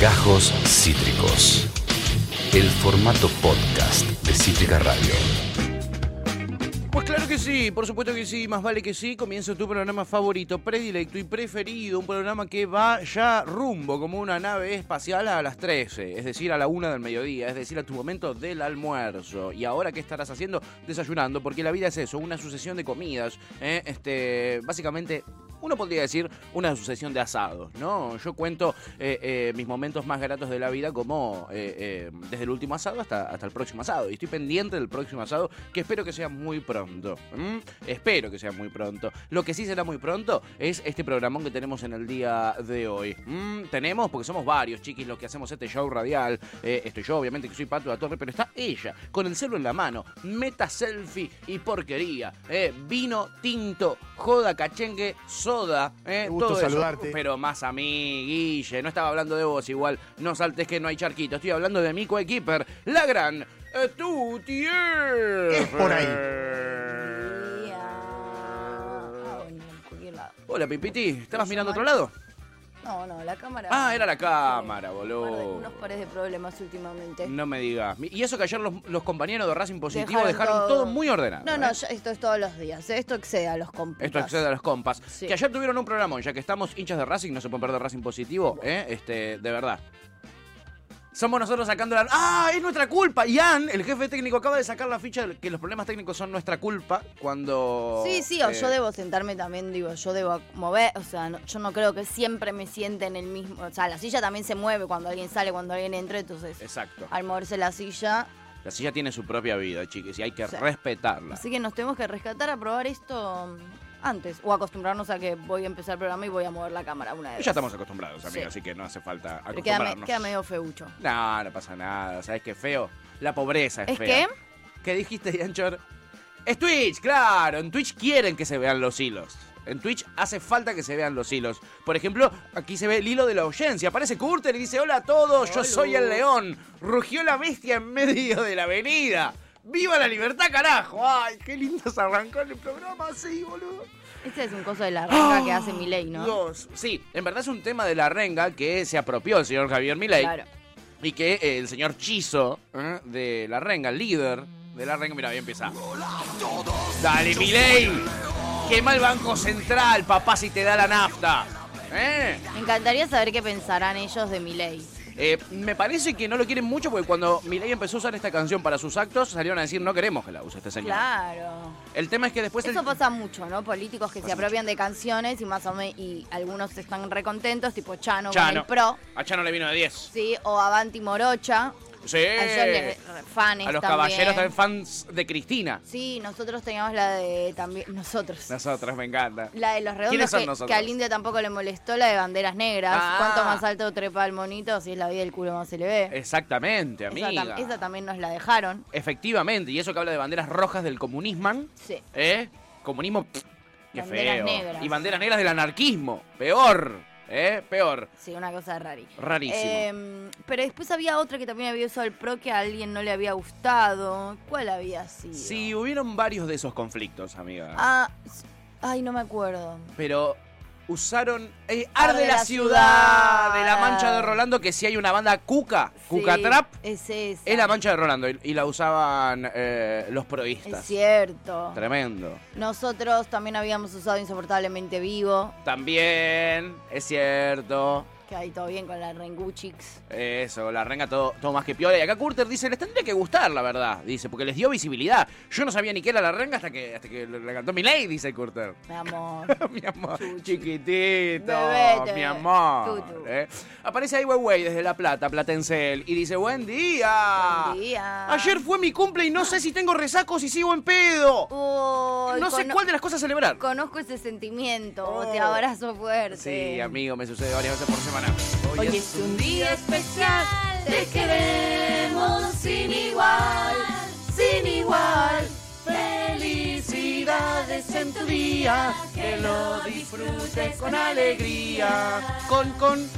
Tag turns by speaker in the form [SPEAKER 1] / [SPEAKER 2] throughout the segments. [SPEAKER 1] Gajos Cítricos. El formato podcast de Cítrica Radio.
[SPEAKER 2] Pues claro que sí, por supuesto que sí, más vale que sí. Comienza tu programa favorito, predilecto y preferido. Un programa que va ya rumbo como una nave espacial a las 13, es decir, a la 1 del mediodía, es decir, a tu momento del almuerzo. ¿Y ahora qué estarás haciendo? Desayunando, porque la vida es eso, una sucesión de comidas. ¿eh? Este, básicamente, uno podría decir una sucesión de asados, ¿no? Yo cuento eh, eh, mis momentos más gratos de la vida como eh, eh, desde el último asado hasta, hasta el próximo asado. Y estoy pendiente del próximo asado, que espero que sea muy pronto. ¿m? Espero que sea muy pronto. Lo que sí será muy pronto es este programón que tenemos en el día de hoy. ¿m? Tenemos, porque somos varios chiquis los que hacemos este show radial. Eh, estoy yo, obviamente, que soy Pato de la Torre, pero está ella, con el celo en la mano, meta selfie y porquería. eh, vino tinto, joda, cachengue, soda. eh,
[SPEAKER 3] Qué gusto
[SPEAKER 2] todo eso.
[SPEAKER 3] saludarte.
[SPEAKER 2] Pero más a mí, Guille. No estaba hablando de vos igual. No saltes que no hay charquito. Estoy hablando de mi coequiper, la gran eh, Tuti
[SPEAKER 3] Es por ahí.
[SPEAKER 4] Ah, bueno, en cualquier lado.
[SPEAKER 2] Hola, Pipiti. ¿Estabas mirando a otro lado?
[SPEAKER 4] No, no, la cámara.
[SPEAKER 2] Ah, era la cámara, boludo.
[SPEAKER 4] Bueno, unos pares de problemas últimamente.
[SPEAKER 2] No me digas. Y eso que ayer los, los compañeros de Racing Positivo dejaron,
[SPEAKER 4] Dejaron
[SPEAKER 2] todo.
[SPEAKER 4] todo
[SPEAKER 2] muy ordenado.
[SPEAKER 4] No,
[SPEAKER 2] ¿eh?
[SPEAKER 4] no, ya- esto es todos los días. eh, Esto excede a los compras.
[SPEAKER 2] Esto excede a los compas.
[SPEAKER 4] Sí.
[SPEAKER 2] Que ayer tuvieron un programa, ya que estamos hinchas de Racing, no se pueden perder Racing positivo, ¿eh? Este, de verdad. Somos nosotros sacando la... ¡Ah! Es nuestra culpa. Ian, el jefe técnico, acaba de sacar la ficha de que los problemas técnicos son nuestra culpa cuando...
[SPEAKER 4] Sí, sí, o
[SPEAKER 2] eh,
[SPEAKER 4] yo debo sentarme también, digo, yo debo mover, o sea, no- yo no creo que siempre me siente en el mismo, o sea, la silla también se mueve cuando alguien sale, cuando alguien entra, entonces
[SPEAKER 2] Exacto.
[SPEAKER 4] al moverse la silla,
[SPEAKER 2] La silla tiene su propia vida, chiques, y hay que
[SPEAKER 4] Sí.
[SPEAKER 2] respetarla.
[SPEAKER 4] así que nos tenemos que rescatar a probar esto mm, antes, o acostumbrarnos a que voy a empezar el programa y voy a mover la cámara una vez.
[SPEAKER 2] Ya estamos acostumbrados, amigo,
[SPEAKER 4] Sí.
[SPEAKER 2] así que no hace falta
[SPEAKER 4] Pero queda, me-
[SPEAKER 2] acostumbrarnos.
[SPEAKER 4] queda medio feucho.
[SPEAKER 2] No, no pasa nada. ¿Sabes qué feo? La pobreza es,
[SPEAKER 4] ¿Es
[SPEAKER 2] fea.
[SPEAKER 4] qué?
[SPEAKER 2] ¿Qué dijiste, Yanchor? Es Twitch, claro. En Twitch quieren que se vean los hilos. En Twitch hace falta que se vean los hilos. Por ejemplo, aquí se ve el hilo de la audiencia. Aparece Curter y dice, hola a todos, yo soy el león. Rugió la bestia en medio de la avenida. ¡Viva la libertad, carajo! ¡Ay, qué lindo se arrancó el programa así, boludo!
[SPEAKER 4] Este es un coso de la renga que hace Milei, ¿no?
[SPEAKER 2] Dos. Sí, en verdad es un tema de la renga que se apropió el señor Javier Milei.
[SPEAKER 4] Claro.
[SPEAKER 2] Y que eh, el señor Chizo ¿eh? de la renga, el líder de la renga, mira, ahí empieza. Dale, Milei. Quema el Banco Central, papá, si te da la nafta. ¿Eh?
[SPEAKER 4] Me encantaría saber qué pensarán ellos de Milei.
[SPEAKER 2] Eh, me parece que no lo quieren mucho porque cuando Milei empezó a usar esta canción para sus actos, salieron a decir no queremos que la use este señor.
[SPEAKER 4] Claro.
[SPEAKER 2] El tema es que después...
[SPEAKER 4] Eso
[SPEAKER 2] Pues el-
[SPEAKER 4] pasa mucho, ¿no? Políticos que se apropian de canciones y más o menos y algunos están recontentos, tipo Chano, con
[SPEAKER 2] Chano.
[SPEAKER 4] el Pro,
[SPEAKER 2] A Chano le vino de 10.
[SPEAKER 4] sí, o Avanti Morocha.
[SPEAKER 2] Sí.
[SPEAKER 4] A ellos les- re- fanes
[SPEAKER 2] Eh. A
[SPEAKER 4] también.
[SPEAKER 2] los caballeros también fans de Cristina.
[SPEAKER 4] Sí, nosotros teníamos la de también nosotros.
[SPEAKER 2] Nosotros, me encanta.
[SPEAKER 4] La de los
[SPEAKER 2] ¿Quiénes
[SPEAKER 4] redondos
[SPEAKER 2] son
[SPEAKER 4] que,
[SPEAKER 2] nosotros?
[SPEAKER 4] que al indio tampoco le molestó la de banderas negras.
[SPEAKER 2] Ah.
[SPEAKER 4] Cuanto más alto trepa el monito, si es la vida del culo más se le ve.
[SPEAKER 2] Exactamente,
[SPEAKER 4] Esa,
[SPEAKER 2] amiga.
[SPEAKER 4] tam- esa también nos la dejaron.
[SPEAKER 2] Efectivamente, y eso que habla de banderas rojas del comunismo,
[SPEAKER 4] Sí.
[SPEAKER 2] ¿eh? Comunismo, pff, qué
[SPEAKER 4] Banderas
[SPEAKER 2] feo.
[SPEAKER 4] negras.
[SPEAKER 2] Y banderas negras del anarquismo, peor, ¿eh? Peor.
[SPEAKER 4] Sí, una cosa rari.
[SPEAKER 2] Rarísimo.
[SPEAKER 4] Eh, pero después había otra que también había usado el pro que a alguien no le había gustado. ¿Cuál había sido?
[SPEAKER 2] Sí, hubieron varios de esos conflictos, amiga.
[SPEAKER 4] Ah, s- ay, no me acuerdo.
[SPEAKER 2] Pero usaron eh,
[SPEAKER 4] Arde
[SPEAKER 2] Arde la,
[SPEAKER 4] la
[SPEAKER 2] ciudad, de la
[SPEAKER 4] ciudad.
[SPEAKER 2] mancha de Rolando, que si hay una banda cuca, cuca
[SPEAKER 4] Sí,
[SPEAKER 2] trap,
[SPEAKER 4] Es esa.
[SPEAKER 2] es la mancha de Rolando, y, y la usaban eh, los
[SPEAKER 4] Es
[SPEAKER 2] proístas.
[SPEAKER 4] cierto.
[SPEAKER 2] Tremendo.
[SPEAKER 4] Nosotros también habíamos usado Insoportablemente Vivo.
[SPEAKER 2] También, es cierto.
[SPEAKER 4] Que ahí todo bien con la Renguchix.
[SPEAKER 2] Eso, la renga todo, todo más que piola. Y acá Curter dice, les tendría que gustar, la verdad. Dice, porque les dio visibilidad. Yo no sabía ni qué era la renga hasta que, hasta que la cantó Milei, dice Curter.
[SPEAKER 4] Mi amor.
[SPEAKER 2] mi amor,
[SPEAKER 4] Chuchi.
[SPEAKER 2] chiquitito,
[SPEAKER 4] Bebete.
[SPEAKER 2] mi amor.
[SPEAKER 4] Tutu.
[SPEAKER 2] ¿eh? Aparece ahí Weiwei desde La Plata, Platencel, y dice, buen día.
[SPEAKER 4] Buen día.
[SPEAKER 2] Ayer fue mi cumple y no sé si tengo resacos y sigo en pedo.
[SPEAKER 4] Uy,
[SPEAKER 2] no sé
[SPEAKER 4] cono-
[SPEAKER 2] cuál de las cosas celebrar.
[SPEAKER 4] Conozco ese sentimiento.
[SPEAKER 2] Oh.
[SPEAKER 4] Te abrazo fuerte.
[SPEAKER 2] Sí, amigo, me sucede varias veces por semana.
[SPEAKER 4] Hoy es un día especial, te queremos sin igual, sin igual.
[SPEAKER 2] Felicidades en tu día, que lo disfrutes con alegría, con, con,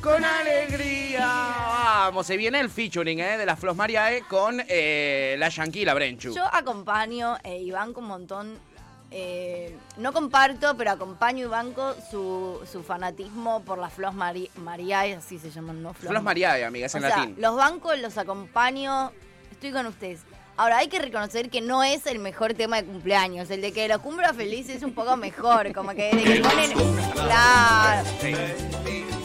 [SPEAKER 2] con alegría. Vamos, se viene el featuring eh, de las Flos Mariae con eh, la Yankee y la Brenchu.
[SPEAKER 4] Yo acompaño e Iván con un montón eh, no comparto, pero acompaño y banco su, su fanatismo por las Flos Mari- Mariae, así se llaman, ¿no?
[SPEAKER 2] Flos Mariae, amiga, es
[SPEAKER 4] O
[SPEAKER 2] en
[SPEAKER 4] sea,
[SPEAKER 2] latín.
[SPEAKER 4] los bancos los acompaño, estoy con ustedes. Ahora, hay que reconocer que no es el mejor tema de cumpleaños. El de que los cumpla feliz es un poco mejor. Como que, de que ponen. Claro.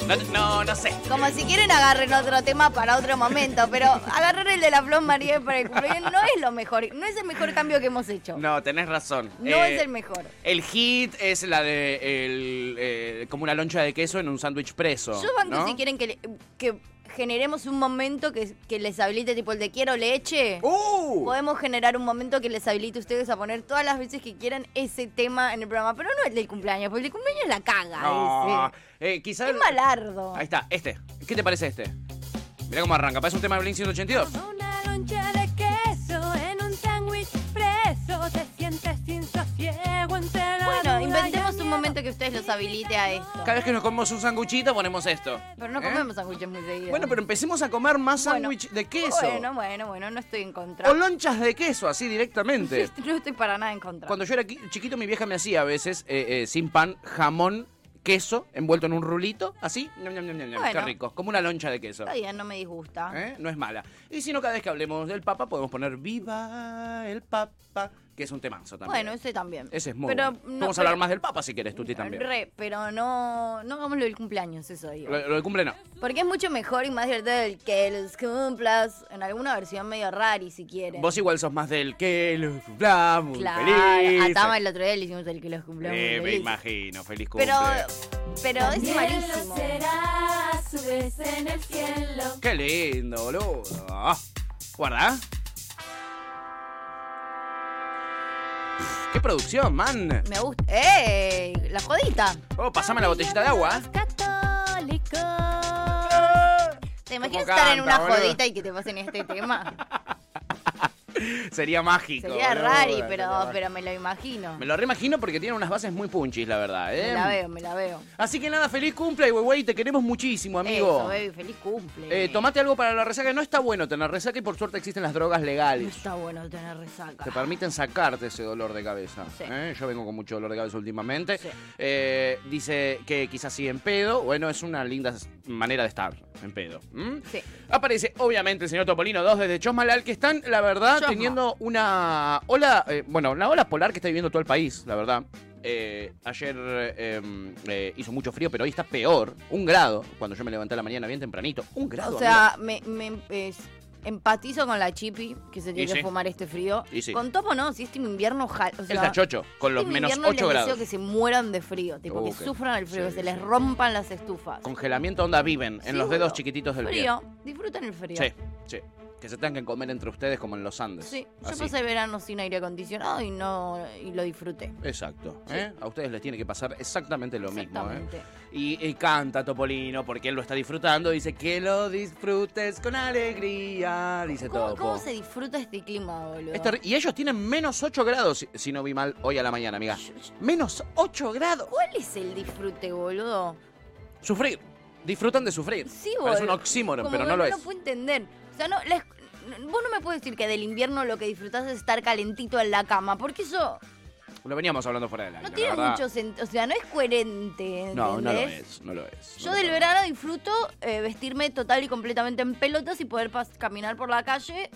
[SPEAKER 5] No, no, no sé.
[SPEAKER 4] Como si quieren agarren otro tema para otro momento. Pero agarrar el de la Flor María para el cumpleaños no es lo mejor. No es el mejor cambio que hemos hecho.
[SPEAKER 2] No, tenés razón.
[SPEAKER 4] No
[SPEAKER 2] Eh,
[SPEAKER 4] es el mejor.
[SPEAKER 2] El hit es la de el, eh, como una loncha de queso en un sándwich preso.
[SPEAKER 4] Yo banco
[SPEAKER 2] ¿no?
[SPEAKER 4] si quieren que, le- que generemos un momento que, que les habilite, tipo el de quiero leche.
[SPEAKER 2] ¡Uh!
[SPEAKER 4] Podemos generar un momento que les habilite a ustedes a poner todas las veces que quieran ese tema en el programa. Pero no el del cumpleaños, porque el del cumpleaños la caga.
[SPEAKER 2] No,
[SPEAKER 4] ese.
[SPEAKER 2] eh, quizás.
[SPEAKER 4] Es malardo.
[SPEAKER 2] Ahí está, este. ¿Qué te parece este? Mira cómo arranca. Parece un tema de Blink 182.
[SPEAKER 6] Una loncha de queso en un sándwich preso. Te sientes sin sosiego entre la
[SPEAKER 4] Bueno,
[SPEAKER 6] duda
[SPEAKER 4] inventemos
[SPEAKER 6] y el
[SPEAKER 4] un momento que ustedes los habilite a esto.
[SPEAKER 2] Cada vez que nos comemos un sanguchito ponemos esto.
[SPEAKER 4] Pero no
[SPEAKER 2] ¿Eh?
[SPEAKER 4] comemos sándwiches muy seguido.
[SPEAKER 2] Bueno, pero empecemos a comer más
[SPEAKER 4] Bueno.
[SPEAKER 2] sándwich de queso.
[SPEAKER 4] Bueno, bueno, bueno, no estoy en contra.
[SPEAKER 2] O lonchas de queso, así directamente.
[SPEAKER 4] No estoy para nada en contra.
[SPEAKER 2] Cuando yo era qui- chiquito, mi vieja me hacía a veces eh, eh, sin pan, jamón, queso, envuelto en un rulito, así. Ñam, ñam, ñam, ñam, ñam. Qué
[SPEAKER 4] Bueno.
[SPEAKER 2] rico, como una loncha de queso.
[SPEAKER 4] Está bien, no me disgusta.
[SPEAKER 2] ¿Eh? No es mala. Y si no, cada vez que hablemos del Papa, podemos poner Viva el Papa, que es un temazo también.
[SPEAKER 4] Bueno, ese también.
[SPEAKER 2] Ese es muy
[SPEAKER 4] Pero
[SPEAKER 2] bueno.
[SPEAKER 4] no-
[SPEAKER 2] Vamos a
[SPEAKER 4] pero-
[SPEAKER 2] hablar más del Papa si quieres, Tuti, también.
[SPEAKER 4] Re, pero no, no hagamos lo del cumpleaños, eso digo.
[SPEAKER 2] Lo, lo de cumple no.
[SPEAKER 4] Porque es mucho mejor y más divertido el que los cumplas en alguna versión medio rari, si quieren.
[SPEAKER 2] Vos igual sos más del que los cumplamos,
[SPEAKER 4] claro,
[SPEAKER 2] feliz.
[SPEAKER 4] a Tama el otro día le hicimos el que los cumplamos.
[SPEAKER 2] Eh, me
[SPEAKER 4] feliz.
[SPEAKER 2] imagino, feliz cumple.
[SPEAKER 4] Pero, pero es malísimo.
[SPEAKER 6] serás, su vez en el cielo.
[SPEAKER 2] Qué lindo, boludo. Ah, Guarda. Pff, Qué producción, man.
[SPEAKER 4] Me gusta. ¡Eh! La jodita.
[SPEAKER 2] Oh, pasame la botellita de agua. ¿eh?
[SPEAKER 6] Católico.
[SPEAKER 4] ¿Te imaginas
[SPEAKER 2] Como
[SPEAKER 4] estar en
[SPEAKER 2] canta,
[SPEAKER 4] una
[SPEAKER 2] boludo.
[SPEAKER 4] jodita y que te pasen este tema?
[SPEAKER 2] Sería mágico.
[SPEAKER 4] Sería
[SPEAKER 2] boluda,
[SPEAKER 4] rari,
[SPEAKER 2] sería
[SPEAKER 4] pero,
[SPEAKER 2] mágico.
[SPEAKER 4] pero me lo imagino.
[SPEAKER 2] Me lo reimagino porque tiene unas bases muy punchis, la verdad, ¿eh?
[SPEAKER 4] Me la veo, me la veo.
[SPEAKER 2] Así que nada, feliz cumple, wey, wey, te queremos muchísimo, amigo.
[SPEAKER 4] Eso, baby, feliz cumple.
[SPEAKER 2] eh, tomate algo para la resaca. No está bueno tener resaca y por suerte existen las drogas
[SPEAKER 4] No
[SPEAKER 2] legales.
[SPEAKER 4] está bueno tener resaca.
[SPEAKER 2] Te permiten sacarte ese dolor de cabeza.
[SPEAKER 4] Sí.
[SPEAKER 2] ¿eh? Yo vengo con mucho dolor de cabeza últimamente.
[SPEAKER 4] Sí.
[SPEAKER 2] Eh, dice que quizás sí en pedo. Bueno, es una linda s- manera de estar en pedo. ¿m?
[SPEAKER 4] Sí.
[SPEAKER 2] Aparece, obviamente, el señor Topolino 2 desde Chosmalal, que están, la verdad,
[SPEAKER 4] Chosma.
[SPEAKER 2] teniendo una ola, eh, bueno, una ola polar que está viviendo todo el país, la verdad. Eh, ayer eh, em, eh, hizo mucho frío, pero hoy está peor. Un grado, cuando yo me levanté a la mañana bien tempranito. Un grado.
[SPEAKER 4] O sea, me, me, eh, empatizo con la chipi que se tiene
[SPEAKER 2] Y
[SPEAKER 4] que
[SPEAKER 2] sí.
[SPEAKER 4] fumar este frío.
[SPEAKER 2] Y sí.
[SPEAKER 4] Con Topo no, si este invierno ojalá. O
[SPEAKER 2] el
[SPEAKER 4] sea,
[SPEAKER 2] tachocho, con los
[SPEAKER 4] este
[SPEAKER 2] menos
[SPEAKER 4] invierno
[SPEAKER 2] 8
[SPEAKER 4] les
[SPEAKER 2] grados.
[SPEAKER 4] deseo que se mueran de frío, tipo
[SPEAKER 2] Uh,
[SPEAKER 4] que
[SPEAKER 2] que-
[SPEAKER 4] sufran el frío,
[SPEAKER 2] sí,
[SPEAKER 4] que se
[SPEAKER 2] sí.
[SPEAKER 4] les rompan las estufas.
[SPEAKER 2] Congelamiento onda viven
[SPEAKER 4] Sí,
[SPEAKER 2] en los dedos
[SPEAKER 4] boludo.
[SPEAKER 2] chiquititos del pie.
[SPEAKER 4] frío, disfruten el frío.
[SPEAKER 2] Sí, sí. Que se tengan que comer entre ustedes como en los Andes.
[SPEAKER 4] Sí, yo
[SPEAKER 2] Así.
[SPEAKER 4] pasé el verano sin aire acondicionado y no y lo disfruté.
[SPEAKER 2] Exacto. ¿eh? A ustedes les tiene que pasar exactamente lo mismo.
[SPEAKER 4] Exactamente.
[SPEAKER 2] ¿eh? Y, y canta Topolino porque él lo está disfrutando. Dice que lo disfrutes con alegría. Dice
[SPEAKER 4] ¿Cómo,
[SPEAKER 2] todo.
[SPEAKER 4] cómo se disfruta este clima, boludo?
[SPEAKER 2] y ellos tienen menos 8 grados, si, si no vi mal, hoy a la mañana, amiga. Menos 8 grados.
[SPEAKER 4] ¿Cuál es el disfrute, boludo?
[SPEAKER 2] Sufrir. Disfrutan de sufrir.
[SPEAKER 4] Sí, boludo.
[SPEAKER 2] es un oxímoron,
[SPEAKER 4] Como
[SPEAKER 2] pero
[SPEAKER 4] que
[SPEAKER 2] no lo
[SPEAKER 4] no
[SPEAKER 2] es.
[SPEAKER 4] lo puedo entender. O sea, no, la es- no- vos no me puedes decir que del invierno lo que disfrutás es estar calentito en la cama, porque eso
[SPEAKER 2] Lo veníamos hablando fuera del aire.
[SPEAKER 4] no
[SPEAKER 2] la
[SPEAKER 4] tiene
[SPEAKER 2] verdad.
[SPEAKER 4] mucho sentido. O sea, no es coherente.
[SPEAKER 2] No, no lo
[SPEAKER 4] ¿entendés?
[SPEAKER 2] es, no lo es.
[SPEAKER 4] Yo
[SPEAKER 2] no lo
[SPEAKER 4] del
[SPEAKER 2] es.
[SPEAKER 4] verano disfruto eh, vestirme total y completamente en pelotas y poder pas- caminar por la calle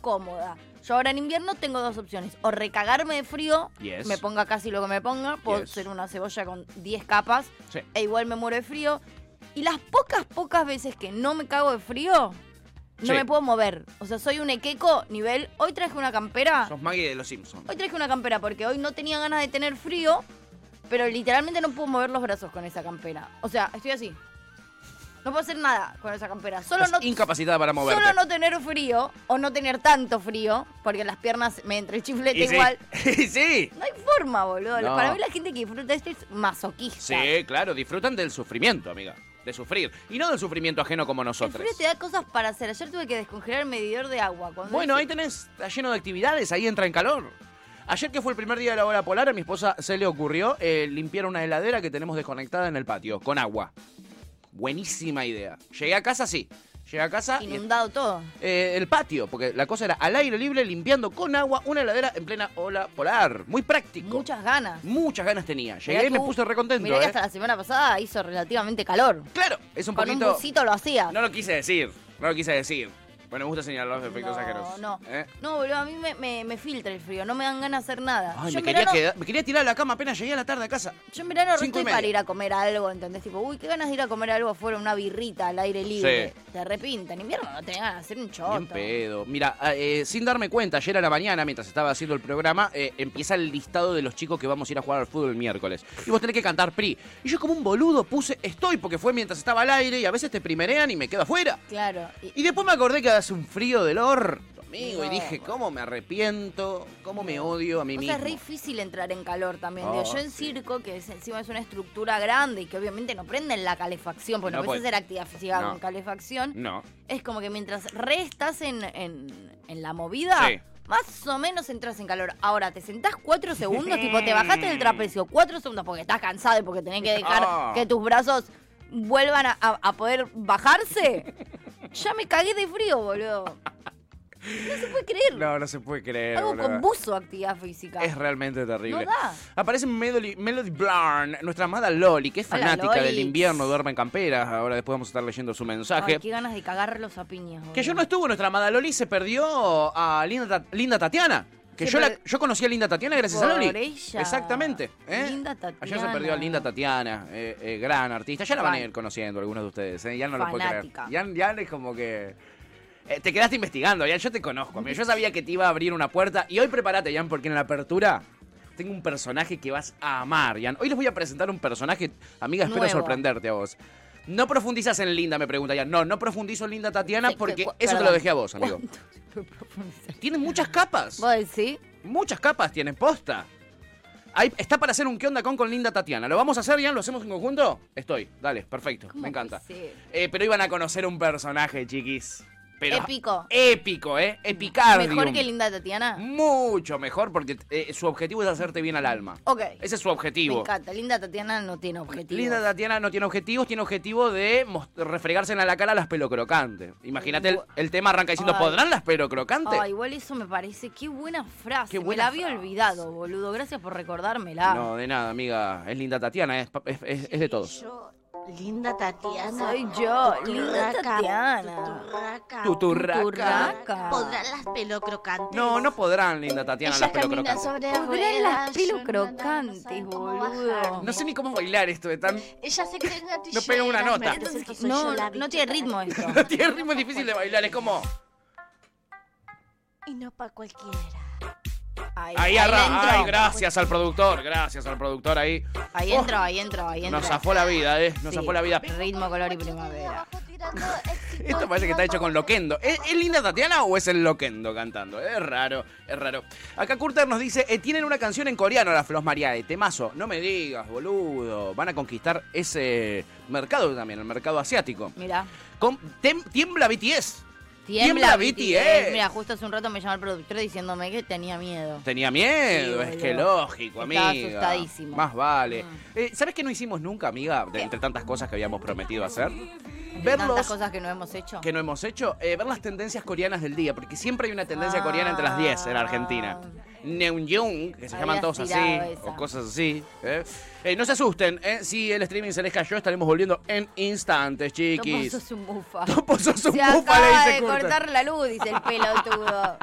[SPEAKER 4] cómoda. Yo ahora en invierno tengo dos opciones. O recagarme de frío,
[SPEAKER 2] Yes.
[SPEAKER 4] me ponga casi lo que me ponga, puedo
[SPEAKER 2] Yes.
[SPEAKER 4] ser una cebolla con 10 capas,
[SPEAKER 2] Sí.
[SPEAKER 4] e igual me muero de frío. Y las pocas, pocas veces que no me cago de frío, no
[SPEAKER 2] Sí.
[SPEAKER 4] me puedo mover. O sea, soy un equeco nivel. Hoy traje una campera.
[SPEAKER 2] Sos Maggie de los Simpsons.
[SPEAKER 4] Hoy traje una campera porque hoy no tenía ganas de tener frío, pero literalmente no puedo mover los brazos con esa campera. O sea, estoy así. No puedo hacer nada con esa campera. Solo no,
[SPEAKER 2] Estás incapacitada para moverte.
[SPEAKER 4] solo no tener frío o no tener tanto frío, porque las piernas me entra el chiflete
[SPEAKER 2] Y sí.
[SPEAKER 4] igual.
[SPEAKER 2] Y sí.
[SPEAKER 4] No hay forma, boludo.
[SPEAKER 2] No.
[SPEAKER 4] Para mí la gente que disfruta esto es masoquista.
[SPEAKER 2] Sí, claro, disfrutan del sufrimiento, amiga. De sufrir. Y no del sufrimiento ajeno como
[SPEAKER 4] El
[SPEAKER 2] nosotros.
[SPEAKER 4] frío te da cosas para hacer. Ayer tuve que descongelar el medidor de agua. Cuando
[SPEAKER 2] Bueno,
[SPEAKER 4] hice-
[SPEAKER 2] ahí tenés, está lleno de actividades, ahí entra en calor. Ayer que fue el primer día de la hora polar, a mi esposa se le ocurrió eh, limpiar una heladera que tenemos desconectada en el patio, con agua. Buenísima idea. Llegué a casa, sí. Llegué a casa. y-
[SPEAKER 4] Inundado todo.
[SPEAKER 2] eh, el patio, porque la cosa era al aire libre, limpiando con agua una heladera en plena ola polar. Muy práctico.
[SPEAKER 4] Muchas ganas.
[SPEAKER 2] Muchas ganas tenía.
[SPEAKER 4] Mirá
[SPEAKER 2] Llegué y
[SPEAKER 4] que
[SPEAKER 2] me
[SPEAKER 4] hubo-
[SPEAKER 2] puse recontento.
[SPEAKER 4] Mirá que
[SPEAKER 2] eh.
[SPEAKER 4] hasta la semana pasada hizo relativamente calor.
[SPEAKER 2] Claro, es un
[SPEAKER 4] Con un
[SPEAKER 2] poquito.
[SPEAKER 4] busito lo hacía.
[SPEAKER 2] No lo quise decir, no lo quise decir. Bueno, me gusta señalar los efectos
[SPEAKER 4] no,
[SPEAKER 2] ajenos.
[SPEAKER 4] no.
[SPEAKER 2] ¿Eh?
[SPEAKER 4] No, boludo, a mí me, me- me filtra el frío, no me dan ganas de hacer nada.
[SPEAKER 2] Ay,
[SPEAKER 4] yo,
[SPEAKER 2] me
[SPEAKER 4] en
[SPEAKER 2] quería,
[SPEAKER 4] verano,
[SPEAKER 2] quedar- me quería tirar a la cama apenas llegué a la tarde a casa.
[SPEAKER 4] yo en verano
[SPEAKER 2] Cinco y
[SPEAKER 4] resto para
[SPEAKER 2] media.
[SPEAKER 4] ir a comer algo, ¿entendés? Tipo, uy, qué ganas de ir a comer algo afuera, una birrita al aire libre. Te arrepinta, en invierno no tenés ganas de hacer un
[SPEAKER 2] Bien
[SPEAKER 4] choto.
[SPEAKER 2] pedo. Mira, ah, eh, sin darme cuenta, ayer a la mañana, mientras estaba haciendo el programa, eh, empieza el listado de los chicos que vamos a ir a jugar al fútbol el miércoles. Y vos tenés que cantar PRI. Y yo como un boludo puse estoy porque fue mientras estaba al aire y a veces te primerean y me quedo afuera.
[SPEAKER 4] Claro. Y,
[SPEAKER 2] Y después me acordé que hace un frío del orto, amigo. Y
[SPEAKER 4] No.
[SPEAKER 2] dije, ¿cómo me arrepiento? ¿Cómo me odio a mí
[SPEAKER 4] o
[SPEAKER 2] mismo?
[SPEAKER 4] sea, es re difícil entrar en calor también. digo,
[SPEAKER 2] Ah,
[SPEAKER 4] yo en
[SPEAKER 2] sí.
[SPEAKER 4] circo, que es- encima es una estructura grande y que obviamente no prenden la calefacción, porque no,
[SPEAKER 2] No
[SPEAKER 4] puedes
[SPEAKER 2] puede.
[SPEAKER 4] hacer actividad física
[SPEAKER 2] No.
[SPEAKER 4] con calefacción.
[SPEAKER 2] No.
[SPEAKER 4] Es como que mientras re estás en, en- en la movida,
[SPEAKER 2] Sí.
[SPEAKER 4] más o menos entras en calor. Ahora, te sentás cuatro segundos, tipo, te bajaste del trapecio cuatro segundos porque estás cansado y porque tenés que dejar
[SPEAKER 2] Ah.
[SPEAKER 4] que tus brazos vuelvan a, a- a poder bajarse. ya me cagué de frío, boludo. No se puede creer.
[SPEAKER 2] No, no se puede creer.
[SPEAKER 4] Hago
[SPEAKER 2] boludo.
[SPEAKER 4] con buzo actividad física.
[SPEAKER 2] Es realmente terrible.
[SPEAKER 4] No da.
[SPEAKER 2] Aparece Melody, Melody Blarn, nuestra amada Loli, que es
[SPEAKER 4] Hola,
[SPEAKER 2] fanática
[SPEAKER 4] Loli.
[SPEAKER 2] del invierno, duerme en camperas. Ahora después vamos a estar leyendo su mensaje.
[SPEAKER 4] Ay, qué ganas de cagarlos a piñas, boludo.
[SPEAKER 2] Que yo no estuvo, nuestra amada Loli se perdió a Linda, Ta- Linda Tatiana. Que
[SPEAKER 4] Se
[SPEAKER 2] yo, la-
[SPEAKER 4] per-
[SPEAKER 2] yo conocí a Linda Tatiana gracias a
[SPEAKER 4] Por
[SPEAKER 2] Loli.
[SPEAKER 4] ella.
[SPEAKER 2] Exactamente. ¿eh?
[SPEAKER 4] Linda
[SPEAKER 2] Ayer se
[SPEAKER 4] Tatiana.
[SPEAKER 2] perdió a Linda Tatiana, eh, eh, gran artista. Ya la van a
[SPEAKER 4] Fan.
[SPEAKER 2] ir conociendo algunos de ustedes. ¿eh? Ya no lo puedo creer.
[SPEAKER 4] Fanática.
[SPEAKER 2] Ya, ya es como que. eh, te quedaste investigando, ya yo te conozco. amigo. Yo sabía que te iba a abrir una puerta. Y hoy prepárate, Jan, porque en la apertura. Tengo un personaje que vas a amar, Jan. Hoy les voy a presentar un personaje, amiga, espero
[SPEAKER 4] Nuevo.
[SPEAKER 2] sorprenderte a vos. No profundizas en Linda, me pregunta Jan. No, no profundizo en Linda Tatiana. Ana,
[SPEAKER 4] Sí,
[SPEAKER 2] porque
[SPEAKER 4] cu-
[SPEAKER 2] eso te lo
[SPEAKER 4] perdón.
[SPEAKER 2] dejé a vos, amigo.
[SPEAKER 4] ¿Cuánto se puede profundizar?
[SPEAKER 2] Tienen muchas capas.
[SPEAKER 4] ¿Vos decís?
[SPEAKER 2] Muchas capas tienen posta. Ahí está para hacer un qué onda con con Linda Tatiana. ¿Lo vamos a hacer, Ian? ¿Lo hacemos en conjunto? Estoy. Dale, perfecto.
[SPEAKER 4] ¿Cómo
[SPEAKER 2] Me encanta.
[SPEAKER 4] puede ser?
[SPEAKER 2] Eh, pero iban a conocer un personaje, chiquis. Pero-
[SPEAKER 4] Épico.
[SPEAKER 2] Épico, ¿eh? Epicardium.
[SPEAKER 4] Mejor que linda Tatiana.
[SPEAKER 2] Mm. Mucho mejor porque eh, su objetivo es hacerte bien al alma.
[SPEAKER 4] Ok.
[SPEAKER 2] Ese es su objetivo.
[SPEAKER 4] Me encanta. Linda Tatiana no tiene objetivo.
[SPEAKER 2] Linda Tatiana no tiene objetivos, tiene objetivo de mos- refregarse en la cara las pelocrocantes. Imagínate, el, el tema arranca diciendo,
[SPEAKER 4] Ay.
[SPEAKER 2] ¿podrán las pelocrocantes?
[SPEAKER 4] Ah, igual eso me parece. Qué buena frase.
[SPEAKER 2] Qué
[SPEAKER 4] me
[SPEAKER 2] buena
[SPEAKER 4] la había
[SPEAKER 2] frase.
[SPEAKER 4] olvidado, boludo. Gracias por recordármela.
[SPEAKER 2] No, de nada, amiga. Es linda Tatiana, es, pa- es- es- es de todos.
[SPEAKER 7] Yo, linda Tatiana.
[SPEAKER 4] Soy yo, linda
[SPEAKER 7] Tuturraca,
[SPEAKER 4] Tatiana.
[SPEAKER 7] tuturraca,
[SPEAKER 2] Tuturraca.
[SPEAKER 4] Tuturraca.
[SPEAKER 7] Podrán las pelo crocantes.
[SPEAKER 2] No, no podrán, linda Tatiana,
[SPEAKER 7] Ella
[SPEAKER 2] las
[SPEAKER 7] camina
[SPEAKER 2] pelocrocantes.
[SPEAKER 7] sobre
[SPEAKER 4] Podrán las
[SPEAKER 7] ruedas,
[SPEAKER 4] pelo
[SPEAKER 7] yo no-
[SPEAKER 4] crocantes,
[SPEAKER 7] sabe cómo
[SPEAKER 4] boludo.
[SPEAKER 7] bajar.
[SPEAKER 2] No sé ni cómo bailar esto de tan...
[SPEAKER 7] Ella se cree
[SPEAKER 2] No pega una nota.
[SPEAKER 4] No, no tiene ritmo esto.
[SPEAKER 2] No tiene ritmo es difícil de bailar, es como...
[SPEAKER 7] Y no para cualquiera.
[SPEAKER 4] Ahí,
[SPEAKER 2] Ahí
[SPEAKER 4] ahí
[SPEAKER 2] arranca. Ay,
[SPEAKER 4] entro.
[SPEAKER 2] gracias al productor, gracias al productor ahí.
[SPEAKER 4] Ahí
[SPEAKER 2] Oh,
[SPEAKER 4] entro, ahí entro, ahí entro.
[SPEAKER 2] Nos zafó la vida, eh. Nos
[SPEAKER 4] Sí,
[SPEAKER 2] zafó la vida.
[SPEAKER 4] Ritmo, color y primavera.
[SPEAKER 2] Esto parece que está hecho con loquendo. ¿Es, es linda Tatiana o es el loquendo cantando? Es raro, es raro. Acá Curter nos dice, eh, tienen una canción en coreano las Flos Mariae, temazo. No me digas, boludo. Van a conquistar ese mercado también, el mercado asiático.
[SPEAKER 4] Mirá.
[SPEAKER 2] Con- tem- tiembla BTS.
[SPEAKER 4] Tiembla,
[SPEAKER 2] Tiembla eh.
[SPEAKER 4] BTS.
[SPEAKER 2] BTS.
[SPEAKER 4] Mira, justo hace un rato me llamó el productor diciéndome que tenía miedo.
[SPEAKER 2] Tenía miedo,
[SPEAKER 4] Sí,
[SPEAKER 2] es que
[SPEAKER 4] boludo.
[SPEAKER 2] lógico, amiga.
[SPEAKER 4] Estaba asustadísimo. Ah.
[SPEAKER 2] Más vale. Eh, ¿Sabes qué no hicimos nunca, amiga? De- entre tantas cosas que habíamos prometido hacer.
[SPEAKER 4] Ver tantas
[SPEAKER 2] Verlos
[SPEAKER 4] cosas que no hemos hecho.
[SPEAKER 2] que no hemos hecho, eh, ver las tendencias coreanas del día, porque siempre hay una tendencia
[SPEAKER 4] Ah.
[SPEAKER 2] coreana entre las 10 en la Argentina. Neunjung, que se llaman
[SPEAKER 4] Habías
[SPEAKER 2] todos así,
[SPEAKER 4] tirado esa.
[SPEAKER 2] o cosas así. ¿eh? Eh, no se asusten, ¿eh? si el streaming se les cayó, estaremos volviendo en instantes,
[SPEAKER 4] Topo
[SPEAKER 2] chiquis.
[SPEAKER 4] sos un bufa.
[SPEAKER 2] Topo sos
[SPEAKER 4] Se
[SPEAKER 2] un bufa, le
[SPEAKER 4] acaba
[SPEAKER 2] dice
[SPEAKER 4] de
[SPEAKER 2] Curta.
[SPEAKER 4] cortar la luz, dice el pelotudo.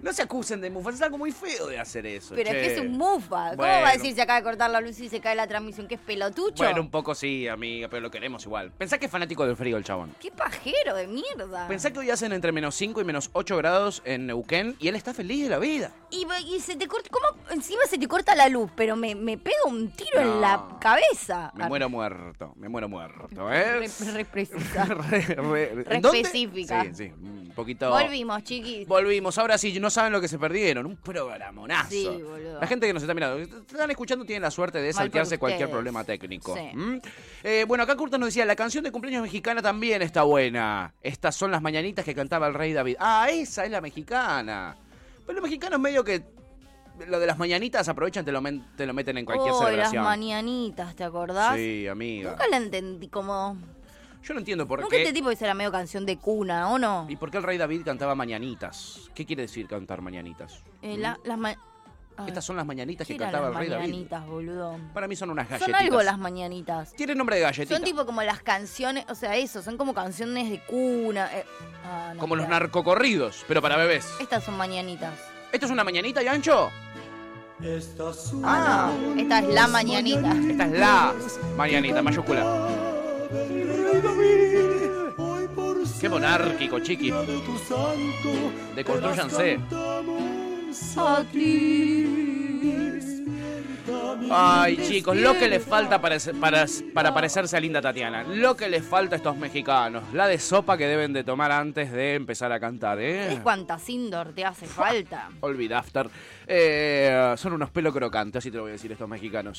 [SPEAKER 2] No se acusen de mufas, es algo muy feo de hacer eso.
[SPEAKER 4] Pero es que
[SPEAKER 2] che.
[SPEAKER 4] es un bufa. ¿Cómo
[SPEAKER 2] Bueno.
[SPEAKER 4] va a decir se acaba de cortar la luz y se cae la transmisión? ¿Qué es pelotucho?
[SPEAKER 2] Bueno, un poco sí, amiga, pero lo queremos igual. Pensá que es fanático del frío el chabón.
[SPEAKER 4] Qué pajero de mierda.
[SPEAKER 2] Pensá que hoy hacen entre menos 5 y menos 8 grados en Neuquén y él está feliz de la vida.
[SPEAKER 4] Y, y se te corta, ¿cómo encima se te corta la luz? Pero me, me pega un tiro en la
[SPEAKER 2] No.
[SPEAKER 4] cabeza.
[SPEAKER 2] Me muero muerto, me muero muerto, ¿eh?
[SPEAKER 4] Ah. Re- re precisa.
[SPEAKER 2] Re- re-
[SPEAKER 4] Re
[SPEAKER 2] ¿en dónde?
[SPEAKER 4] específica.
[SPEAKER 2] Sí, sí, un poquito.
[SPEAKER 4] Volvimos, chiquis.
[SPEAKER 2] Volvimos. Ahora sí, no saben lo que se perdieron. Un programonazo.
[SPEAKER 4] Sí, boludo.
[SPEAKER 2] La gente que nos está mirando, que te están escuchando, tienen la suerte de
[SPEAKER 4] Mal por
[SPEAKER 2] saltearse cualquier
[SPEAKER 4] ustedes.
[SPEAKER 2] problema técnico.
[SPEAKER 4] Sí.
[SPEAKER 2] ¿Mm? Eh, bueno, acá Curta nos decía, la canción de cumpleaños mexicana también está buena. Estas son las mañanitas que cantaba el rey David. Ah, esa es la mexicana. Pero los mexicanos medio que lo de las mañanitas aprovechan, te lo, men- te lo meten en cualquier
[SPEAKER 4] Oh, las
[SPEAKER 2] celebración.
[SPEAKER 4] mañanitas, ¿te acordás?
[SPEAKER 2] Sí, amiga.
[SPEAKER 4] Nunca la entendí como...
[SPEAKER 2] Yo no entiendo por
[SPEAKER 4] Nunca
[SPEAKER 2] qué.
[SPEAKER 4] este tipo hizo la medio canción de cuna, ¿o no?
[SPEAKER 2] ¿Y por qué el rey David cantaba mañanitas? ¿Qué quiere decir cantar mañanitas? Mm.
[SPEAKER 4] Eh, la- las ma- Ay,
[SPEAKER 2] Estas son las mañanitas
[SPEAKER 4] ¿qué
[SPEAKER 2] que
[SPEAKER 4] eran
[SPEAKER 2] cantaba el
[SPEAKER 4] las
[SPEAKER 2] rey David.
[SPEAKER 4] mañanitas, boludo?
[SPEAKER 2] Para mí son unas
[SPEAKER 4] Son
[SPEAKER 2] galletitas.
[SPEAKER 4] algo las mañanitas.
[SPEAKER 2] Tiene nombre de galletita.
[SPEAKER 4] Son tipo como las canciones, o sea, eso, son como canciones de cuna. eh, ah, no,
[SPEAKER 2] Como los
[SPEAKER 4] mirá.
[SPEAKER 2] narcocorridos, pero para bebés.
[SPEAKER 4] Estas son mañanitas.
[SPEAKER 2] ¿Esto es una mañanita, Yancho?
[SPEAKER 4] Ah, esta es la mañanita.
[SPEAKER 2] Esta es la mañanita, mayúscula. Qué monárquico, chiqui. Deconstruyanse. Ay, chicos, lo que les falta para, ser- para, para parecerse a Linda Tatiana. Lo que les falta a estos mexicanos. La de sopa que deben de tomar antes de empezar a cantar,
[SPEAKER 4] Es
[SPEAKER 2] ¿eh?
[SPEAKER 4] cuántas indoor te hace falta.
[SPEAKER 2] Olvida after. Eh, son unos pelos crocantes, así te lo voy a decir estos mexicanos.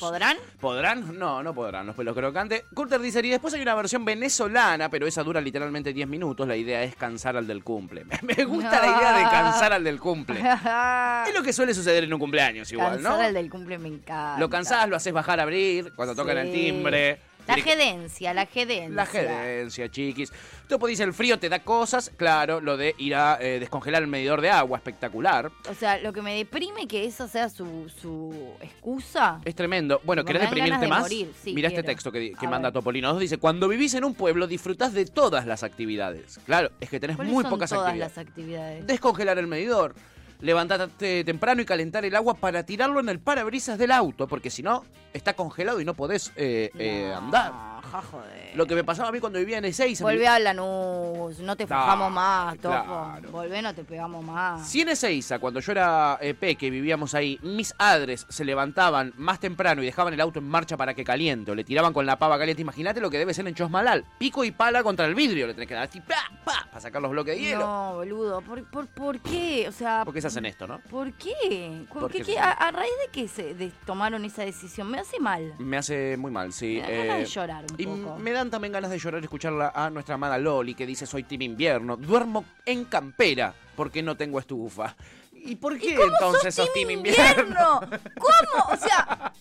[SPEAKER 4] ¿Podrán?
[SPEAKER 2] ¿Podrán? No, no podrán, los pelos crocantes. Coulter dice, y después hay una versión venezolana, pero esa dura literalmente 10 minutos. La idea es cansar al del cumple. Me gusta la idea de cansar al del cumple. Es lo que suele suceder en un cumpleaños igual, ¿no?
[SPEAKER 4] Cansar al del cumple me encanta.
[SPEAKER 2] Lo cansás, lo haces bajar a abrir cuando tocan el
[SPEAKER 4] Sí.
[SPEAKER 2] timbre.
[SPEAKER 4] La
[SPEAKER 2] Tiene-
[SPEAKER 4] gerencia, la gerencia.
[SPEAKER 2] La gerencia, chiquis. Topo dice, el frío te da cosas. Claro, lo de ir a eh, descongelar el medidor de agua, espectacular.
[SPEAKER 4] O sea, lo que me deprime que esa sea su, su excusa.
[SPEAKER 2] Es tremendo. Bueno,
[SPEAKER 4] Tipo,
[SPEAKER 2] ¿querés
[SPEAKER 4] me dan ganas
[SPEAKER 2] deprimirte
[SPEAKER 4] de
[SPEAKER 2] más?
[SPEAKER 4] morir. Sí,
[SPEAKER 2] Mira este
[SPEAKER 4] quiero.
[SPEAKER 2] texto que, que
[SPEAKER 4] A
[SPEAKER 2] manda
[SPEAKER 4] ver.
[SPEAKER 2] Topolino. Nos dice, cuando vivís en un pueblo disfrutás de todas las actividades. Claro, es que tenés
[SPEAKER 4] ¿Cuáles
[SPEAKER 2] muy
[SPEAKER 4] son
[SPEAKER 2] pocas
[SPEAKER 4] todas
[SPEAKER 2] actividades.
[SPEAKER 4] las actividades?
[SPEAKER 2] Descongelar el medidor, levantarte temprano y calentar el agua para tirarlo en el parabrisas del auto, porque si no, está congelado y no podés eh, eh,
[SPEAKER 4] No,
[SPEAKER 2] andar.
[SPEAKER 4] ja, joder.
[SPEAKER 2] Lo que me pasaba a mí cuando vivía en Ezeiza. mi-
[SPEAKER 4] Volvé a Lanús, no te
[SPEAKER 2] Claro,
[SPEAKER 4] fajamos más, Topo.
[SPEAKER 2] claro.
[SPEAKER 4] Volvé, no te pegamos más.
[SPEAKER 2] Si en Ezeiza, cuando yo era eh, peque y vivíamos ahí, mis adres se levantaban más temprano y dejaban el auto en marcha para que caliente, o le tiraban con la pava caliente, imagínate lo que debe ser en Chosmalal. Pico y pala contra el vidrio, le tenés que dar así, pa, pa, para sacar los bloques de hielo.
[SPEAKER 4] No, boludo, ¿por, por, por qué? O sea,
[SPEAKER 2] ¿Por qué se hacen esto, no?
[SPEAKER 4] ¿por qué? ¿Por
[SPEAKER 2] Porque
[SPEAKER 4] qué? qué- A, a raíz de que se de- tomaron esa decisión? Me hace mal.
[SPEAKER 2] Me hace muy mal, sí.
[SPEAKER 4] Me da ganas
[SPEAKER 2] eh,
[SPEAKER 4] de llorar un
[SPEAKER 2] y
[SPEAKER 4] poco.
[SPEAKER 2] me dan también ganas de llorar escucharla a nuestra amada Loli que dice soy team invierno, duermo en campera porque no tengo estufa. ¿Y por qué
[SPEAKER 4] ¿Y cómo
[SPEAKER 2] entonces
[SPEAKER 4] sos
[SPEAKER 2] sos team
[SPEAKER 4] invierno? ¿Cómo? O sea,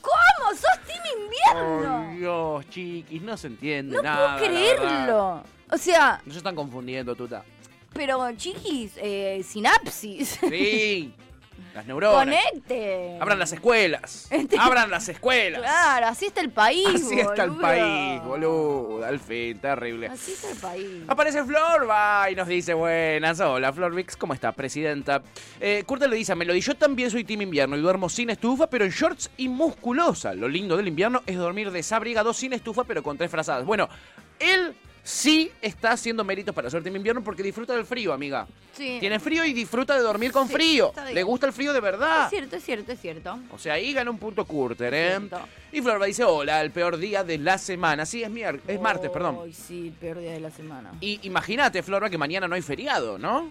[SPEAKER 4] ¿cómo sos team invierno?
[SPEAKER 2] Oh, Dios, chiquis, no se entiende
[SPEAKER 4] no
[SPEAKER 2] nada.
[SPEAKER 4] puedo
[SPEAKER 2] la verdad.
[SPEAKER 4] creerlo. O sea,
[SPEAKER 2] Nos están confundiendo, tuta.
[SPEAKER 4] pero chiquis, eh, sinapsis.
[SPEAKER 2] Sí, las neuronas.
[SPEAKER 4] Conecte.
[SPEAKER 2] Abran las escuelas.
[SPEAKER 4] Este-
[SPEAKER 2] Abran las escuelas.
[SPEAKER 4] Claro, así está el país.
[SPEAKER 2] Así está el
[SPEAKER 4] boludo.
[SPEAKER 2] país, boludo. Al fin, terrible.
[SPEAKER 4] Así está el país.
[SPEAKER 2] Aparece Flor, va y nos dice buenas. Hola, Flor Vix, ¿cómo está, presidenta? Eh, Curta le dice a Melody, yo también soy team invierno y duermo sin estufa, pero en shorts y musculosa. Lo lindo del invierno es dormir desabrigado sin estufa, pero con tres frazadas. Bueno, él sí está haciendo méritos para ser team invierno porque disfruta del frío, amiga.
[SPEAKER 4] Sí.
[SPEAKER 2] Tiene frío y disfruta de dormir con
[SPEAKER 4] Sí,
[SPEAKER 2] frío.
[SPEAKER 4] está bien.
[SPEAKER 2] Le gusta el frío de verdad.
[SPEAKER 4] Es cierto, es cierto, es cierto.
[SPEAKER 2] O sea, ahí gana un punto Curter, ¿eh?
[SPEAKER 4] Siento.
[SPEAKER 2] Y Florba dice, hola, el peor día de la semana. Sí, es, mier- es martes, perdón.
[SPEAKER 4] Ay, sí, el peor día de la semana.
[SPEAKER 2] Y imagínate, Florba, que mañana no hay feriado, ¿no?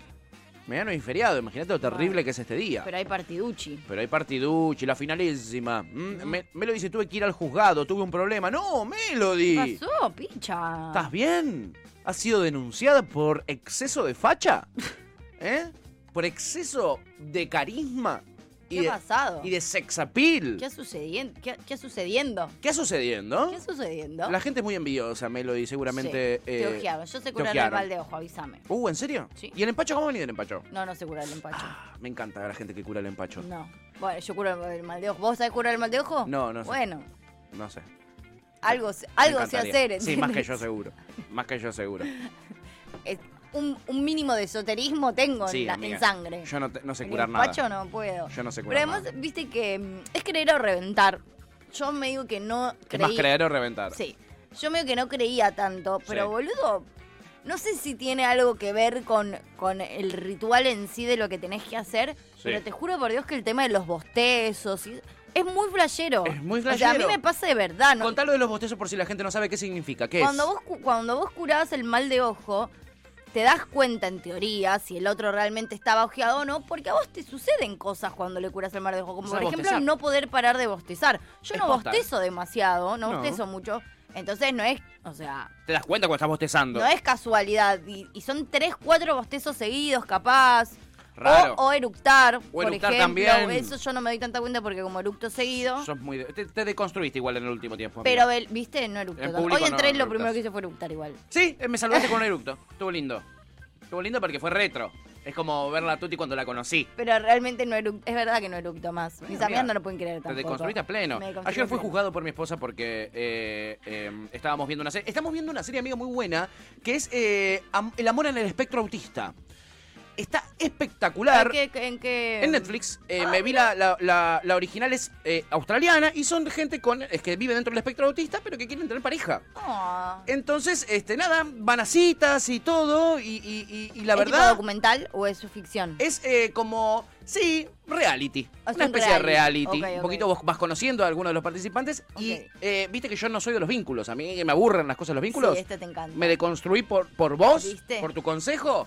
[SPEAKER 2] Mañana no hay feriado, imagínate lo terrible que es este día.
[SPEAKER 4] Pero hay partiduchi.
[SPEAKER 2] Pero hay partiduchi, la finalísima. Mm, me, Melody dice, tuve que ir al juzgado, tuve un problema. No,
[SPEAKER 4] ¿Qué
[SPEAKER 2] Melody.
[SPEAKER 4] pasó, picha?
[SPEAKER 2] ¿Estás bien? ¿Has sido denunciada por exceso de facha? ¿Eh? ¿Por exceso de carisma?
[SPEAKER 4] ¿Qué ha pasado?
[SPEAKER 2] de, y de sexapil.
[SPEAKER 4] ¿Qué ha sucediendo? ¿Qué, qué ha sucediendo?
[SPEAKER 2] ¿Qué ha sucediendo?
[SPEAKER 4] ¿Qué ha sucediendo?
[SPEAKER 2] La gente es muy envidiosa, Melody, seguramente.
[SPEAKER 4] Sí, te
[SPEAKER 2] eh,
[SPEAKER 4] ojeaba. Yo sé
[SPEAKER 2] te
[SPEAKER 4] curar el
[SPEAKER 2] ojearon.
[SPEAKER 4] mal de ojo, avísame.
[SPEAKER 2] Uh, ¿en serio?
[SPEAKER 4] Sí.
[SPEAKER 2] ¿Y el empacho cómo ha venido el empacho?
[SPEAKER 4] No, no sé curar el empacho.
[SPEAKER 2] Ah, me encanta la gente que cura el empacho. No,
[SPEAKER 4] No. Bueno, yo curo el mal de ojo. ¿Vos sabés curar el mal de ojo?
[SPEAKER 2] No, no sé.
[SPEAKER 4] Bueno,
[SPEAKER 2] sé. Me
[SPEAKER 4] algo, se- algo sé
[SPEAKER 2] encantaría.
[SPEAKER 4] hacer.
[SPEAKER 2] Sí, más que
[SPEAKER 4] ¿entendés?
[SPEAKER 2] yo seguro. Más que yo seguro.
[SPEAKER 4] Es- un, un mínimo de esoterismo tengo en
[SPEAKER 2] Sí,
[SPEAKER 4] la- en,
[SPEAKER 2] amiga.
[SPEAKER 4] sangre.
[SPEAKER 2] Yo no, te- no sé
[SPEAKER 4] En
[SPEAKER 2] curar
[SPEAKER 4] el
[SPEAKER 2] nada.
[SPEAKER 4] Pacho no puedo.
[SPEAKER 2] Yo no sé
[SPEAKER 4] Pero
[SPEAKER 2] curar
[SPEAKER 4] además,
[SPEAKER 2] nada.
[SPEAKER 4] viste que mm, es creer o reventar. Yo me digo que no creía.
[SPEAKER 2] Es más creer o reventar.
[SPEAKER 4] Sí. Yo medio que no creía tanto, pero
[SPEAKER 2] Sí.
[SPEAKER 4] boludo, no sé si tiene algo que ver con, con el ritual en sí de lo que tenés que hacer, pero te juro por Dios que el tema de los bostezos y- es muy flashero.
[SPEAKER 2] Es muy
[SPEAKER 4] O sea, a mí
[SPEAKER 2] flashero.
[SPEAKER 4] me pasa de verdad. ¿no?
[SPEAKER 2] Contá lo de los bostezos por si la gente no sabe qué significa. ¿Qué
[SPEAKER 4] cuando
[SPEAKER 2] es?
[SPEAKER 4] vos cu- cuando vos curás el mal de ojo, te das cuenta en teoría si el otro realmente estaba ojeado o no, porque a vos te suceden cosas cuando le curas el mal de ojo, como
[SPEAKER 2] O sea,
[SPEAKER 4] por ejemplo
[SPEAKER 2] bostezar.
[SPEAKER 4] no poder parar de bostezar. Yo
[SPEAKER 2] Es
[SPEAKER 4] no
[SPEAKER 2] postal.
[SPEAKER 4] bostezo demasiado, no,
[SPEAKER 2] No.
[SPEAKER 4] bostezo mucho, entonces no es, o sea,
[SPEAKER 2] Te das cuenta cuando estás bostezando.
[SPEAKER 4] no es casualidad y, y son tres, cuatro bostezos seguidos, capaz.
[SPEAKER 2] Raro.
[SPEAKER 4] O, o eructar, por
[SPEAKER 2] eructar
[SPEAKER 4] ejemplo.
[SPEAKER 2] también.
[SPEAKER 4] Eso yo no me doy tanta cuenta porque como eructo seguido.
[SPEAKER 2] Sos muy de- te, te deconstruiste igual en el último tiempo. amiga.
[SPEAKER 4] Pero, vel- viste, no eructo.
[SPEAKER 2] En
[SPEAKER 4] tanto.
[SPEAKER 2] público
[SPEAKER 4] Hoy entré
[SPEAKER 2] no
[SPEAKER 4] y lo primero
[SPEAKER 2] eructas.
[SPEAKER 4] que hice fue eructar igual.
[SPEAKER 2] Sí, eh, me saludaste con un eructo. Estuvo lindo. Estuvo lindo porque fue retro. Es como verla a Tuti cuando la conocí.
[SPEAKER 4] Pero realmente no eructo. Es verdad que no eructo más. Mis
[SPEAKER 2] Bueno,
[SPEAKER 4] amigas
[SPEAKER 2] mira,
[SPEAKER 4] no lo pueden creer
[SPEAKER 2] Te
[SPEAKER 4] tampoco.
[SPEAKER 2] deconstruiste a pleno.
[SPEAKER 4] Me deconstruí
[SPEAKER 2] Ayer
[SPEAKER 4] a
[SPEAKER 2] fui
[SPEAKER 4] pleno.
[SPEAKER 2] juzgado por mi esposa porque eh, eh, estábamos viendo una serie. Estamos viendo una serie, amigo, muy buena, que es eh, Am- El amor en el espectro autista. Está espectacular.
[SPEAKER 4] ¿En qué- ¿En qué?
[SPEAKER 2] En Netflix eh, me vi la, la- la- la original es eh, australiana y son gente con es que vive dentro del espectro autista pero que quieren tener pareja.
[SPEAKER 4] Ah.
[SPEAKER 2] Entonces, este, nada, van a citas y todo y, y- y- y la
[SPEAKER 4] ¿Es tipo
[SPEAKER 2] verdad
[SPEAKER 4] documental o es ficción?
[SPEAKER 2] es eh, como, sí, reality.
[SPEAKER 4] Ah, es
[SPEAKER 2] una
[SPEAKER 4] un
[SPEAKER 2] especie de
[SPEAKER 4] reality.
[SPEAKER 2] reality.
[SPEAKER 4] Ok, ok.
[SPEAKER 2] Un poquito vos vas conociendo a algunos de los participantes
[SPEAKER 4] Ok.
[SPEAKER 2] y eh, viste que yo no soy de los vínculos. A mí que me aburren las cosas de los vínculos.
[SPEAKER 4] Sí, este te encanta.
[SPEAKER 2] Me deconstruí por, por vos,
[SPEAKER 4] ¿Viste?
[SPEAKER 2] por tu consejo.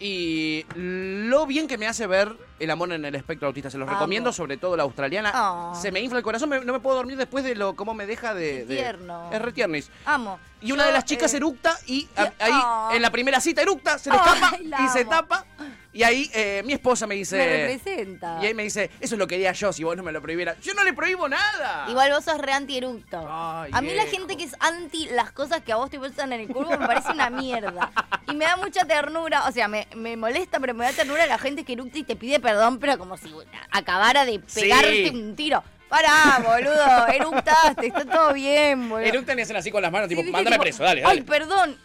[SPEAKER 2] Y lo bien que me hace ver el amor en el espectro autista. Se los
[SPEAKER 4] Amo.
[SPEAKER 2] recomiendo, sobre todo la australiana.
[SPEAKER 4] Ah.
[SPEAKER 2] Se me infla el corazón, me- no me puedo dormir después de lo cómo me deja de.
[SPEAKER 4] Qué
[SPEAKER 2] de-
[SPEAKER 4] tierno.
[SPEAKER 2] es re tiernis.
[SPEAKER 4] Amo.
[SPEAKER 2] Y una
[SPEAKER 4] Yo,
[SPEAKER 2] de las chicas
[SPEAKER 4] eh,
[SPEAKER 2] eructa y a-
[SPEAKER 4] yo-
[SPEAKER 2] ahí
[SPEAKER 4] Ah.
[SPEAKER 2] en la primera cita eructa, se le
[SPEAKER 4] Ay,
[SPEAKER 2] tapa y
[SPEAKER 4] la
[SPEAKER 2] se
[SPEAKER 4] amo.
[SPEAKER 2] tapa. Y ahí eh, mi esposa me dice.
[SPEAKER 4] Me representa.
[SPEAKER 2] Y ahí me dice, eso es lo que haría yo si vos no me lo prohibieras. Yo no le prohíbo nada.
[SPEAKER 4] Igual vos sos re anti-eructo.
[SPEAKER 2] Ay,
[SPEAKER 4] a mí la
[SPEAKER 2] viejo.
[SPEAKER 4] gente que es anti las cosas que a vos te pasan en el cuerpo me parece una mierda. Y me da mucha ternura, o sea, me, me molesta, pero me da ternura la gente que eructa y te pide perdón, pero como si acabara de
[SPEAKER 2] Sí.
[SPEAKER 4] pegarte un tiro. Pará, boludo, eructaste, está todo bien, boludo.
[SPEAKER 2] Eructan y hacen así con las manos,
[SPEAKER 4] Sí,
[SPEAKER 2] tipo,
[SPEAKER 4] viste,
[SPEAKER 2] mándame
[SPEAKER 4] tipo,
[SPEAKER 2] preso, dale,
[SPEAKER 4] Ay,
[SPEAKER 2] dale.
[SPEAKER 4] perdón.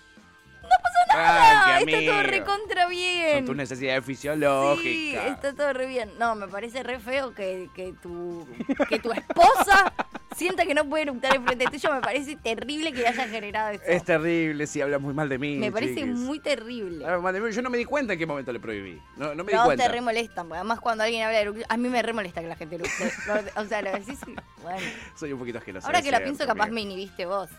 [SPEAKER 4] No pasó nada,
[SPEAKER 2] Ay, qué
[SPEAKER 4] está todo
[SPEAKER 2] amigo.
[SPEAKER 4] recontra bien.
[SPEAKER 2] Son tus necesidades
[SPEAKER 4] Sí,
[SPEAKER 2] fisiológicas.
[SPEAKER 4] está todo re bien. No, me parece re feo que, que tu, que tu esposa sienta que no puede eructar enfrente tuyo. Me parece terrible que haya generado eso.
[SPEAKER 2] Es terrible si hablas muy mal de mí.
[SPEAKER 4] me parece
[SPEAKER 2] chiquis.
[SPEAKER 4] muy terrible.
[SPEAKER 2] Hablas mal de mí. Yo no me di cuenta en qué momento le prohibí. No, no me
[SPEAKER 4] Pero a
[SPEAKER 2] di
[SPEAKER 4] vos te
[SPEAKER 2] cuenta.
[SPEAKER 4] re molestan, porque además cuando alguien habla de eructar, a mí me re molesta que la gente eructe. No, o sea, lo decís, y- bueno.
[SPEAKER 2] Soy un poquito asqueroso.
[SPEAKER 4] Ahora
[SPEAKER 2] es
[SPEAKER 4] que la
[SPEAKER 2] cierto,
[SPEAKER 4] pienso, capaz
[SPEAKER 2] amiga.
[SPEAKER 4] me inhibiste vos.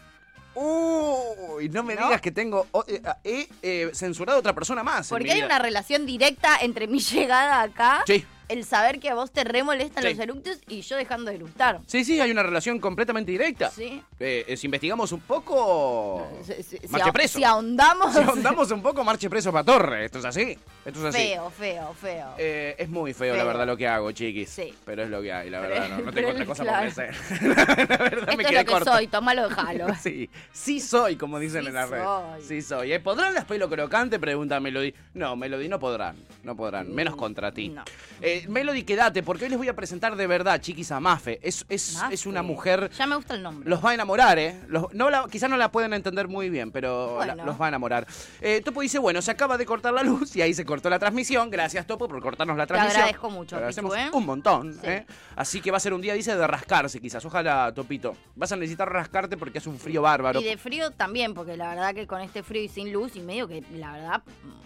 [SPEAKER 2] Uy, no me
[SPEAKER 4] ¿No?
[SPEAKER 2] digas que tengo. oh, eh, ah, He eh, censurado a otra persona más. en
[SPEAKER 4] Porque
[SPEAKER 2] mi
[SPEAKER 4] hay
[SPEAKER 2] vida.
[SPEAKER 4] una relación directa entre mi llegada acá,
[SPEAKER 2] Sí.
[SPEAKER 4] el saber que a vos te re molestan
[SPEAKER 2] Sí.
[SPEAKER 4] los eructos y yo dejando de eructar.
[SPEAKER 2] Sí, sí, hay una relación completamente directa.
[SPEAKER 4] Sí.
[SPEAKER 2] Eh, eh, si investigamos un poco.
[SPEAKER 4] Si- si- si
[SPEAKER 2] marche
[SPEAKER 4] ah-
[SPEAKER 2] preso.
[SPEAKER 4] Si ahondamos.
[SPEAKER 2] Si ahondamos un poco, marche preso para torre. Esto es así. Esto es así.
[SPEAKER 4] Feo, feo, feo.
[SPEAKER 2] Eh, es muy feo, la
[SPEAKER 4] Feo.
[SPEAKER 2] verdad, lo que hago, chiquis.
[SPEAKER 4] Sí.
[SPEAKER 2] Pero es lo que hay, la
[SPEAKER 4] Pero-
[SPEAKER 2] verdad. No, no tengo
[SPEAKER 4] pero
[SPEAKER 2] otra cosa por
[SPEAKER 4] claro.
[SPEAKER 2] hacer. la verdad,
[SPEAKER 4] Esto
[SPEAKER 2] me
[SPEAKER 4] es
[SPEAKER 2] quedé
[SPEAKER 4] lo que
[SPEAKER 2] corto.
[SPEAKER 4] soy, tomalo, déjalo.
[SPEAKER 2] Sí, sí soy, como dicen
[SPEAKER 4] Sí
[SPEAKER 2] en la red.
[SPEAKER 4] soy.
[SPEAKER 2] Sí soy. ¿Eh? ¿Podrán las pelo crocante? Pregunta Melody. No, Melody, no podrán. No podrán. Menos contra ti.
[SPEAKER 4] Mm, no.
[SPEAKER 2] Eh, Melody, quédate, porque hoy les voy a presentar de verdad, chiquis, a Mafe. Es, es, es una mujer.
[SPEAKER 4] Ya me gusta el nombre.
[SPEAKER 2] Los va a enamorar, ¿eh? Los, no la, quizá no la pueden entender muy bien, pero
[SPEAKER 4] Bueno.
[SPEAKER 2] la- los va a enamorar. Eh, Topo dice, bueno, se acaba de cortar la luz y ahí se cortó la transmisión. Gracias, Topo, por cortarnos la transmisión.
[SPEAKER 4] agradezco mucho,
[SPEAKER 2] Te agradecemos
[SPEAKER 4] Pitu, ¿eh?
[SPEAKER 2] un montón,
[SPEAKER 4] Sí.
[SPEAKER 2] ¿eh? Así que va a ser un día, dice, de rascarse quizás. Ojalá, Topito. Vas a necesitar rascarte porque hace un frío bárbaro.
[SPEAKER 4] Y de frío también, porque la verdad que con este frío y sin luz y medio que la verdad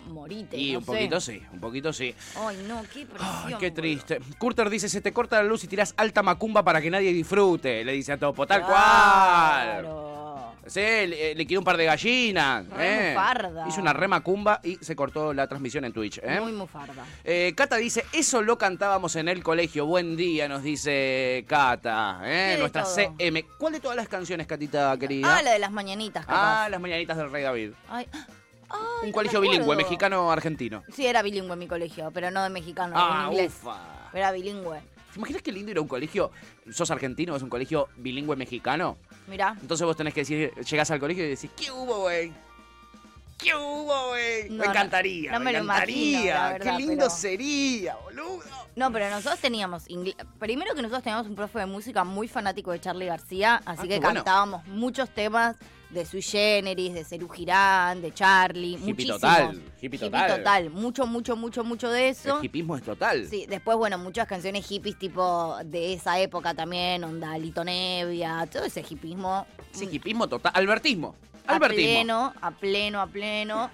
[SPEAKER 4] m- morite.
[SPEAKER 2] Y
[SPEAKER 4] no
[SPEAKER 2] un poquito
[SPEAKER 4] sé.
[SPEAKER 2] sí, un poquito sí.
[SPEAKER 4] Ay, no, qué presión.
[SPEAKER 2] Ay, qué
[SPEAKER 4] boludo.
[SPEAKER 2] triste. Curter dice, se te corta la luz y tirás alta macumba para que nadie disfrute. Le dice a Topo, tal cual.
[SPEAKER 4] Claro.
[SPEAKER 2] Sí, le, le quedó un par de gallinas.
[SPEAKER 4] Re
[SPEAKER 2] eh.
[SPEAKER 4] mufarda.
[SPEAKER 2] Hizo una rema cumba y se cortó la transmisión en Twitch. eh.
[SPEAKER 4] Muy mufarda.
[SPEAKER 2] Eh, Cata dice, eso lo cantábamos en el colegio. Buen día, nos dice Cata. eh,
[SPEAKER 4] Sí, de
[SPEAKER 2] Nuestra
[SPEAKER 4] todo.
[SPEAKER 2] CM. ¿Cuál de todas las canciones, Catita querida?
[SPEAKER 4] Ah, la de las mañanitas, capaz.
[SPEAKER 2] Ah, las mañanitas del Rey David.
[SPEAKER 4] Ay, ay,
[SPEAKER 2] Un
[SPEAKER 4] no
[SPEAKER 2] colegio
[SPEAKER 4] me
[SPEAKER 2] bilingüe,
[SPEAKER 4] acuerdo.
[SPEAKER 2] mexicano-argentino.
[SPEAKER 4] Sí, era bilingüe mi colegio, pero no de mexicano,
[SPEAKER 2] Ah,
[SPEAKER 4] en inglés.
[SPEAKER 2] ufa.
[SPEAKER 4] Era bilingüe.
[SPEAKER 2] ¿Te imaginas qué lindo ir a un colegio? ¿Sos argentino? ¿Es un colegio bilingüe mexicano?
[SPEAKER 4] Mirá.
[SPEAKER 2] Entonces vos tenés que decir, llegás al colegio y decís, ¿qué hubo, güey? ¿Qué hubo, güey?
[SPEAKER 4] No,
[SPEAKER 2] me
[SPEAKER 4] no,
[SPEAKER 2] encantaría.
[SPEAKER 4] no me lo
[SPEAKER 2] encantaría.
[SPEAKER 4] imagino, la verdad,
[SPEAKER 2] qué lindo
[SPEAKER 4] pero-
[SPEAKER 2] sería, boludo.
[SPEAKER 4] No, pero nosotros teníamos ingle- Primero que nosotros teníamos un profe de música muy fanático de Charlie García, así
[SPEAKER 2] Ah,
[SPEAKER 4] que
[SPEAKER 2] qué bueno.
[SPEAKER 4] cantábamos muchos temas de Sui Generis, de Serú Girán, de Charlie,
[SPEAKER 2] Hippie
[SPEAKER 4] muchísimos.
[SPEAKER 2] total, hippie total.
[SPEAKER 4] total, mucho, mucho, mucho, mucho de eso.
[SPEAKER 2] El hipismo es total.
[SPEAKER 4] Sí, después, bueno, muchas canciones hippies tipo de esa época también, onda Lito Nevia, todo ese hippismo Mm,
[SPEAKER 2] Sí, hipismo total. Albertismo.
[SPEAKER 4] a
[SPEAKER 2] Albertismo.
[SPEAKER 4] pleno, a pleno, a pleno.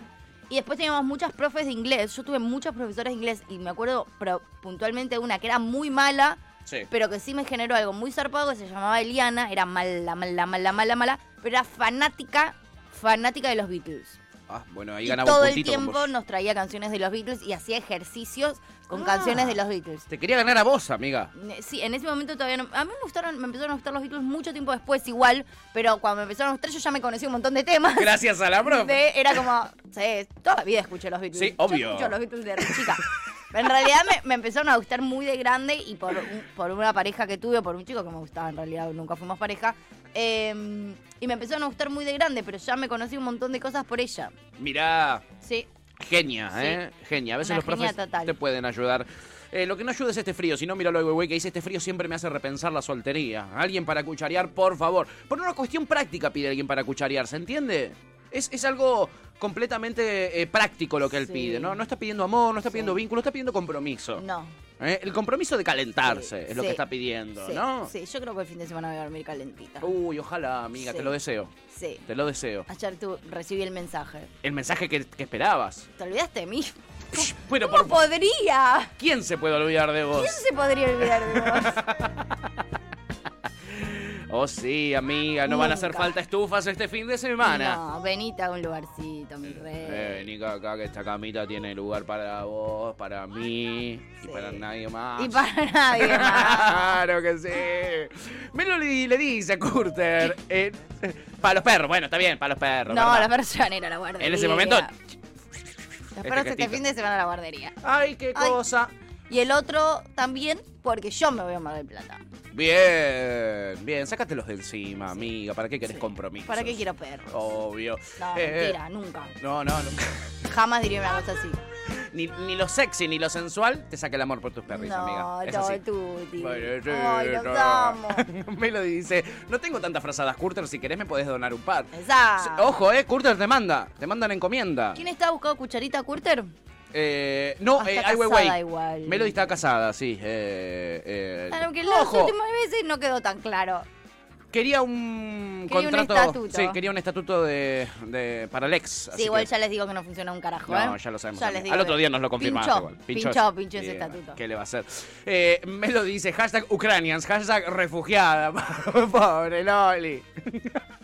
[SPEAKER 4] Y después teníamos muchas profes de inglés. Yo tuve muchas profesoras de inglés y me acuerdo pro- puntualmente de una que era muy mala,
[SPEAKER 2] Sí.
[SPEAKER 4] pero que sí me generó algo muy zarpado que se llamaba Eliana. Era mala, mala, mala, mala, mala, pero era fanática, fanática de los Beatles.
[SPEAKER 2] Ah, bueno, ahí
[SPEAKER 4] y
[SPEAKER 2] ganaba
[SPEAKER 4] todo
[SPEAKER 2] un
[SPEAKER 4] el
[SPEAKER 2] puntito con
[SPEAKER 4] tiempo
[SPEAKER 2] vos.
[SPEAKER 4] nos traía canciones de los Beatles y hacía ejercicios con canciones de los Beatles.
[SPEAKER 2] Te quería ganar a vos, amiga.
[SPEAKER 4] Eh, Sí, en ese momento todavía no. A mí me gustaron, me empezaron a gustar los Beatles mucho tiempo después, igual, pero cuando me empezaron a gustar, yo ya me conocí un montón de temas.
[SPEAKER 2] Gracias a la profe.
[SPEAKER 4] De- era como, sí, toda la vida escuché los Beatles.
[SPEAKER 2] Sí,
[SPEAKER 4] Yo
[SPEAKER 2] obvio.
[SPEAKER 4] escucho los Beatles de re chica. Pero en realidad me, me empezaron a gustar muy de grande y por, un- por una pareja que tuve, por un chico que me gustaba, en realidad nunca fuimos pareja. eh, y me empezaron a gustar muy de grande, pero ya me conocí un montón de cosas por ella.
[SPEAKER 2] Mirá,
[SPEAKER 4] Sí.
[SPEAKER 2] genia,
[SPEAKER 4] Sí.
[SPEAKER 2] ¿eh? Genia. A veces
[SPEAKER 4] Una
[SPEAKER 2] los
[SPEAKER 4] genia
[SPEAKER 2] profes
[SPEAKER 4] total.
[SPEAKER 2] te pueden ayudar. Eh, lo que no ayuda es este frío, si no, mira lo de güey que dice, este frío siempre me hace repensar la soltería. Alguien para cucharear, por favor. Por una cuestión práctica pide alguien para cucharear, ¿se entiende? Es, es algo completamente eh, práctico lo que él
[SPEAKER 4] Sí.
[SPEAKER 2] pide, ¿no? No está pidiendo amor, no está pidiendo vínculo, está pidiendo compromiso.
[SPEAKER 4] No.
[SPEAKER 2] ¿Eh? El compromiso de calentarse
[SPEAKER 4] Sí,
[SPEAKER 2] es lo
[SPEAKER 4] sí,
[SPEAKER 2] que está pidiendo,
[SPEAKER 4] sí,
[SPEAKER 2] ¿no? Uh.
[SPEAKER 4] Sí, yo creo que el fin de semana voy a dormir calentita.
[SPEAKER 2] Uy, ojalá, amiga,
[SPEAKER 4] Sí.
[SPEAKER 2] te lo deseo.
[SPEAKER 4] Sí.
[SPEAKER 2] Te lo deseo.
[SPEAKER 4] Ayer tú recibí el mensaje.
[SPEAKER 2] El mensaje que, que esperabas.
[SPEAKER 4] ¿Te olvidaste de mí?
[SPEAKER 2] Bueno,
[SPEAKER 4] ¿Cómo
[SPEAKER 2] por favor,
[SPEAKER 4] podría?
[SPEAKER 2] ¿quién se puede olvidar de vos?
[SPEAKER 4] ¿Quién se podría olvidar de vos?
[SPEAKER 2] Oh, sí, amiga, no van a hacer
[SPEAKER 4] Nunca.
[SPEAKER 2] falta estufas este fin de semana.
[SPEAKER 4] No, venite a un lugarcito, mi rey.
[SPEAKER 2] Eh, vení acá que esta camita tiene lugar para vos, para mí y
[SPEAKER 4] Sí.
[SPEAKER 2] para nadie más.
[SPEAKER 4] Y para nadie más.
[SPEAKER 2] Claro que sí. Melody le dice a Curter. eh, para los perros, bueno, está bien, para los perros.
[SPEAKER 4] No,
[SPEAKER 2] ¿verdad?
[SPEAKER 4] la persona era la guardería.
[SPEAKER 2] En ese momento.
[SPEAKER 4] Los perros este
[SPEAKER 2] gatito.
[SPEAKER 4] fin de semana a la guardería.
[SPEAKER 2] Ay, qué
[SPEAKER 4] Ay.
[SPEAKER 2] cosa.
[SPEAKER 4] Y el otro también, porque yo me voy a Mar del Plata.
[SPEAKER 2] Bien, bien, sácatelos de encima, amiga. ¿Para qué querés compromiso?
[SPEAKER 4] ¿Para qué quiero perros?
[SPEAKER 2] Obvio.
[SPEAKER 4] No,
[SPEAKER 2] Eh,
[SPEAKER 4] mentira, nunca.
[SPEAKER 2] No, no, no.
[SPEAKER 4] Jamás diría una cosa así.
[SPEAKER 2] Ni, ni lo sexy ni lo sensual te saca el amor por tus perris,
[SPEAKER 4] No,
[SPEAKER 2] amiga. Es
[SPEAKER 4] todo
[SPEAKER 2] así.
[SPEAKER 4] el tuti.
[SPEAKER 2] Bueno, sí,
[SPEAKER 4] Ay, los
[SPEAKER 2] no.
[SPEAKER 4] amo.
[SPEAKER 2] Melody dice, no tengo tantas frazadas, Curter, si querés me podés donar un par.
[SPEAKER 4] Exacto.
[SPEAKER 2] Ojo, eh, Curter te manda, te mandan encomienda.
[SPEAKER 4] ¿Quién está buscado cucharita Curter?
[SPEAKER 2] Eh, no,
[SPEAKER 4] Ah,
[SPEAKER 2] eh,
[SPEAKER 4] está
[SPEAKER 2] Ai
[SPEAKER 4] casada
[SPEAKER 2] Weiwei.
[SPEAKER 4] igual.
[SPEAKER 2] Melody está casada, sí. eh, eh,
[SPEAKER 4] Claro, que las
[SPEAKER 2] Ojo,
[SPEAKER 4] últimas veces no quedó tan claro.
[SPEAKER 2] quería un
[SPEAKER 4] Quería un
[SPEAKER 2] contrato.
[SPEAKER 4] estatuto.
[SPEAKER 2] sí, quería un estatuto de, de para Lex.
[SPEAKER 4] Sí, igual ya les digo que no funciona un carajo, ¿eh?
[SPEAKER 2] No, ya lo sabemos.
[SPEAKER 4] les
[SPEAKER 2] también.
[SPEAKER 4] digo
[SPEAKER 2] Al otro
[SPEAKER 4] que
[SPEAKER 2] día nos lo confirmaste
[SPEAKER 4] pinchó,
[SPEAKER 2] igual.
[SPEAKER 4] Pinchó, pinchó ese
[SPEAKER 2] Eh,
[SPEAKER 4] estatuto.
[SPEAKER 2] ¿Qué le va a hacer? Eh, Melo dice, hashtag ucranians, hashtag refugiada. Pobre Loli.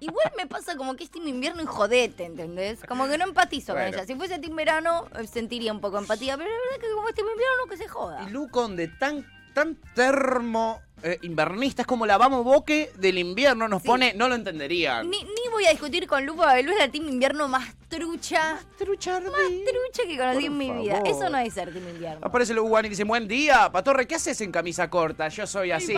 [SPEAKER 4] Igual me pasa como que es team invierno y jodete, ¿entendés? Como que no empatizo
[SPEAKER 2] Bueno.
[SPEAKER 4] con ella. Si fuese team verano, eh, sentiría un poco de empatía, pero la verdad que como es team invierno, que se joda.
[SPEAKER 2] Y Lu Conde, tan, tan termo eh, invernista, es como la vamos boque del invierno, nos
[SPEAKER 4] Sí.
[SPEAKER 2] pone, no lo entendería.
[SPEAKER 4] Ni, ni voy a discutir con Lupa porque Lu es la team invierno más trucha, más trucha que conocí en mi vida.
[SPEAKER 2] favor.
[SPEAKER 4] Eso no es ser team invierno.
[SPEAKER 2] Aparece Lu Guan y dice, buen día, Patorre, ¿qué haces en camisa corta? Yo soy así.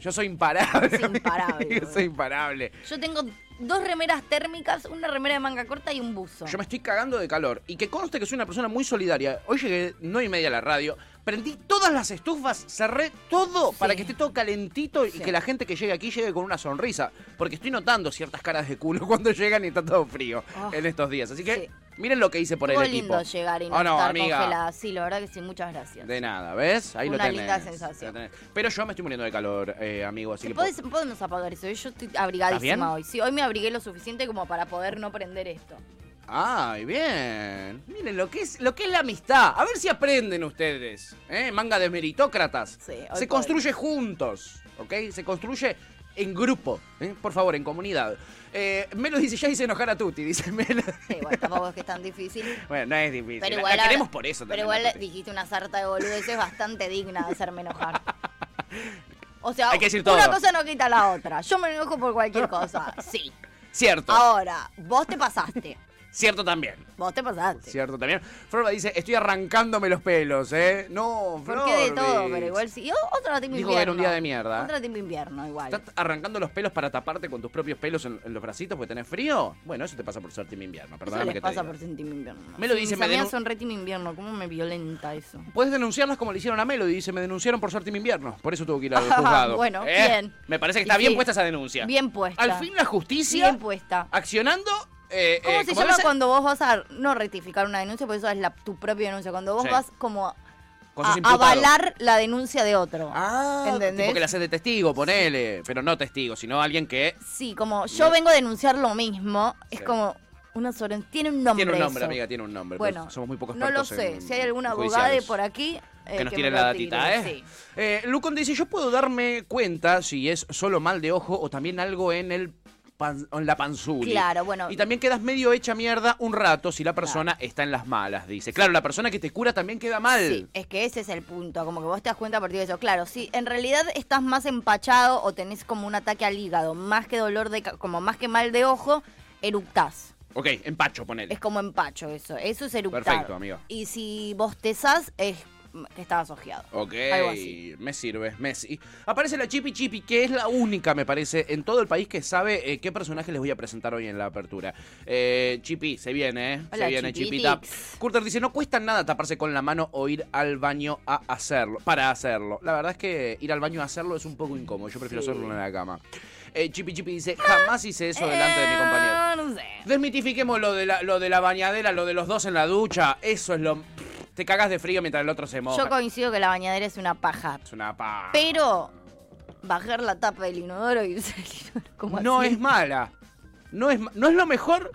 [SPEAKER 2] Yo soy imparable.
[SPEAKER 4] Es imparable,
[SPEAKER 2] Yo
[SPEAKER 4] boludo.
[SPEAKER 2] soy imparable.
[SPEAKER 4] Yo tengo dos remeras térmicas, una remera de manga corta y un buzo.
[SPEAKER 2] Yo me estoy cagando de calor. Y que conste que soy una persona muy solidaria. Hoy llegué no y media a la radio. Prendí todas las estufas, cerré todo para que esté todo calentito y que la gente que llegue aquí llegue con una sonrisa. Porque estoy notando ciertas caras de culo cuando llegan y está todo frío
[SPEAKER 4] Oh.
[SPEAKER 2] en estos días. Así que
[SPEAKER 4] Sí.
[SPEAKER 2] miren lo que hice por
[SPEAKER 4] Estuvo
[SPEAKER 2] el equipo.
[SPEAKER 4] lindo llegar y no
[SPEAKER 2] Ah, no,
[SPEAKER 4] estar
[SPEAKER 2] amiga.
[SPEAKER 4] congelada. Sí, la verdad que sí, muchas gracias.
[SPEAKER 2] De nada, ¿ves? Ahí lo
[SPEAKER 4] Una
[SPEAKER 2] tenés.
[SPEAKER 4] linda sensación.
[SPEAKER 2] Lo tenés. Pero yo me estoy muriendo de calor, eh, amigo. Así
[SPEAKER 4] ¿Te
[SPEAKER 2] que
[SPEAKER 4] podés- podemos apagar eso? ¿eh? Yo estoy
[SPEAKER 2] ¿Estás bien?
[SPEAKER 4] abrigadísima hoy. Sí, hoy me abrigué lo suficiente como para poder no prender esto.
[SPEAKER 2] Ay, bien. Miren lo que es, lo que es la amistad. A ver si aprenden ustedes. ¿eh? Manga de meritócratas.
[SPEAKER 4] Sí, hoy
[SPEAKER 2] Se
[SPEAKER 4] podemos.
[SPEAKER 2] construye juntos, ¿ok? Se construye en grupo, ¿eh? por favor, en comunidad. Eh, Melo dice, ya hice enojar a Tuti, dice Melo.
[SPEAKER 4] Sí, igual tampoco es que es tan difícil.
[SPEAKER 2] Bueno, no es difícil.
[SPEAKER 4] Pero
[SPEAKER 2] La-
[SPEAKER 4] igual
[SPEAKER 2] la
[SPEAKER 4] ahora-
[SPEAKER 2] queremos por eso
[SPEAKER 4] Pero
[SPEAKER 2] también
[SPEAKER 4] igual
[SPEAKER 2] a Tuti.
[SPEAKER 4] dijiste una sarta de boludeces bastante digna de hacerme enojar. O sea,
[SPEAKER 2] Hay que decir
[SPEAKER 4] una
[SPEAKER 2] todo.
[SPEAKER 4] cosa no quita la otra. Yo me enojo por cualquier cosa. Sí.
[SPEAKER 2] Cierto,
[SPEAKER 4] Ahora, vos te pasaste.
[SPEAKER 2] cierto también.
[SPEAKER 4] Vos te pasaste.
[SPEAKER 2] Cierto también. Florba dice, estoy arrancándome los pelos, ¿eh? No, Flor.
[SPEAKER 4] Porque de todo, pero igual sí. Y o- otra team invierno.
[SPEAKER 2] Dijo que era un día de mierda.
[SPEAKER 4] Otra team invierno, igual.
[SPEAKER 2] ¿Estás arrancando los pelos para taparte con tus propios pelos en, en los bracitos porque tenés frío? Bueno, eso te pasa por ser team invierno,
[SPEAKER 4] Eso
[SPEAKER 2] perdóname
[SPEAKER 4] les
[SPEAKER 2] que te
[SPEAKER 4] pasa
[SPEAKER 2] diga.
[SPEAKER 4] por ser team invierno.
[SPEAKER 2] Me lo
[SPEAKER 4] Sí,
[SPEAKER 2] dice,
[SPEAKER 4] mis
[SPEAKER 2] me
[SPEAKER 4] amigas
[SPEAKER 2] denu-
[SPEAKER 4] son re team invierno. ¿Cómo me violenta eso?
[SPEAKER 2] Puedes denunciarlas como le hicieron a Melody, dice, me denunciaron por ser team invierno, por eso tuvo que ir al juzgado.
[SPEAKER 4] Bueno,
[SPEAKER 2] Eh,
[SPEAKER 4] bien.
[SPEAKER 2] Me parece que está
[SPEAKER 4] Y
[SPEAKER 2] bien
[SPEAKER 4] sí.
[SPEAKER 2] puesta esa denuncia.
[SPEAKER 4] Bien puesta.
[SPEAKER 2] Al fin la justicia
[SPEAKER 4] Bien puesta.
[SPEAKER 2] accionando... eh,
[SPEAKER 4] ¿Cómo
[SPEAKER 2] eh,
[SPEAKER 4] se
[SPEAKER 2] como
[SPEAKER 4] llama
[SPEAKER 2] debe ser,
[SPEAKER 4] cuando vos vas a no rectificar una denuncia? Porque eso es la- tu propia denuncia. Cuando vos
[SPEAKER 2] Sí.
[SPEAKER 4] vas como a
[SPEAKER 2] Cuando sos
[SPEAKER 4] a
[SPEAKER 2] imputado.
[SPEAKER 4] avalar la denuncia de otro.
[SPEAKER 2] Ah,
[SPEAKER 4] ¿Entendés?
[SPEAKER 2] tipo que la haces de testigo, ponele. Pero no testigo, sino alguien que...
[SPEAKER 4] Sí, como yo vengo a denunciar lo mismo. Es
[SPEAKER 2] Sí.
[SPEAKER 4] como una sobre... Tiene un nombre
[SPEAKER 2] Tiene un nombre,
[SPEAKER 4] eso.
[SPEAKER 2] amiga, tiene un nombre.
[SPEAKER 4] Bueno,
[SPEAKER 2] Somos muy pocos
[SPEAKER 4] no lo
[SPEAKER 2] expertos
[SPEAKER 4] sé.
[SPEAKER 2] en
[SPEAKER 4] Si hay alguna abogada
[SPEAKER 2] judiciales.
[SPEAKER 4] por aquí... eh,
[SPEAKER 2] que nos
[SPEAKER 4] me
[SPEAKER 2] tiren
[SPEAKER 4] lo
[SPEAKER 2] la
[SPEAKER 4] tire,
[SPEAKER 2] datita, ¿eh?
[SPEAKER 4] sí.
[SPEAKER 2] Eh, Lucon dice, yo puedo darme cuenta si es solo mal de ojo o también algo en el pan- en la panzuli.
[SPEAKER 4] Claro, bueno.
[SPEAKER 2] Y también quedas medio hecha mierda un rato si la persona está en las malas, dice. Claro, la persona que te cura también queda mal.
[SPEAKER 4] Sí, es que ese es el punto, como que vos te das cuenta a partir de eso. Claro, sí, en realidad estás más empachado o tenés como un ataque al hígado, más que dolor de, ca- como más que mal de ojo, eructás.
[SPEAKER 5] Ok, empacho, ponele.
[SPEAKER 4] Es como empacho eso. Eso es eructar.
[SPEAKER 5] Perfecto, amigo.
[SPEAKER 4] Y si bostezás, es que estabas ojeado.
[SPEAKER 2] Ok,
[SPEAKER 4] Algo así.
[SPEAKER 2] me sirve, Messi. Aparece la Chipi Chipi, que es la única, me parece, en todo el país que sabe eh, qué personaje les voy a presentar hoy en la apertura. Eh, Chipi, se viene, ¿eh?
[SPEAKER 4] Hola,
[SPEAKER 2] se viene,
[SPEAKER 4] Chipitix.
[SPEAKER 2] Chipita. Curter dice, no cuesta nada taparse con la mano o ir al baño a hacerlo, para hacerlo. La verdad es que ir al baño a hacerlo es un poco incómodo. Yo prefiero hacerlo en la cama. Eh, Chipi Chipi dice, jamás hice eso delante de mi compañero.
[SPEAKER 4] Ah, No sé.
[SPEAKER 2] Desmitifiquemos lo de, la, lo de la bañadera, lo de los dos en la ducha. Eso es lo... Te cagas de frío mientras el otro se moja.
[SPEAKER 4] Yo coincido que la bañadera es una paja.
[SPEAKER 2] Es una paja.
[SPEAKER 4] Pero bajar la tapa del inodoro y usar el inodoro como
[SPEAKER 2] no
[SPEAKER 4] así.
[SPEAKER 2] es mala. No es, ma- no es lo mejor,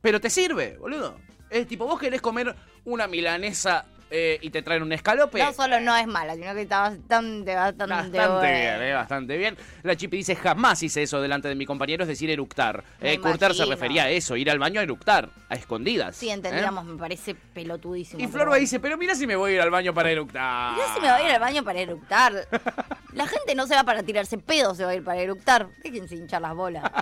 [SPEAKER 2] pero te sirve, boludo. Es tipo, vos querés comer una milanesa eh, y te traen un escalope.
[SPEAKER 4] No solo no es mala, sino que está bastante, bastante,
[SPEAKER 2] Bastante
[SPEAKER 4] buena.
[SPEAKER 2] bien, eh, bastante bien. La Chipi dice, jamás hice eso delante de mi compañero, es decir, eructar.
[SPEAKER 4] Me
[SPEAKER 2] Eh, Curter se
[SPEAKER 4] imagino.
[SPEAKER 2] refería a eso, ir al baño a eructar, a escondidas.
[SPEAKER 4] Sí,
[SPEAKER 2] entendíamos.
[SPEAKER 4] entendíamos, me parece pelotudísimo.
[SPEAKER 2] Y
[SPEAKER 4] pero
[SPEAKER 2] Florba
[SPEAKER 4] bueno.
[SPEAKER 2] dice, pero mira si me voy a ir al baño para eructar.
[SPEAKER 4] Mirá si me va a ir al baño para eructar. La gente no se va para tirarse pedos, se va a ir para eructar. Déjense hinchar las bolas.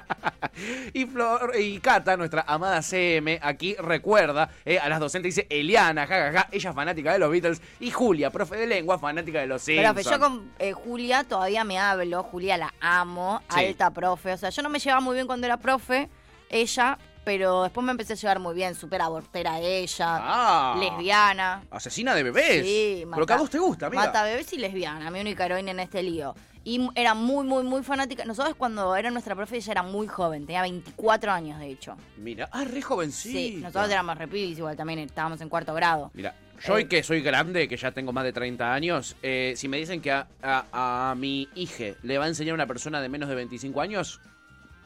[SPEAKER 2] Y Flor y Cata, nuestra amada CM, aquí recuerda eh, a las docentes, dice Eliana, jajaja, ella fanática de los Beatles, y Julia, profe de lengua, fanática de los
[SPEAKER 4] Pero
[SPEAKER 2] Simpsons.
[SPEAKER 4] pues, yo con eh, Julia todavía me hablo, Julia la amo,
[SPEAKER 2] Sí.
[SPEAKER 4] alta profe. O sea, yo no me llevaba muy bien cuando era profe, ella, pero después me empecé a llevar muy bien, súper abortera ella,
[SPEAKER 2] Ah.
[SPEAKER 4] lesbiana.
[SPEAKER 2] Asesina de bebés.
[SPEAKER 4] Sí,
[SPEAKER 2] Lo que a vos te gusta, amiga.
[SPEAKER 4] Mata bebés y lesbiana, mi única heroína en este lío. Y m- era muy, muy, muy fanática. Nosotros cuando era nuestra profe ella era muy joven, tenía 24 años de hecho.
[SPEAKER 2] Mira, ah, re jovencita.
[SPEAKER 4] Sí, nosotros éramos repibis igual también, estábamos en cuarto grado.
[SPEAKER 2] Mira,
[SPEAKER 4] Eh.
[SPEAKER 2] yo hoy que soy grande, que ya tengo más de 30 años, eh, si me dicen que a, a- a mi hija le va a enseñar una persona de menos de 25 años,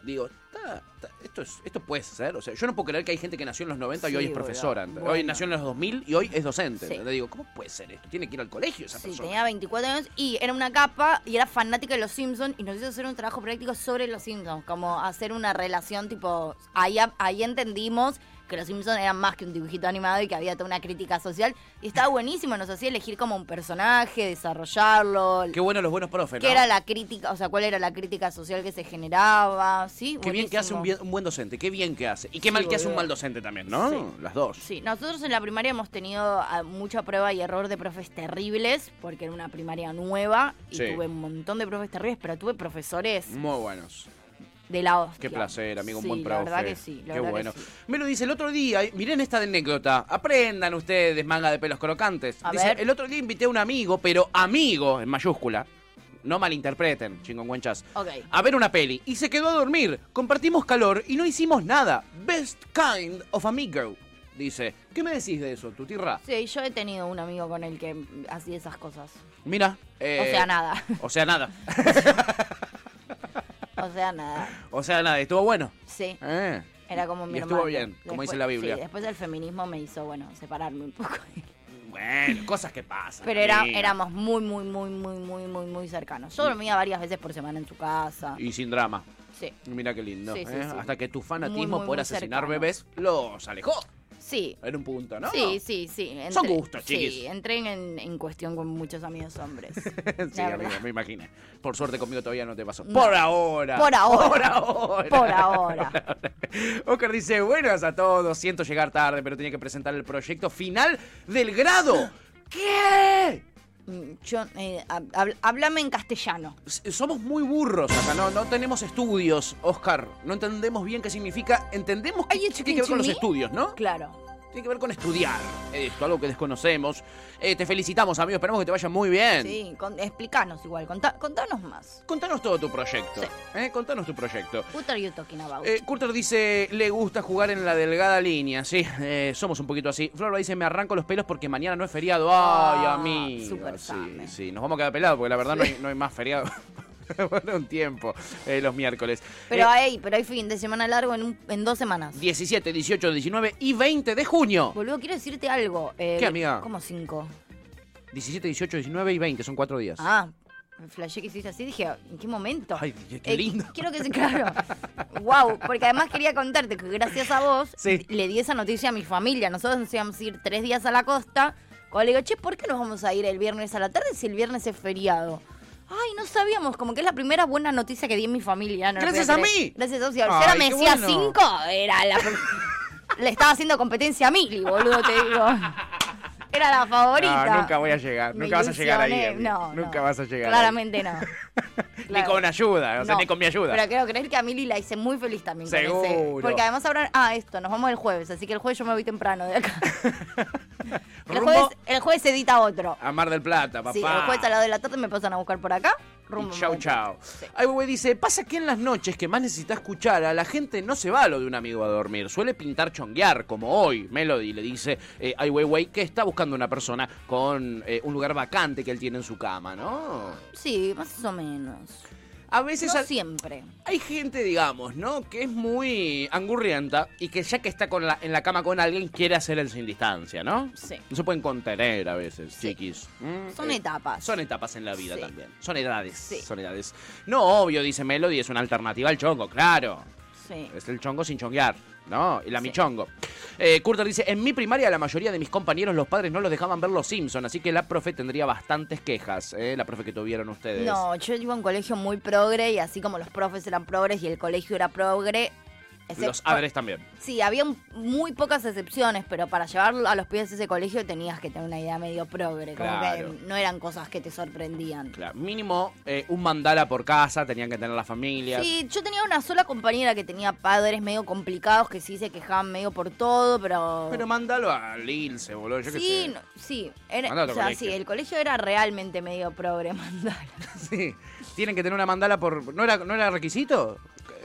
[SPEAKER 2] digo, "Ta, ta, esto, es, esto puede ser. O sea, yo no puedo creer que hay gente que nació en los 90 y
[SPEAKER 4] Sí,
[SPEAKER 2] hoy es
[SPEAKER 4] boludo.
[SPEAKER 2] profesora. ¿entendés? Hoy
[SPEAKER 4] Bueno.
[SPEAKER 2] nació en los 2000 y hoy es docente.
[SPEAKER 4] Sí.
[SPEAKER 2] ¿entendés? Digo, ¿cómo puede ser esto? Tiene que ir al colegio esa
[SPEAKER 4] Sí,
[SPEAKER 2] persona.
[SPEAKER 4] tenía 24 años y era una capa y era fanática de los Simpsons y nos hizo hacer un trabajo práctico sobre los Simpsons, como hacer una relación tipo, ahí, a- ahí entendimos que los Simpsons eran más que un dibujito animado y que había toda una crítica social y estaba buenísimo, nos hacía elegir como un personaje, desarrollarlo,
[SPEAKER 2] Qué bueno los buenos profes,
[SPEAKER 4] qué
[SPEAKER 2] ¿no?
[SPEAKER 4] era la crítica, o sea, cuál era la crítica social que se generaba, sí,
[SPEAKER 2] Qué bien que hace un,
[SPEAKER 4] buenísimo.
[SPEAKER 2] bien- un buen docente, qué bien que hace. Y qué mal que hace un
[SPEAKER 4] boludo.
[SPEAKER 2] mal docente también, ¿no?
[SPEAKER 4] Sí.
[SPEAKER 2] Las dos.
[SPEAKER 4] Sí, nosotros en la primaria hemos tenido ah, mucha prueba y error de profes terribles, porque era una primaria nueva y
[SPEAKER 2] Sí.
[SPEAKER 4] tuve un montón de profes terribles, pero tuve profesores
[SPEAKER 2] Muy buenos.
[SPEAKER 4] de la hostia.
[SPEAKER 2] Qué placer, amigo, un
[SPEAKER 4] Sí,
[SPEAKER 2] buen
[SPEAKER 4] La
[SPEAKER 2] profe.
[SPEAKER 4] verdad que sí, la
[SPEAKER 2] Qué
[SPEAKER 4] verdad
[SPEAKER 2] bueno.
[SPEAKER 4] que sí.
[SPEAKER 2] Me lo dice el otro día, eh, miren esta anécdota. Aprendan ustedes, manga de pelos crocantes.
[SPEAKER 4] A
[SPEAKER 2] dice,
[SPEAKER 4] ver.
[SPEAKER 2] el otro día invité a un amigo, pero amigo, en mayúscula. No malinterpreten, chingüengüenchas.
[SPEAKER 4] Ok.
[SPEAKER 2] A ver una peli. Y se quedó a dormir. Compartimos calor y no hicimos nada. Best kind of amigo. Dice, ¿qué me decís de eso, tu tierra?
[SPEAKER 4] Sí, yo he tenido un amigo con el que hacía esas cosas.
[SPEAKER 2] Mira. eh,
[SPEAKER 4] O sea, nada.
[SPEAKER 2] O sea, nada.
[SPEAKER 4] O sea, nada.
[SPEAKER 2] o sea, nada. Estuvo bueno.
[SPEAKER 4] Sí.
[SPEAKER 2] Eh.
[SPEAKER 4] Era como mi
[SPEAKER 2] Y estuvo
[SPEAKER 4] hermano.
[SPEAKER 2] bien, como dice
[SPEAKER 4] Después-
[SPEAKER 2] la Biblia.
[SPEAKER 4] Sí, después el feminismo me hizo, bueno, separarme un poco. de él.
[SPEAKER 2] Bueno, cosas que pasan.
[SPEAKER 4] Pero era,
[SPEAKER 2] amigo.
[SPEAKER 4] éramos muy, muy, muy, muy, muy, muy, muy cercanos. Yo dormía varias veces por semana en su casa.
[SPEAKER 2] Y sin drama.
[SPEAKER 4] Sí.
[SPEAKER 2] Mira qué lindo.
[SPEAKER 4] Sí, sí,
[SPEAKER 2] ¿eh?
[SPEAKER 4] sí.
[SPEAKER 2] Hasta que tu
[SPEAKER 4] Muy,
[SPEAKER 2] fanatismo
[SPEAKER 4] muy,
[SPEAKER 2] por
[SPEAKER 4] muy
[SPEAKER 2] asesinar
[SPEAKER 4] cercano.
[SPEAKER 2] bebés los alejó.
[SPEAKER 4] Sí.
[SPEAKER 2] Era un punto, ¿no?
[SPEAKER 4] Sí, sí, sí. Entré-
[SPEAKER 2] Son gustos, chiquis.
[SPEAKER 4] Sí, entré en, en cuestión con muchos amigos hombres.
[SPEAKER 2] sí,
[SPEAKER 4] La
[SPEAKER 2] amiga,
[SPEAKER 4] verdad.
[SPEAKER 2] me imaginé. Por suerte conmigo todavía no te pasó.
[SPEAKER 4] No.
[SPEAKER 2] Por ahora.
[SPEAKER 4] Por ahora.
[SPEAKER 2] Por ahora.
[SPEAKER 4] Por ahora.
[SPEAKER 2] Oscar dice, buenas a todos. Siento llegar tarde, pero tenía que presentar el proyecto final del grado. ¿Qué?
[SPEAKER 4] Mm, Yo, eh, hab- hab- háblame en castellano.
[SPEAKER 2] S- Somos muy burros acá, no, no tenemos estudios, Oscar. No entendemos bien qué significa. Entendemos que
[SPEAKER 4] Ay, it's
[SPEAKER 2] tiene que ver con los
[SPEAKER 4] me.
[SPEAKER 2] estudios, ¿no?
[SPEAKER 4] Claro.
[SPEAKER 2] Tiene que ver con estudiar. Esto, algo que desconocemos. Eh, te felicitamos, amigo. Esperamos que te vaya muy bien.
[SPEAKER 4] Sí, con- explicanos igual, contá- contanos más.
[SPEAKER 2] Contanos todo tu proyecto.
[SPEAKER 4] Sí.
[SPEAKER 2] ¿eh? Contanos tu proyecto.
[SPEAKER 4] What are you talking about?
[SPEAKER 2] Eh, Curter dice, le gusta jugar en la delgada línea, sí, eh, somos un poquito así. Florba dice, me arranco los pelos porque mañana no es feriado. Ay,
[SPEAKER 4] Ah, eh.
[SPEAKER 2] a mí.
[SPEAKER 4] súper
[SPEAKER 2] sí,
[SPEAKER 4] same.
[SPEAKER 2] sí, nos vamos a quedar pelados porque la verdad no, hay, no hay más feriado. Bueno, un tiempo, eh, los miércoles.
[SPEAKER 4] pero,
[SPEAKER 2] Eh,
[SPEAKER 4] hay, pero hay fin de semana largo en, un- en dos semanas.
[SPEAKER 2] 17, 18, 19 y 20 de junio.
[SPEAKER 4] Boludo, quiero decirte algo. eh,
[SPEAKER 2] ¿Qué, amiga?
[SPEAKER 4] Como cinco.
[SPEAKER 2] 17, 18, 19 y 20, son cuatro días.
[SPEAKER 4] Ah, flashé que hiciste así, dije, ¿en qué momento?
[SPEAKER 2] Ay, qué- qué
[SPEAKER 4] Eh,
[SPEAKER 2] lindo.
[SPEAKER 4] Quiero que se, claro. wow, porque además quería contarte que gracias a vos
[SPEAKER 2] Sí.
[SPEAKER 4] le di esa noticia a mi familia. Nosotros nos íbamos a ir tres días a la costa. Cuando le digo, che, ¿por qué nos vamos a ir el viernes a la tarde si el viernes es feriado? Ay, no sabíamos, como que es la primera buena noticia que di en mi familia. no lo
[SPEAKER 2] Gracias
[SPEAKER 4] podía
[SPEAKER 2] a
[SPEAKER 4] creer.
[SPEAKER 2] mí.
[SPEAKER 4] Gracias a Si ahora
[SPEAKER 2] Ay,
[SPEAKER 4] me
[SPEAKER 2] qué
[SPEAKER 4] decía
[SPEAKER 2] bueno.
[SPEAKER 4] 5, era la... Le estaba haciendo competencia a Mili, boludo, te digo. Era la favorita.
[SPEAKER 2] No, nunca voy a llegar,
[SPEAKER 4] Me
[SPEAKER 2] nunca vas a llegar ahí,
[SPEAKER 4] ilusioné.
[SPEAKER 2] Emi.
[SPEAKER 4] No, no.
[SPEAKER 2] Nunca vas a llegar ahí.
[SPEAKER 4] Claramente no.
[SPEAKER 2] Ni
[SPEAKER 4] Claro.
[SPEAKER 2] con ayuda, o sea,
[SPEAKER 4] No.
[SPEAKER 2] ni con mi ayuda.
[SPEAKER 4] Pero quiero creer que a Mili la hice muy feliz también. con ese.
[SPEAKER 2] Seguro.
[SPEAKER 4] Porque además ahora. Ah, esto, nos vamos el jueves. Así que el jueves yo me voy temprano de acá. el,
[SPEAKER 2] Rumbo
[SPEAKER 4] jueves, el jueves se edita otro.
[SPEAKER 2] a Mar del Plata, papá.
[SPEAKER 4] Sí, el jueves a las 2 de la tarde me pasan a buscar por acá. Rumbo.
[SPEAKER 2] Y chau,
[SPEAKER 4] Mar del
[SPEAKER 2] chau.
[SPEAKER 4] Plata. Sí.
[SPEAKER 2] Ay, güey, dice, pasa que en las noches que más necesita escuchar a la gente no se va a lo de un amigo a dormir. Suele pintar chonguear, como hoy. Melody le dice, eh, ay, güey, güey, que está buscando una persona con eh, un lugar vacante que él tiene en su cama, ¿no?
[SPEAKER 4] Sí, más o menos.
[SPEAKER 2] A veces...
[SPEAKER 4] No
[SPEAKER 2] al-
[SPEAKER 4] siempre.
[SPEAKER 2] Hay gente, digamos, ¿no? Que es muy angurrienta y que ya que está con la- en la cama con alguien quiere hacer el sin distancia, ¿no?
[SPEAKER 4] Sí.
[SPEAKER 2] No se pueden contener a veces,
[SPEAKER 4] Sí.
[SPEAKER 2] chiquis. Mm,
[SPEAKER 4] Son etapas.
[SPEAKER 2] Son etapas en la vida
[SPEAKER 4] Sí.
[SPEAKER 2] también. Son edades.
[SPEAKER 4] Sí.
[SPEAKER 2] Son edades. No, obvio, dice Melody, es una alternativa al chongo, claro.
[SPEAKER 4] Sí.
[SPEAKER 2] Es el chongo sin chonguear, ¿no? El
[SPEAKER 4] Sí.
[SPEAKER 2] amichongo. Eh, Curter dice, en mi primaria la mayoría de mis compañeros, los padres no los dejaban ver los Simpson, así que la profe tendría bastantes quejas, ¿eh? La profe que tuvieron ustedes.
[SPEAKER 4] No, yo iba a un colegio muy progre y así como los profes eran progres y el colegio era progre.
[SPEAKER 2] Los
[SPEAKER 4] excepto-
[SPEAKER 2] padres también.
[SPEAKER 4] Sí, había un- muy pocas excepciones, pero para llevar a los pies ese colegio tenías que tener una idea medio progre, como
[SPEAKER 2] Claro.
[SPEAKER 4] que no eran cosas que te sorprendían.
[SPEAKER 2] Claro, mínimo eh, un mandala por casa, tenían que tener las familias.
[SPEAKER 4] Sí, yo tenía una sola compañera que tenía padres medio complicados que sí se quejaban medio por todo, pero...
[SPEAKER 2] Pero mándalo a Lilce, boludo, yo qué
[SPEAKER 4] sí,
[SPEAKER 2] sé.
[SPEAKER 4] no- sí, era-
[SPEAKER 2] Mandá a otro
[SPEAKER 4] o sea,
[SPEAKER 2] colegio.
[SPEAKER 4] sí, el colegio era realmente medio progre mandar.
[SPEAKER 2] Sí, tienen que tener una mandala por... ¿No era, no era requisito?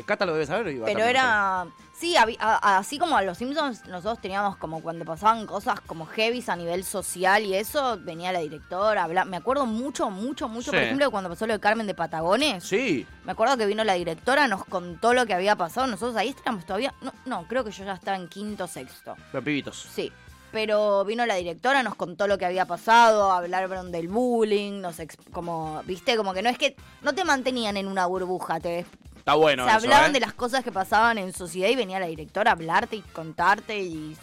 [SPEAKER 2] Cata lo debe saber. Iba
[SPEAKER 4] Pero
[SPEAKER 2] también,
[SPEAKER 4] era. Sí, habi- a- así como a los Simpsons, nosotros teníamos como cuando pasaban cosas como heavies a nivel social y eso, venía la directora a hablar. Me acuerdo mucho, mucho, mucho, por
[SPEAKER 2] Sí.
[SPEAKER 4] ejemplo, cuando pasó lo de Carmen de Patagones.
[SPEAKER 2] Sí.
[SPEAKER 4] Me acuerdo que vino la directora, nos contó lo que había pasado. Nosotros ahí estábamos todavía. No, no, creo que yo ya estaba en quinto sexto.
[SPEAKER 2] Los pibitos.
[SPEAKER 4] Sí. Pero vino la directora, nos contó lo que había pasado, hablaron del bullying, nos ex- como, viste, como que no es que no te mantenían en una burbuja, te
[SPEAKER 2] Está bueno
[SPEAKER 4] se
[SPEAKER 2] eso,
[SPEAKER 4] hablaban
[SPEAKER 2] ¿eh?
[SPEAKER 4] de las cosas que pasaban en sociedad y venía la directora a hablarte y contarte y...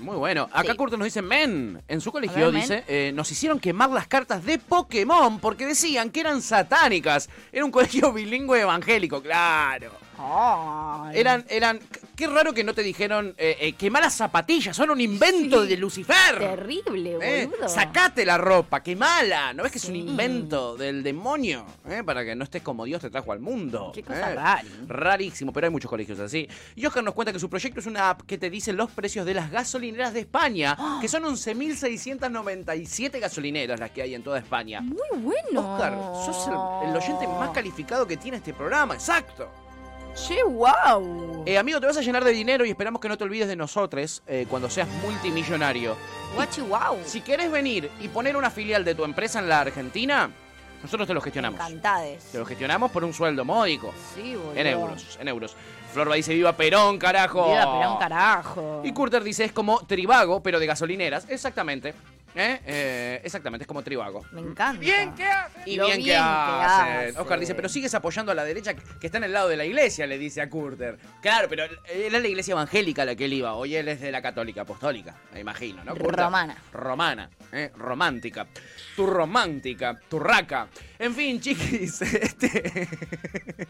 [SPEAKER 2] Muy bueno. Acá
[SPEAKER 4] Sí.
[SPEAKER 2] Curto nos dice, men, en su
[SPEAKER 4] A
[SPEAKER 2] colegio
[SPEAKER 4] ver, men.
[SPEAKER 2] dice, eh, nos hicieron quemar las cartas de Pokémon porque decían que eran satánicas. Era un colegio bilingüe evangélico, claro.
[SPEAKER 4] Ay.
[SPEAKER 2] Eran, eran, qué raro que no te dijeron eh, eh, quemá las zapatillas, son un invento de Lucifer.
[SPEAKER 4] Terrible,
[SPEAKER 2] Eh,
[SPEAKER 4] boludo.
[SPEAKER 2] Sacate la ropa, quemala. ¿No ves que es un
[SPEAKER 4] Sí.
[SPEAKER 2] invento del demonio? eh? Para que no estés como Dios te trajo al mundo.
[SPEAKER 4] Qué cosa
[SPEAKER 2] eh.
[SPEAKER 4] rara.
[SPEAKER 2] Rarísimo, pero hay muchos colegios así. Y Oscar nos cuenta que su proyecto es una app que te dice los precios de las gasolineras de España,
[SPEAKER 4] ¡Ah!
[SPEAKER 2] que son 11.697 gasolineras las que hay en toda España.
[SPEAKER 4] Muy bueno.
[SPEAKER 2] Oscar, sos el, el oyente más calificado que tiene este programa, exacto.
[SPEAKER 4] Che, wow.
[SPEAKER 2] Eh, amigo, te vas a llenar de dinero y esperamos que no te olvides de nosotros eh, cuando seas multimillonario.
[SPEAKER 4] Guachi, wow.
[SPEAKER 2] Si querés venir y poner una filial de tu empresa en la Argentina, nosotros te lo gestionamos.
[SPEAKER 4] Encantades.
[SPEAKER 2] Te lo gestionamos por un sueldo módico.
[SPEAKER 4] Sí, boludo.
[SPEAKER 2] En euros, en euros. Florba dice, viva Perón, carajo.
[SPEAKER 4] Viva Perón, carajo.
[SPEAKER 2] Y Curter dice, es como Tribago, pero de gasolineras. Exactamente. ¿Eh? Eh, exactamente, es como Tribago.
[SPEAKER 4] Me encanta.
[SPEAKER 3] Bien, ¿qué haces?
[SPEAKER 2] Y
[SPEAKER 4] Lo
[SPEAKER 2] bien, que
[SPEAKER 4] bien que
[SPEAKER 2] hacen.
[SPEAKER 4] hacen.
[SPEAKER 2] Oscar dice, pero sigues apoyando a la derecha que está en el lado de la iglesia, le dice a Curter. Claro, pero era la iglesia evangélica la que él iba. Hoy él es de la católica apostólica, me imagino, ¿no? Curter?
[SPEAKER 4] Romana.
[SPEAKER 2] Romana, eh, romántica. Tu romántica, tu raca. En fin, chiquis, este...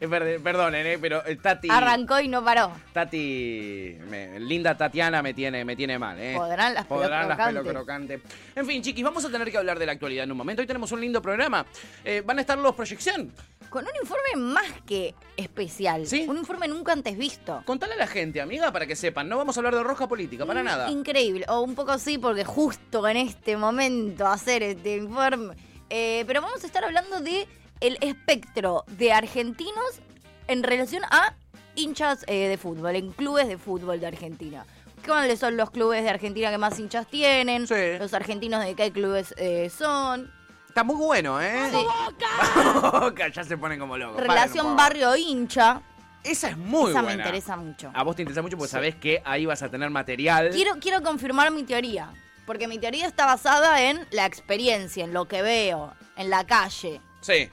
[SPEAKER 2] Eh, perd- Perdonen, eh, pero eh, Tati...
[SPEAKER 4] Arrancó y no paró.
[SPEAKER 2] Tati, me- linda Tatiana me tiene, me tiene mal, ¿eh?
[SPEAKER 4] Podrán las pelo
[SPEAKER 2] Podrán las pelo
[SPEAKER 4] crocante.
[SPEAKER 2] crocante. En fin, chiquis, vamos a tener que hablar de la actualidad en un momento. Hoy tenemos un lindo programa. Eh, van a estar los proyección.
[SPEAKER 4] Con un informe más que especial.
[SPEAKER 2] ¿Sí?
[SPEAKER 4] Un informe nunca antes visto.
[SPEAKER 2] Contale a la gente, amiga, para que sepan. No vamos a hablar de roja política, para
[SPEAKER 4] Mm,
[SPEAKER 2] nada.
[SPEAKER 4] Increíble, o un poco sí, porque justo en este momento hacer este informe. Eh, pero vamos a estar hablando de el espectro de argentinos en relación a hinchas eh, de fútbol, en clubes de fútbol de Argentina. ¿Cuáles son los clubes de Argentina que más hinchas tienen?
[SPEAKER 2] Sí.
[SPEAKER 4] Los argentinos de qué clubes eh, son.
[SPEAKER 2] Está muy bueno, ¿eh?
[SPEAKER 4] Sí.
[SPEAKER 2] Boca, ya se ponen como locos.
[SPEAKER 4] Relación
[SPEAKER 2] Paren, por favor.
[SPEAKER 4] barrio-hincha.
[SPEAKER 2] Esa es muy
[SPEAKER 4] Esa
[SPEAKER 2] buena.
[SPEAKER 4] me interesa mucho.
[SPEAKER 2] A vos te interesa mucho porque sabés que ahí vas a tener material.
[SPEAKER 4] Quiero, quiero confirmar mi teoría, porque mi teoría está basada en la experiencia, en lo que veo, en la calle.
[SPEAKER 2] Sí.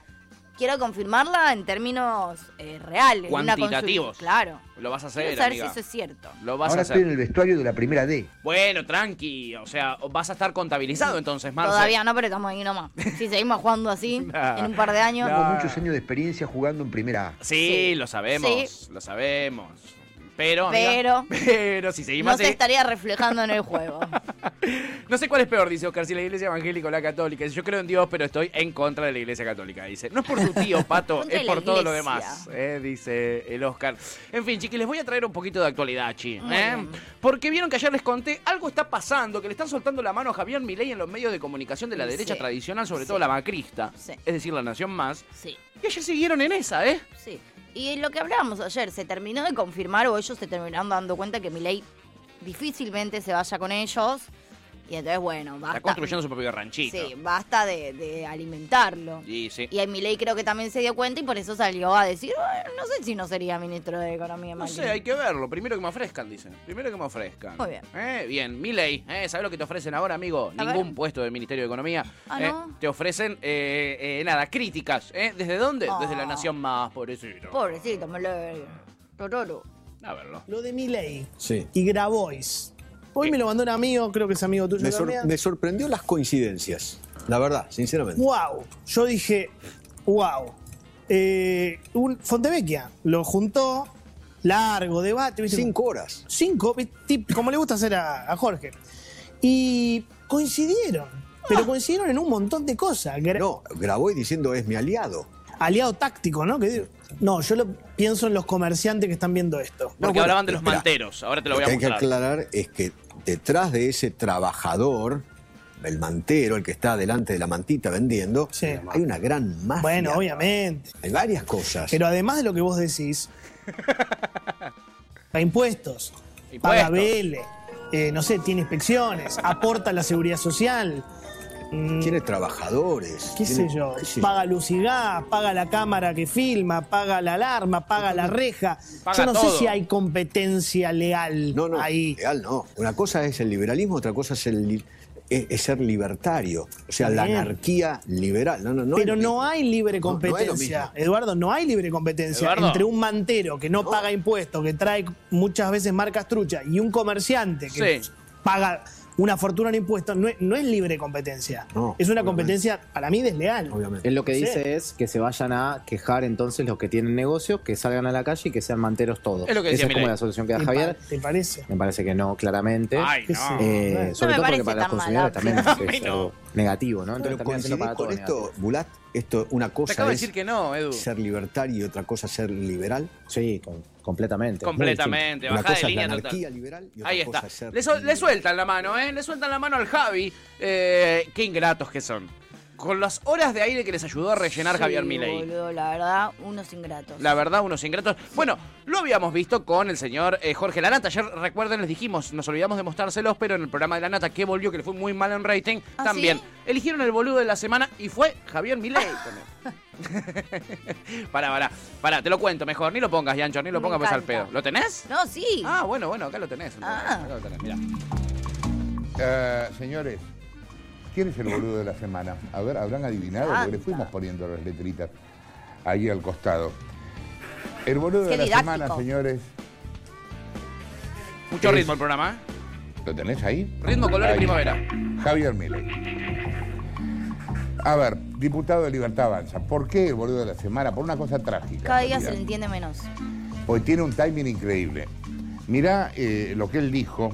[SPEAKER 4] quiero confirmarla en términos eh, reales. una consu-
[SPEAKER 2] Cuantitativos.
[SPEAKER 4] claro.
[SPEAKER 2] Lo vas a hacer,
[SPEAKER 4] Quiero saber
[SPEAKER 2] amiga.
[SPEAKER 4] si eso es cierto.
[SPEAKER 2] Lo vas a
[SPEAKER 8] Ahora estoy en
[SPEAKER 2] hacer.
[SPEAKER 8] el vestuario de la primera D.
[SPEAKER 2] Bueno, tranqui. O sea, vas a estar contabilizado entonces, Marce.
[SPEAKER 4] Todavía no, pero estamos ahí nomás. Si seguimos jugando así, en un par de años.
[SPEAKER 8] Tengo muchos años de experiencia jugando en primera A.
[SPEAKER 2] Sí,
[SPEAKER 4] Sí.
[SPEAKER 2] lo sabemos. Lo sabemos. Pero,
[SPEAKER 4] Pero-
[SPEAKER 2] amiga, pero si seguimos
[SPEAKER 4] No
[SPEAKER 2] así.
[SPEAKER 4] se estaría reflejando en el juego.
[SPEAKER 2] No sé cuál es peor, dice Oscar, si la iglesia evangélica o la católica. Dice, Yo creo en Dios, pero estoy en contra de la iglesia católica. Dice, no es por tu tío, pato,
[SPEAKER 4] Contra
[SPEAKER 2] es
[SPEAKER 4] la
[SPEAKER 2] por todo lo
[SPEAKER 4] iglesia.
[SPEAKER 2] demás. eh, dice el Oscar. En fin, chiquis, les voy a traer un poquito de actualidad, chi.
[SPEAKER 4] Muy
[SPEAKER 2] ¿eh?
[SPEAKER 4] bien.
[SPEAKER 2] Porque vieron que ayer les conté, algo está pasando, que le están soltando la mano a Javier Milei en los medios de comunicación de la
[SPEAKER 4] Sí.
[SPEAKER 2] derecha tradicional, sobre
[SPEAKER 4] Sí.
[SPEAKER 2] todo la macrista,
[SPEAKER 4] Sí.
[SPEAKER 2] es decir, la Nación Más.
[SPEAKER 4] Sí, Ah,
[SPEAKER 2] Y ayer siguieron en esa, ¿eh?
[SPEAKER 4] sí. Y lo que hablábamos ayer, se terminó de confirmar o ellos se terminaron dando cuenta que Milei difícilmente se vaya con ellos. Y entonces, bueno,
[SPEAKER 2] Está
[SPEAKER 4] basta.
[SPEAKER 2] construyendo su propio ranchito.
[SPEAKER 4] Sí, basta de, de alimentarlo.
[SPEAKER 2] Y sí.
[SPEAKER 4] Y Milei creo que también se dio cuenta y por eso salió a decir, "Bueno, no sé si no sería ministro de Economía.
[SPEAKER 2] No
[SPEAKER 4] Macri".
[SPEAKER 2] sé, hay que verlo. Primero que me ofrezcan, dicen. Primero que me ofrezcan.
[SPEAKER 4] Muy bien.
[SPEAKER 2] Eh, bien, Miley, eh, ¿sabes lo que te ofrecen ahora, amigo?
[SPEAKER 4] A
[SPEAKER 2] Ningún
[SPEAKER 4] ver.
[SPEAKER 2] puesto del Ministerio de Economía.
[SPEAKER 4] Ah,
[SPEAKER 2] eh,
[SPEAKER 4] ¿no?
[SPEAKER 2] Te ofrecen, eh, eh, nada, críticas. eh. ¿Desde dónde?
[SPEAKER 4] Ah.
[SPEAKER 2] Desde la Nación Más, pobrecito.
[SPEAKER 4] Pobrecito, me lo... Tororo.
[SPEAKER 9] Eh,
[SPEAKER 2] A verlo.
[SPEAKER 10] Lo de Milei
[SPEAKER 11] Sí.
[SPEAKER 10] y Grabois. Hoy me lo mandó un amigo, creo que es amigo tuyo
[SPEAKER 11] Me, sor-
[SPEAKER 10] también.
[SPEAKER 11] me sorprendió las coincidencias. La verdad, sinceramente.
[SPEAKER 10] Wow. Yo dije, wow. Eh, un Fontevecchia lo juntó, largo debate, ¿viste?
[SPEAKER 11] Cinco horas.
[SPEAKER 10] Cinco, vi- tip- como le gusta hacer a, a Jorge. Y coincidieron, pero coincidieron en un montón de cosas. Gra-
[SPEAKER 11] Ah. No, Grabois diciendo es mi aliado.
[SPEAKER 10] Aliado táctico, ¿no? Que, digo- no, yo lo pienso en los comerciantes que están viendo esto.
[SPEAKER 2] Porque
[SPEAKER 11] bueno,
[SPEAKER 2] hablaban de los
[SPEAKER 11] espera.
[SPEAKER 2] manteros. Ahora te lo,
[SPEAKER 11] Lo
[SPEAKER 2] voy
[SPEAKER 11] que
[SPEAKER 2] a
[SPEAKER 11] hay que
[SPEAKER 2] mostrar.
[SPEAKER 11] aclarar es que detrás de ese trabajador, el mantero, el que está delante de la mantita vendiendo,
[SPEAKER 10] Sí.
[SPEAKER 11] hay una gran mafia.
[SPEAKER 10] Bueno, obviamente.
[SPEAKER 11] Hay varias cosas.
[SPEAKER 10] Pero además de lo que vos decís, paga impuestos,
[SPEAKER 2] Impuestos.
[SPEAKER 10] paga BL, eh, no sé, tiene inspecciones, aporta a la seguridad social, mm,
[SPEAKER 11] tiene trabajadores.
[SPEAKER 10] qué sé
[SPEAKER 11] tiene-
[SPEAKER 10] yo,
[SPEAKER 11] qué sé yo.
[SPEAKER 10] paga luz y gas, paga la cámara que filma, paga la alarma, paga la reja.
[SPEAKER 2] Paga
[SPEAKER 10] yo no
[SPEAKER 2] todo.
[SPEAKER 10] sé si hay competencia leal
[SPEAKER 11] No, no,
[SPEAKER 10] ahí.
[SPEAKER 11] legal no. Una cosa es el liberalismo, otra cosa es, el li- es- es ser libertario. O sea, la
[SPEAKER 10] Bien.
[SPEAKER 11] anarquía liberal. No, no, no
[SPEAKER 10] Pero
[SPEAKER 11] es lo
[SPEAKER 10] no hay libre
[SPEAKER 11] No, no es lo
[SPEAKER 10] competencia,
[SPEAKER 11] mismo.
[SPEAKER 10] Eduardo, no hay libre competencia
[SPEAKER 2] Eduardo.
[SPEAKER 10] entre un mantero que no, paga impuestos, que trae muchas veces marcas truchas, y un comerciante que
[SPEAKER 2] Sí.
[SPEAKER 10] paga una fortuna en impuestos, no, es- no es libre competencia.
[SPEAKER 11] No,
[SPEAKER 10] es una
[SPEAKER 11] obviamente.
[SPEAKER 10] competencia para mí desleal.
[SPEAKER 11] mismo, obviamente.
[SPEAKER 9] Él lo que
[SPEAKER 10] Sí.
[SPEAKER 9] dice es que se vayan a quejar entonces los que tienen negocios, que salgan a la calle y que sean manteros todos.
[SPEAKER 2] Es lo que
[SPEAKER 9] Esa
[SPEAKER 2] decía
[SPEAKER 9] es como
[SPEAKER 2] Milei.
[SPEAKER 9] la solución que da
[SPEAKER 10] ¿Te,
[SPEAKER 9] Javier.
[SPEAKER 10] pa- te parece?
[SPEAKER 9] Me parece que no, claramente.
[SPEAKER 2] Ay,
[SPEAKER 10] ¿Qué
[SPEAKER 2] no.
[SPEAKER 9] Eh,
[SPEAKER 10] sé? No
[SPEAKER 9] sobre
[SPEAKER 4] me
[SPEAKER 9] todo porque
[SPEAKER 4] parece
[SPEAKER 9] para los
[SPEAKER 4] tan
[SPEAKER 9] consumidores
[SPEAKER 4] mala.
[SPEAKER 9] también
[SPEAKER 2] A mí
[SPEAKER 9] es
[SPEAKER 2] no.
[SPEAKER 9] algo negativo, ¿no? Entonces
[SPEAKER 11] Pero
[SPEAKER 9] termina siendo
[SPEAKER 11] coincidís
[SPEAKER 9] para
[SPEAKER 11] con
[SPEAKER 9] todos
[SPEAKER 11] esto,
[SPEAKER 9] negativo.
[SPEAKER 11] Bulat, esto, una
[SPEAKER 2] Te
[SPEAKER 11] cosa
[SPEAKER 2] acabo de
[SPEAKER 11] es
[SPEAKER 2] decir que no, Edu.
[SPEAKER 11] ser libertario y otra cosa es ser liberal.
[SPEAKER 9] Sí, con- completamente.
[SPEAKER 2] Completamente,
[SPEAKER 11] una
[SPEAKER 2] bajada de
[SPEAKER 11] cosa es la
[SPEAKER 2] línea
[SPEAKER 11] anarquía
[SPEAKER 2] total.
[SPEAKER 11] liberal y otra
[SPEAKER 2] Ahí
[SPEAKER 11] cosa
[SPEAKER 2] está.
[SPEAKER 11] es ser
[SPEAKER 2] Le, su- le
[SPEAKER 11] liberal.
[SPEAKER 2] sueltan la mano, ¿eh? Le sueltan la mano al Javi. Eh, qué ingratos que son. Con las horas de aire que les ayudó a rellenar
[SPEAKER 4] Sí,
[SPEAKER 2] Javier Milei.
[SPEAKER 4] boludo, la verdad, unos ingratos.
[SPEAKER 2] La verdad, unos ingratos. Bueno, lo habíamos visto con el señor eh, Jorge Lanata. Ayer, recuerden, les dijimos, nos olvidamos de mostrárselos, pero en el programa de Lanata, que volvió, que le fue muy mal en rating,
[SPEAKER 4] ¿Ah,
[SPEAKER 2] también.
[SPEAKER 4] sí?
[SPEAKER 2] Eligieron el boludo de la semana y fue Javier Milei. también. pará, pará, pará, te lo cuento mejor. Ni lo pongas, Yancho, ni lo
[SPEAKER 4] Me
[SPEAKER 2] pongas pues al
[SPEAKER 4] encanta.
[SPEAKER 2] pedo. ¿Lo tenés?
[SPEAKER 4] No, sí.
[SPEAKER 2] Ah, bueno, bueno, acá lo tenés. entonces.
[SPEAKER 4] Ah.
[SPEAKER 2] Acá lo tenés, mirá.
[SPEAKER 12] Eh, señores, ¿quién es el boludo de la semana? A ver, ¿habrán adivinado?
[SPEAKER 4] Ah,
[SPEAKER 12] Porque le fuimos poniendo las letritas ahí al costado. El boludo
[SPEAKER 4] Qué
[SPEAKER 12] de la
[SPEAKER 4] didáctico.
[SPEAKER 12] semana, señores.
[SPEAKER 2] Mucho
[SPEAKER 12] Es-
[SPEAKER 2] ritmo el programa, ¿eh?
[SPEAKER 12] ¿Lo tenés ahí?
[SPEAKER 2] Ritmo, color y
[SPEAKER 12] Ahí.
[SPEAKER 2] primavera.
[SPEAKER 12] Javier Milei. A ver, diputado de Libertad Avanza. ¿Por qué el boludo de la semana? Por una cosa trágica.
[SPEAKER 4] Cada
[SPEAKER 12] en
[SPEAKER 4] día se le
[SPEAKER 12] realidad.
[SPEAKER 4] entiende menos.
[SPEAKER 12] Porque tiene un timing increíble. Mirá eh, lo que él dijo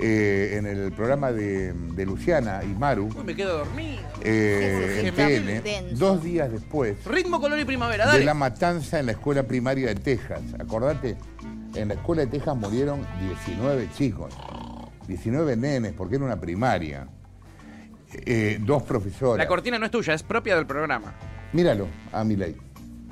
[SPEAKER 12] eh, en el programa de, de Luciana y Maru.
[SPEAKER 2] Uy, me quedo dormido.
[SPEAKER 12] eh,
[SPEAKER 4] Sí, sí, sí,
[SPEAKER 12] en
[SPEAKER 4] está muy
[SPEAKER 12] TN,
[SPEAKER 4] denso.
[SPEAKER 12] dos días después
[SPEAKER 2] Ritmo, color y primavera,
[SPEAKER 12] de
[SPEAKER 2] dale.
[SPEAKER 12] la matanza en la escuela primaria de Texas. Acordate, en la escuela de Texas murieron 19 chicos, 19 nenes, porque era una primaria. Eh, dos
[SPEAKER 2] La
[SPEAKER 12] profesoras.
[SPEAKER 2] cortina no es tuya, es propia del programa.
[SPEAKER 12] Míralo a mi ley.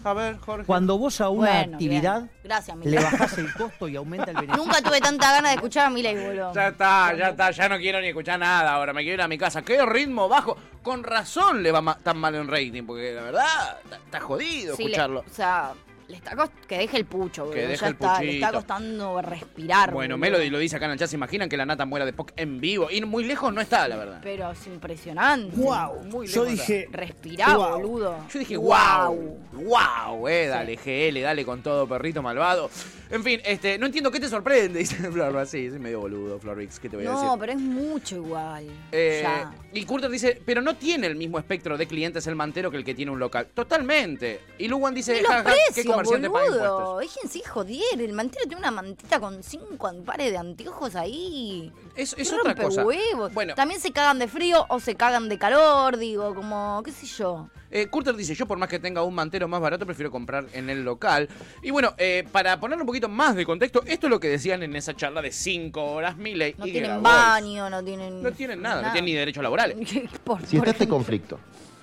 [SPEAKER 13] A ver, Jorge.
[SPEAKER 10] Cuando vos a
[SPEAKER 4] Bueno, bien. Gracias, Milei.
[SPEAKER 10] bajás el costo y aumenta el beneficio.
[SPEAKER 4] Nunca tuve tanta ganas de escuchar a Milei, boludo.
[SPEAKER 2] Ya está, ya está, ya no quiero ni escuchar nada ahora, me quiero ir a mi casa. Qué ritmo bajo. Con razón le va ma- tan mal en rating, porque la verdad, está, está jodido
[SPEAKER 4] Sí, le-
[SPEAKER 2] escucharlo.
[SPEAKER 4] o sea, Le está cost- que deje el pucho, boludo.
[SPEAKER 2] Que deje
[SPEAKER 4] ya
[SPEAKER 2] el
[SPEAKER 4] está, le está
[SPEAKER 2] puchito.
[SPEAKER 4] costando respirar.
[SPEAKER 2] Bueno,
[SPEAKER 4] boludo.
[SPEAKER 2] Melody lo dice acá en el chat. ¿Se imaginan que la nata muera de POC en vivo? Y muy lejos no está, la verdad.
[SPEAKER 4] Pero es impresionante.
[SPEAKER 14] Wow.
[SPEAKER 4] Muy
[SPEAKER 2] Yo
[SPEAKER 4] lejos.
[SPEAKER 2] dije,
[SPEAKER 4] Respirá,
[SPEAKER 2] guau.
[SPEAKER 4] boludo.
[SPEAKER 2] Yo dije, wow, wow, eh, dale, GL, dale con todo, perrito malvado. En fin, este, no entiendo qué te sorprende, dice Flor, así, es medio boludo, Florix, ¿qué te voy a decir?
[SPEAKER 4] No, pero es mucho igual.
[SPEAKER 2] Eh,
[SPEAKER 4] Ya.
[SPEAKER 2] y Curter dice, pero no tiene el mismo espectro de clientes el mantero que el que tiene un local. Totalmente. Y Luwan dice,
[SPEAKER 4] Y los
[SPEAKER 2] jaja, qué
[SPEAKER 4] precios,
[SPEAKER 2] comerciante paga
[SPEAKER 4] boludo.
[SPEAKER 2] impuestos.
[SPEAKER 4] Déjense de joder. El mantero tiene una mantita con cinco pares de anteojos ahí.
[SPEAKER 2] Es,
[SPEAKER 4] es
[SPEAKER 2] otra cosa.
[SPEAKER 4] huevos. También se cagan de frío o se cagan de calor, digo, como, qué sé yo.
[SPEAKER 2] Eh, Curter dice, yo por más que tenga un mantero más barato, prefiero comprar en el local. Y bueno, eh, para poner un poquito más de contexto, esto es lo que decían en esa charla de 5 horas, Miley
[SPEAKER 4] No
[SPEAKER 2] y
[SPEAKER 4] tienen
[SPEAKER 2] Grabois.
[SPEAKER 4] baño, no tienen.
[SPEAKER 2] No tienen nada, no tienen ni derechos laborales.
[SPEAKER 15] Si está este conflicto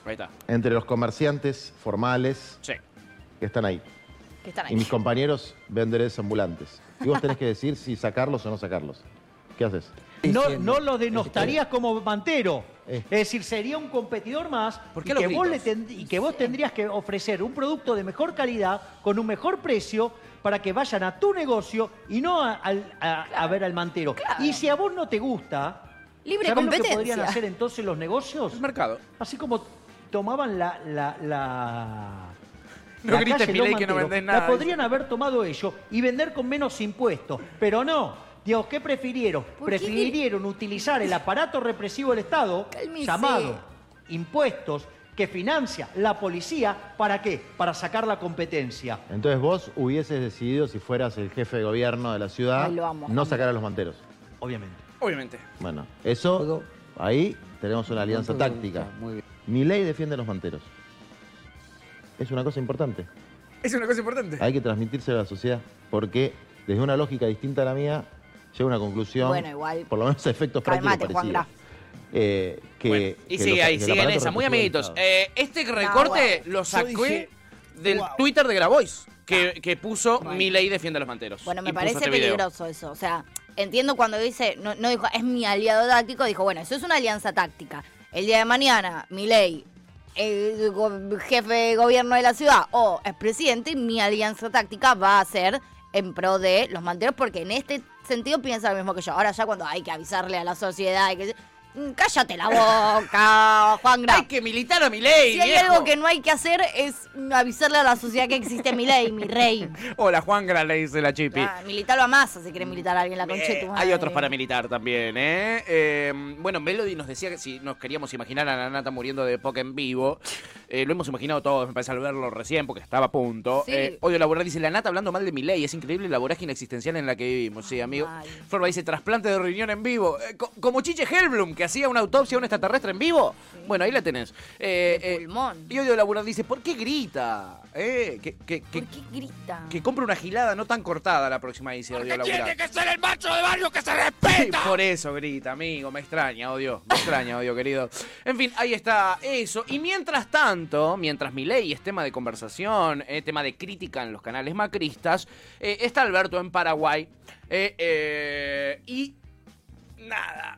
[SPEAKER 2] Ahí está.
[SPEAKER 15] entre los comerciantes formales que están ahí
[SPEAKER 4] Que están ahí.
[SPEAKER 15] y mis compañeros vendedores ambulantes, y vos tenés que decir si sacarlos o no sacarlos, ¿qué haces?
[SPEAKER 8] No, no lo denostarías como mantero. Es decir, sería un competidor más
[SPEAKER 15] Eh. qué
[SPEAKER 8] y,
[SPEAKER 15] los
[SPEAKER 8] que vos
[SPEAKER 15] gritos?
[SPEAKER 8] le tend- y que vos tendrías que ofrecer un producto de mejor calidad, con un mejor precio, para que vayan a tu negocio y no a, al- a- a ver al mantero. Y si a vos no te gusta,
[SPEAKER 4] Libre
[SPEAKER 8] ¿sabés lo que
[SPEAKER 4] competencia.
[SPEAKER 8] podrían hacer entonces los negocios?
[SPEAKER 2] mercado.
[SPEAKER 8] Así como tomaban la... la, la
[SPEAKER 2] No
[SPEAKER 8] la
[SPEAKER 2] grites,
[SPEAKER 8] calle
[SPEAKER 2] Milei,
[SPEAKER 8] Los
[SPEAKER 2] que no
[SPEAKER 8] Manteros,
[SPEAKER 2] vendés nada.
[SPEAKER 8] La podrían haber tomado ellos y vender con menos impuestos. Pero no. Dios, ¿qué prefirieron?
[SPEAKER 10] ¿Por qué
[SPEAKER 8] Prefirieron utilizar el aparato represivo del Estado,
[SPEAKER 10] Cálmese.
[SPEAKER 8] llamado impuestos, que financia la policía, ¿para qué? Para sacar la competencia.
[SPEAKER 15] Entonces vos hubieses decidido, si fueras el jefe de gobierno de la ciudad,
[SPEAKER 8] Ay, lo amo,
[SPEAKER 15] no
[SPEAKER 8] amo.
[SPEAKER 15] sacar a los manteros.
[SPEAKER 8] Obviamente.
[SPEAKER 2] Obviamente.
[SPEAKER 15] Bueno, eso, ahí tenemos una alianza
[SPEAKER 2] Punto de
[SPEAKER 15] táctica. Mi ley defiende a los manteros. Es una cosa importante.
[SPEAKER 2] Es una cosa importante.
[SPEAKER 15] Hay que transmitirse a la sociedad porque desde una lógica distinta a la mía llega a una conclusión,
[SPEAKER 4] Bueno, igual.
[SPEAKER 15] por lo menos a efectos
[SPEAKER 4] Calmate,
[SPEAKER 15] prácticos
[SPEAKER 4] Juan
[SPEAKER 15] parecidos. Eh, que,
[SPEAKER 2] Y
[SPEAKER 15] que
[SPEAKER 2] sigue
[SPEAKER 15] los-
[SPEAKER 2] ahí,
[SPEAKER 15] que el
[SPEAKER 2] sigue en
[SPEAKER 15] aparato
[SPEAKER 2] esa. Muy
[SPEAKER 15] represivo del
[SPEAKER 2] amiguitos.
[SPEAKER 15] Estado.
[SPEAKER 2] Eh, este recorte
[SPEAKER 16] wow.
[SPEAKER 2] lo
[SPEAKER 16] Yo
[SPEAKER 2] saqué
[SPEAKER 16] dije,
[SPEAKER 2] del
[SPEAKER 16] wow.
[SPEAKER 2] Twitter de Grabois, que, que puso mi ley defiende a los manteros.
[SPEAKER 4] Bueno, me
[SPEAKER 2] Y puso
[SPEAKER 4] parece
[SPEAKER 2] este video.
[SPEAKER 4] peligroso eso. O sea, entiendo cuando dice, no, no dijo, es mi aliado táctico, dijo, bueno, eso es una alianza táctica. El día de mañana, mi ley, el go- jefe de gobierno de la ciudad o es presidente, mi alianza táctica va a ser en pro de los manteros, porque en este sentido piensa lo mismo que yo. Ahora ya cuando hay que avisarle a la sociedad, hay que... Mm, Cállate la boca, Juan Hay
[SPEAKER 2] que militar a mi ley.
[SPEAKER 4] Si hay
[SPEAKER 2] viejo.
[SPEAKER 4] algo que no hay que hacer es avisarle a la sociedad que existe mi ley, mi rey.
[SPEAKER 2] Hola, Juan Gran, le dice la chipi.
[SPEAKER 4] Ah, militarlo a masa si quiere militar a alguien la concha de
[SPEAKER 2] Eh,
[SPEAKER 4] tu madre.
[SPEAKER 2] hay otros paramilitar también, ¿eh? Eh, Bueno, Melody nos decía que si nos queríamos imaginar a la nata muriendo de poca en vivo, eh, lo hemos imaginado todos, me parece al verlo recién porque estaba a punto.
[SPEAKER 16] Sí.
[SPEAKER 2] Eh, Odio laboral dice la nata hablando mal de mi ley, es increíble la vorágine existencial en la que vivimos, sí, amigo. Florba dice trasplante de riñón en vivo, Eh, co- como Chiche Helblum que hacía una autopsia a un extraterrestre en vivo. Bueno, ahí la tenés. Eh, eh, y Odio laboral dice, ¿por qué grita? Eh, que, que- que-
[SPEAKER 4] Grita.
[SPEAKER 2] que compre una gilada no tan cortada la próxima, dice Odio laboral.
[SPEAKER 16] ser el macho de barrio que se
[SPEAKER 2] Sí, por eso grita, amigo. Me extraña, odio. Me extraña, odio, querido. En fin, ahí está eso. Y mientras tanto, mientras mi ley es tema de conversación, eh, tema de crítica en los canales macristas, eh, está Alberto en Paraguay. eh, eh, y nada.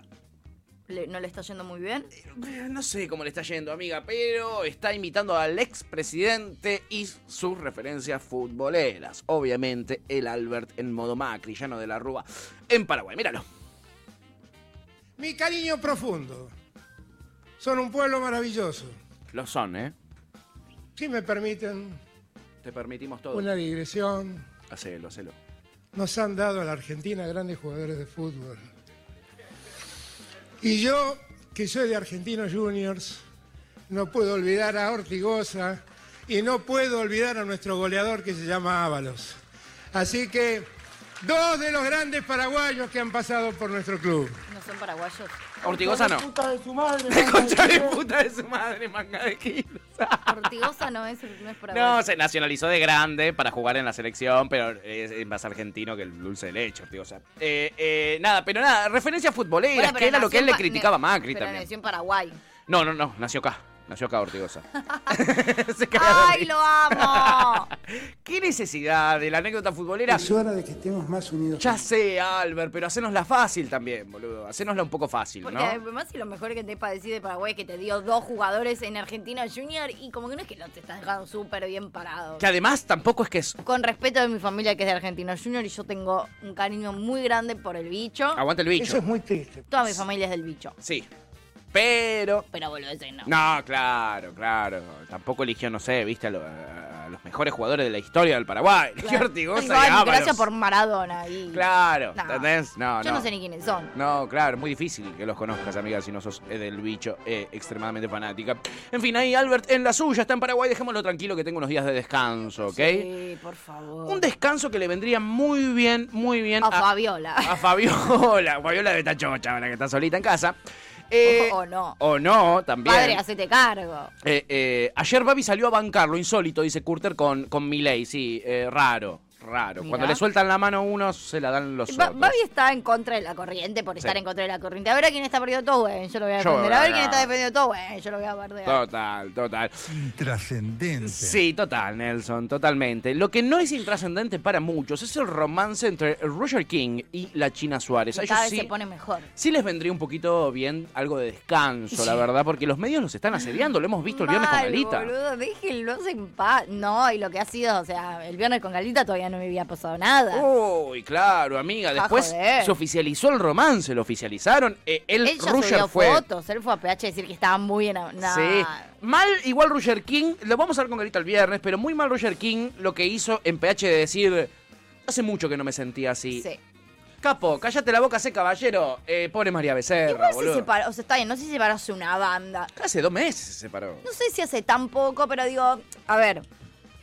[SPEAKER 4] Le- ¿No le está yendo muy bien?
[SPEAKER 2] Eh, No sé cómo le está yendo, amiga, pero está imitando al expresidente y sus referencias futboleras. Obviamente, el Albert en modo Macri, llano de la Rúa, en Paraguay. Míralo.
[SPEAKER 17] Mi cariño profundo. Son un pueblo maravilloso.
[SPEAKER 2] Lo son, ¿eh?
[SPEAKER 17] Si me permiten
[SPEAKER 2] Te permitimos todo.
[SPEAKER 17] una digresión,
[SPEAKER 2] Hacelo, hacelo.
[SPEAKER 17] nos han dado a la Argentina grandes jugadores de fútbol. Y yo, que soy de Argentinos Juniors, no puedo olvidar a Ortigosa y no puedo olvidar a nuestro goleador que se llama Ábalos. Así que dos de los grandes paraguayos que han pasado por nuestro club.
[SPEAKER 4] ¿No son paraguayos?
[SPEAKER 2] Ortigosa no.
[SPEAKER 4] Puta de su madre.
[SPEAKER 2] Concha de puta de su madre, manga de kilos.
[SPEAKER 4] Ortigosa no es, no es paraguayo.
[SPEAKER 2] No, se nacionalizó de grande para jugar en la selección, pero es es más argentino que el dulce de leche, tío. O sea, eh, eh, nada, pero nada, referencias futboleras,
[SPEAKER 4] Bueno, pero
[SPEAKER 2] que era lo
[SPEAKER 4] nació
[SPEAKER 2] que él
[SPEAKER 4] en
[SPEAKER 2] le
[SPEAKER 4] Pa-
[SPEAKER 2] criticaba a
[SPEAKER 4] ne-
[SPEAKER 2] Macri
[SPEAKER 4] pero
[SPEAKER 2] también.
[SPEAKER 4] nació en Paraguay.
[SPEAKER 2] No, no, no, nació acá. Nació acá Ortigosa.
[SPEAKER 4] ¡Ay, lo amo!
[SPEAKER 2] ¿Qué necesidad de la anécdota futbolera?
[SPEAKER 17] Es hora de que estemos más unidos.
[SPEAKER 2] Ya sé, Albert, pero hacenosla fácil también, boludo. Hacenosla un poco fácil,
[SPEAKER 4] Porque
[SPEAKER 2] ¿no?
[SPEAKER 4] además si lo mejor que te padecí de Paraguay es que te dio dos jugadores en Argentina Junior y como que no es que lo te estás dejando súper bien parado.
[SPEAKER 2] Que además tampoco es que es.
[SPEAKER 4] Con respeto de mi familia que es de Argentino Junior y yo tengo un cariño muy grande por el bicho.
[SPEAKER 2] Aguanta el bicho. Eso es
[SPEAKER 17] muy triste.
[SPEAKER 4] Toda mi familia es del bicho.
[SPEAKER 2] Sí. Pero.
[SPEAKER 4] Pero boludeces no.
[SPEAKER 2] No, claro, claro. Tampoco eligió, no sé, viste, a, lo- a- a los mejores jugadores de la historia del Paraguay. Eligió a
[SPEAKER 4] Claro.
[SPEAKER 2] Ortigosa
[SPEAKER 4] Igual,
[SPEAKER 2] y Ábalos.
[SPEAKER 4] gracias por Maradona y...
[SPEAKER 2] Claro,
[SPEAKER 4] No.
[SPEAKER 2] ¿entendés? No,
[SPEAKER 4] Yo
[SPEAKER 2] no.
[SPEAKER 4] no sé ni quiénes son.
[SPEAKER 2] No, claro, muy difícil que los conozcas, amiga, si no sos eh, del bicho eh, extremadamente fanática. En fin, ahí Albert en la suya, está en Paraguay, dejémoslo tranquilo que tengo unos días de descanso, ¿ok?
[SPEAKER 4] Sí, Eh, por favor.
[SPEAKER 2] Un descanso que le vendría muy bien, muy bien
[SPEAKER 4] A Fabiola.
[SPEAKER 2] A Fabiola, Fabiola de Tachocha, la que está solita en casa. Eh,
[SPEAKER 4] o, o no.
[SPEAKER 2] O no, también.
[SPEAKER 4] Padre, hacete cargo.
[SPEAKER 2] Eh, eh, ayer Babi salió a bancarlo, insólito, dice Curter, con, con Milei, sí, eh, raro, raro.
[SPEAKER 4] Mirá.
[SPEAKER 2] Cuando le sueltan la mano a uno, se la dan los
[SPEAKER 4] Ba-
[SPEAKER 2] otros.
[SPEAKER 4] Babi está en contra de la corriente por
[SPEAKER 2] Sí.
[SPEAKER 4] estar en contra de la corriente. A ver a quién está perdiendo todo, güey. Yo lo voy a
[SPEAKER 2] Yo
[SPEAKER 4] defender.
[SPEAKER 2] voy a
[SPEAKER 4] a ver quién
[SPEAKER 2] ganar.
[SPEAKER 4] está defendiendo todo, güey. Yo lo voy a perder.
[SPEAKER 2] Total, total.
[SPEAKER 18] Intrascendente.
[SPEAKER 2] Sí, total, Nelson, totalmente. Lo que no es intrascendente para muchos es el romance entre Roger King y la China Suárez. A
[SPEAKER 4] Y
[SPEAKER 2] ellos
[SPEAKER 4] cada vez se
[SPEAKER 2] sí,
[SPEAKER 4] pone mejor.
[SPEAKER 2] sí les vendría un poquito bien algo de descanso, la
[SPEAKER 4] Sí.
[SPEAKER 2] verdad, porque los medios los están asediando. Lo hemos visto el viernes con
[SPEAKER 4] Mal,
[SPEAKER 2] Alita.
[SPEAKER 4] boludo, déjenlos en paz. No, y lo que ha sido, o sea, el viernes con Galita todavía no me había pasado nada.
[SPEAKER 2] Oh, Uy, claro, amiga.
[SPEAKER 4] Ah,
[SPEAKER 2] Después
[SPEAKER 4] joder.
[SPEAKER 2] se oficializó el romance, lo oficializaron. Eh, él,
[SPEAKER 4] Él ya
[SPEAKER 2] Roger
[SPEAKER 4] subió
[SPEAKER 2] fue.
[SPEAKER 4] fotos, él fue a PH a decir que estaba muy enamorado.
[SPEAKER 2] Sí. Mal igual Roger King, lo vamos a ver con Carita el viernes, pero muy mal Roger King lo que hizo en PH de decir, hace mucho que no me sentía así.
[SPEAKER 4] Sí.
[SPEAKER 2] Capo, cállate la boca, sé caballero. Eh, pobre María Becerra,
[SPEAKER 4] Se
[SPEAKER 2] boludo.
[SPEAKER 4] separó, o sea, está bien, no sé si separarse una banda.
[SPEAKER 2] Hace dos meses se separó.
[SPEAKER 4] No sé si hace tan poco, pero digo, a ver,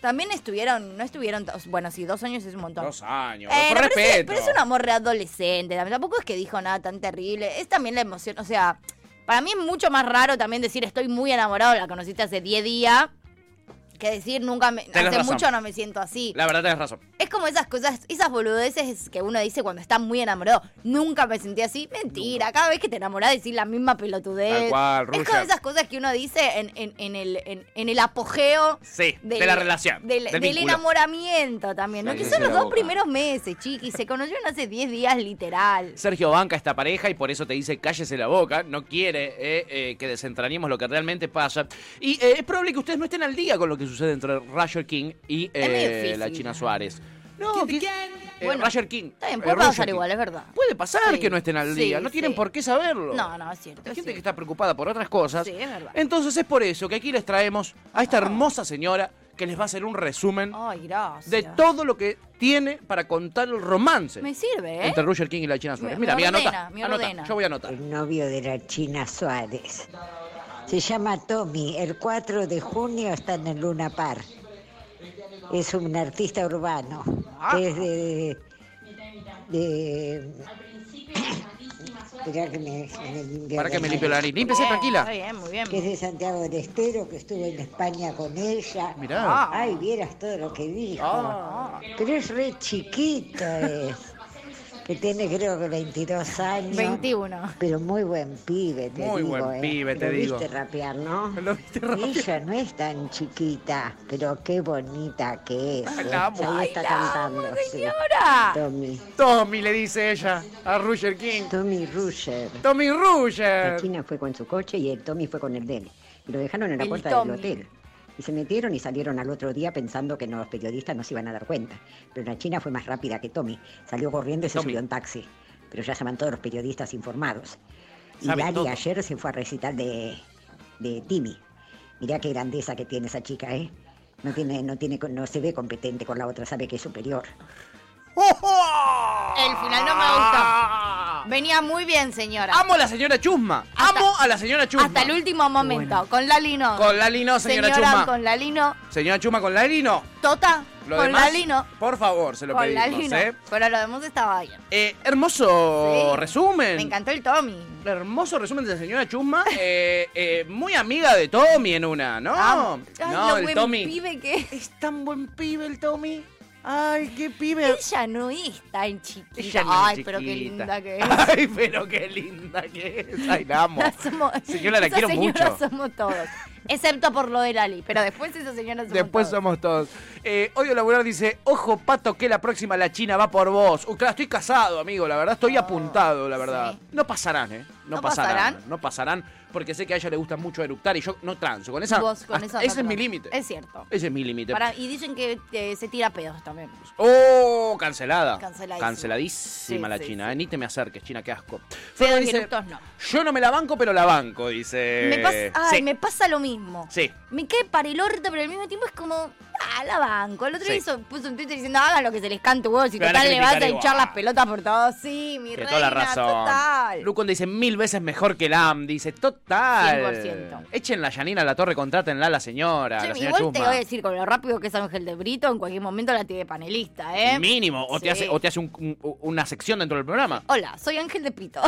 [SPEAKER 4] también estuvieron, no estuvieron, to- bueno, sí, dos años es un montón.
[SPEAKER 2] Dos años,
[SPEAKER 4] Eh,
[SPEAKER 2] por
[SPEAKER 4] pero, es,
[SPEAKER 2] respeto.
[SPEAKER 4] pero es un amor readolescente, también, tampoco es que dijo nada tan terrible, es también la emoción, o sea, para mí es mucho más raro también decir estoy muy enamorado, la conociste hace 10 días, que decir nunca me, hace
[SPEAKER 2] Tenés razón.
[SPEAKER 4] mucho no me siento así.
[SPEAKER 2] La verdad tenés razón.
[SPEAKER 4] Es como esas cosas, esas boludeces que uno dice cuando está muy enamorado. Nunca me sentí así. Mentira, cada vez que te enamorás decís la misma pelotudez.
[SPEAKER 2] Tal cual,
[SPEAKER 4] es
[SPEAKER 2] Rusia.
[SPEAKER 4] como esas cosas que uno dice en, en- en el, en, en el apogeo.
[SPEAKER 2] Sí, de la relación,
[SPEAKER 4] Del,
[SPEAKER 2] del
[SPEAKER 4] del
[SPEAKER 2] vínculo.
[SPEAKER 4] enamoramiento también, ¿no?
[SPEAKER 2] Sí,
[SPEAKER 4] que
[SPEAKER 2] sí,
[SPEAKER 4] son los
[SPEAKER 2] la
[SPEAKER 4] dos
[SPEAKER 2] boca.
[SPEAKER 4] primeros meses, chiqui. Se conocieron hace 10 días, literal.
[SPEAKER 2] Sergio banca esta pareja y por eso te dice cállese la boca, no quiere eh, eh, que desentrañemos lo que realmente pasa. Y eh, es probable que ustedes no estén al día con lo que sucede entre Roger King y
[SPEAKER 4] Es medio
[SPEAKER 2] eh,
[SPEAKER 4] difícil.
[SPEAKER 2] la China Suárez. No, que, eh,
[SPEAKER 4] Bueno,
[SPEAKER 2] Roger King.
[SPEAKER 4] Está bien,
[SPEAKER 2] eh,
[SPEAKER 4] puede
[SPEAKER 2] Roger
[SPEAKER 4] pasar
[SPEAKER 2] King.
[SPEAKER 4] igual, es verdad.
[SPEAKER 2] Puede pasar
[SPEAKER 4] Sí,
[SPEAKER 2] que no estén al
[SPEAKER 4] sí,
[SPEAKER 2] día, no tienen
[SPEAKER 4] sí.
[SPEAKER 2] por qué saberlo.
[SPEAKER 4] No, no, es cierto.
[SPEAKER 2] Hay
[SPEAKER 4] es
[SPEAKER 2] gente que
[SPEAKER 4] cierto.
[SPEAKER 2] está preocupada por otras cosas.
[SPEAKER 4] Sí, es verdad.
[SPEAKER 2] Entonces es por eso que aquí les traemos a esta hermosa señora que les va a hacer un resumen
[SPEAKER 4] Ay, gracias.
[SPEAKER 2] de todo lo que tiene para contar el romance
[SPEAKER 4] Me sirve, ¿eh?
[SPEAKER 2] entre Roger King y la China Suárez.
[SPEAKER 4] Me-
[SPEAKER 2] Mira,
[SPEAKER 4] me
[SPEAKER 2] mira,
[SPEAKER 4] ordena,
[SPEAKER 2] anota,
[SPEAKER 4] me
[SPEAKER 2] anota,
[SPEAKER 4] ordena.
[SPEAKER 2] yo voy a anotar.
[SPEAKER 19] El novio de la China Suárez. Se llama Tommy. El 4 de junio está en el Luna Par. Es un artista urbano. Es de. de- Esperá que me- me limpio
[SPEAKER 2] Para que me
[SPEAKER 19] nariz.
[SPEAKER 2] limpie la nariz. Límpiese, Bien, tranquila. está
[SPEAKER 4] bien, muy bien.
[SPEAKER 19] Que es de Santiago del Estero, que estuve en España con ella.
[SPEAKER 2] Mirá.
[SPEAKER 19] Ah. Ay, vieras todo lo que dijo.
[SPEAKER 2] Ah.
[SPEAKER 19] Pero es re chiquito, es. que tiene creo que 22 años.
[SPEAKER 4] 21.
[SPEAKER 19] Pero muy buen pibe, te
[SPEAKER 2] Muy
[SPEAKER 19] digo.
[SPEAKER 2] buen
[SPEAKER 19] eh.
[SPEAKER 2] pibe, te
[SPEAKER 19] Lo
[SPEAKER 2] digo.
[SPEAKER 19] viste rapear, ¿no? Ella no es tan chiquita, pero qué bonita que es. eh.
[SPEAKER 2] Ay, Ah, la amo.
[SPEAKER 19] Ahí
[SPEAKER 2] Ay,
[SPEAKER 19] está
[SPEAKER 2] la
[SPEAKER 19] cantando.
[SPEAKER 2] amo,
[SPEAKER 19] sí.
[SPEAKER 2] señora.
[SPEAKER 19] Tommy.
[SPEAKER 2] Tommy le dice ella a Roger King.
[SPEAKER 19] Tommy Rusher.
[SPEAKER 2] Tommy Ruger.
[SPEAKER 16] La
[SPEAKER 19] Eh,
[SPEAKER 16] China fue con su coche y el Tommy fue con el de él. Y lo dejaron en la
[SPEAKER 19] El
[SPEAKER 16] puerta
[SPEAKER 19] Tommy.
[SPEAKER 16] del hotel. Y se metieron y salieron al otro día pensando que no, los periodistas no se iban a dar cuenta. Pero la China fue más rápida que Tommy. Salió corriendo y se subió en taxi. Pero ya estaban todos los periodistas informados. Y
[SPEAKER 19] Saben
[SPEAKER 16] Lali
[SPEAKER 19] todo.
[SPEAKER 16] ayer se fue a recitar de, de Timmy. Mirá qué grandeza que tiene esa chica, ¿eh? No, tiene, no, tiene, no se ve competente con la otra, sabe que es superior.
[SPEAKER 2] ¡Oh,
[SPEAKER 4] El final no me gustó. Venía muy bien, señora.
[SPEAKER 2] Ah. Amo a la señora Chusma. Amo a la señora Chusma.
[SPEAKER 4] Hasta el último momento. Con Lalino.
[SPEAKER 2] Con Lali no, señora Chusma.
[SPEAKER 4] con Lalino.
[SPEAKER 2] Señora Chusma con Lali no.
[SPEAKER 4] Tota.
[SPEAKER 2] Lo
[SPEAKER 4] con
[SPEAKER 2] demás,
[SPEAKER 4] Lalino.
[SPEAKER 2] Por favor, se lo
[SPEAKER 4] Con
[SPEAKER 2] pedimos,
[SPEAKER 4] Lalino.
[SPEAKER 2] ¿eh?
[SPEAKER 4] Pero lo demás estaba bien.
[SPEAKER 2] Eh, hermoso
[SPEAKER 4] Sí.
[SPEAKER 2] resumen.
[SPEAKER 4] Me encantó el Tommy.
[SPEAKER 2] Hermoso resumen de la señora Chusma. eh, eh, muy amiga de Tommy en una, ¿no?
[SPEAKER 4] Amo. Ay,
[SPEAKER 2] no,
[SPEAKER 4] lo
[SPEAKER 2] el
[SPEAKER 4] buen
[SPEAKER 2] Tommy.
[SPEAKER 4] pibe que es.
[SPEAKER 2] tan buen pibe el Tommy. Ay, qué pibe.
[SPEAKER 4] Ella no es tan chiquita.
[SPEAKER 2] Ella no es
[SPEAKER 4] Ay, pero qué
[SPEAKER 2] chiquita.
[SPEAKER 4] linda que es.
[SPEAKER 2] Ay, pero qué linda que es. Ay, la amo.
[SPEAKER 4] Somos-
[SPEAKER 2] Señora, la
[SPEAKER 4] esa
[SPEAKER 2] quiero
[SPEAKER 4] señora
[SPEAKER 2] mucho.
[SPEAKER 4] somos todos. Excepto por lo de Lali. Pero después esa señora se
[SPEAKER 2] Después somos todos. Eh, Odio Laboral dice, ojo pato que la próxima la China va por vos. Uh, claro, estoy casado, amigo, la verdad, estoy apuntado, la verdad. No pasarán, ¿eh? No,
[SPEAKER 4] ¿No
[SPEAKER 2] pasarán,
[SPEAKER 4] pasarán?
[SPEAKER 2] No pasarán, porque sé que a ella le gusta mucho eructar y yo no transo. Con esa...
[SPEAKER 4] Vos con
[SPEAKER 2] hasta-
[SPEAKER 4] esa
[SPEAKER 2] ese es
[SPEAKER 4] no
[SPEAKER 2] mi
[SPEAKER 4] te-
[SPEAKER 2] límite.
[SPEAKER 4] Es cierto.
[SPEAKER 2] Ese es mi límite.
[SPEAKER 4] Para- y dicen que eh, se tira pedos también.
[SPEAKER 2] ¡Oh! Cancelada.
[SPEAKER 4] Canceladísima.
[SPEAKER 2] Canceladísima
[SPEAKER 4] Sí,
[SPEAKER 2] la
[SPEAKER 4] sí,
[SPEAKER 2] China. eh, Ni te me acerques, China, qué asco. Fede
[SPEAKER 4] Pedos y
[SPEAKER 2] dice,
[SPEAKER 4] eructos no.
[SPEAKER 2] yo no me la banco, pero la banco, dice.
[SPEAKER 4] me, pasa, ay,
[SPEAKER 2] Eh, sí,
[SPEAKER 4] me pasa lo mismo.
[SPEAKER 2] sí.
[SPEAKER 4] Me quedé para el orto, pero al mismo tiempo es como, ah, la banco. El otro
[SPEAKER 2] Sí.
[SPEAKER 4] día hizo- puso un Twitter diciendo, hagan lo que se les cante huevos y
[SPEAKER 2] Pero la
[SPEAKER 4] total le vas a
[SPEAKER 2] criticar
[SPEAKER 4] echar
[SPEAKER 2] igual.
[SPEAKER 4] las pelotas por todo. Sí, mi
[SPEAKER 2] Tiene
[SPEAKER 4] reina,
[SPEAKER 2] toda la razón.
[SPEAKER 4] total.
[SPEAKER 2] Lucon dice mil veces mejor que Lam. Dice, total.
[SPEAKER 4] 100%.
[SPEAKER 2] Echen la Yanina a la torre, contrátenla a la señora. a
[SPEAKER 4] Che,
[SPEAKER 2] la señora
[SPEAKER 4] igual te
[SPEAKER 2] Chusma.
[SPEAKER 4] voy a decir, con lo rápido que es Ángel de Brito, en cualquier momento la tiene panelista, ¿eh?
[SPEAKER 2] Mínimo. O te
[SPEAKER 4] Sí.
[SPEAKER 2] hace, o te hace un- un- una sección dentro del programa.
[SPEAKER 4] Hola, soy Ángel de Brito.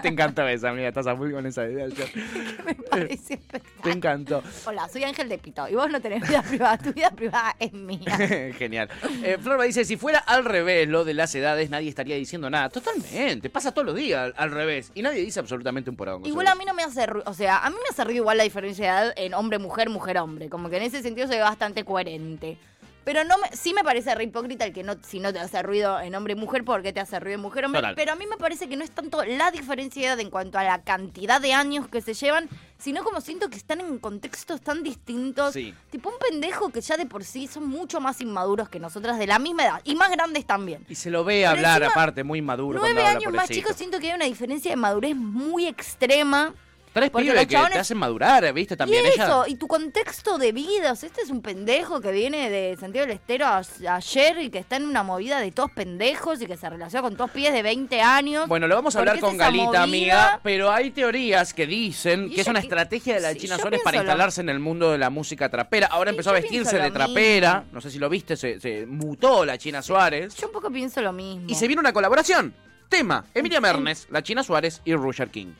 [SPEAKER 2] te encantó esa, amiga. Estás a full con esa idea. yo.
[SPEAKER 4] Me parece espectacular.
[SPEAKER 2] Te encantó.
[SPEAKER 4] Hola, soy Ángel de Pito y vos no tenés vida privada, tu vida privada es mía.
[SPEAKER 2] Genial. Eh, Florba dice, si fuera al revés lo de las edades, nadie estaría diciendo nada. Totalmente. Pasa todos los días al, al revés. Y nadie dice absolutamente un porongo.
[SPEAKER 4] Igual a mí no me hace ruido, o sea, a mí me hace ruido igual la diferencia de edad en hombre-mujer, mujer-hombre, como que en ese sentido soy bastante coherente. Pero no me, sí me parece re hipócrita el que no, si no te hace ruido en hombre-mujer, porque te hace ruido en mujer-hombre.
[SPEAKER 2] Total.
[SPEAKER 4] Pero a mí me parece que no es tanto la diferencia de edad en cuanto a la cantidad de años que se llevan, sino como siento que están en contextos tan distintos.
[SPEAKER 2] Sí.
[SPEAKER 4] Tipo un pendejo que ya de por sí son mucho más inmaduros que nosotras de la misma edad y más grandes también.
[SPEAKER 2] Y se lo ve
[SPEAKER 4] Pero
[SPEAKER 2] hablar
[SPEAKER 4] encima,
[SPEAKER 2] aparte, muy maduro.
[SPEAKER 4] Nueve
[SPEAKER 2] cuando habla,
[SPEAKER 4] años más
[SPEAKER 2] pobrecito.
[SPEAKER 4] chicos, siento que hay una diferencia de madurez muy extrema.
[SPEAKER 2] Tres
[SPEAKER 4] porque
[SPEAKER 2] pibes
[SPEAKER 4] los
[SPEAKER 2] que
[SPEAKER 4] chabones-
[SPEAKER 2] te hacen madurar, ¿viste? También
[SPEAKER 4] y
[SPEAKER 2] ella.
[SPEAKER 4] eso, y tu contexto de vida, o sea, este es un pendejo que viene de Santiago del Estero a- ayer y que está en una movida de todos pendejos y que se relaciona con todos pies de 20 años.
[SPEAKER 2] Bueno, lo vamos a
[SPEAKER 4] ¿Por qué
[SPEAKER 2] hablar
[SPEAKER 4] es
[SPEAKER 2] con
[SPEAKER 4] esa
[SPEAKER 2] Galita,
[SPEAKER 4] movida?
[SPEAKER 2] amiga, pero hay teorías que dicen
[SPEAKER 4] Y
[SPEAKER 2] que es
[SPEAKER 4] yo
[SPEAKER 2] una
[SPEAKER 4] pi-
[SPEAKER 2] estrategia de la
[SPEAKER 4] sí,
[SPEAKER 2] China
[SPEAKER 4] yo
[SPEAKER 2] Suárez
[SPEAKER 4] pienso
[SPEAKER 2] para
[SPEAKER 4] lo-
[SPEAKER 2] instalarse en el mundo de la música trapera. Ahora empezó
[SPEAKER 4] yo
[SPEAKER 2] a
[SPEAKER 4] pienso
[SPEAKER 2] vestirse
[SPEAKER 4] lo
[SPEAKER 2] de
[SPEAKER 4] mismo.
[SPEAKER 2] trapera, no sé si lo viste, se, se mutó la China Suárez.
[SPEAKER 4] Yo un poco pienso lo mismo.
[SPEAKER 2] Y se viene una colaboración. Tema, Emilia Mernes, la China Suárez y Roger King.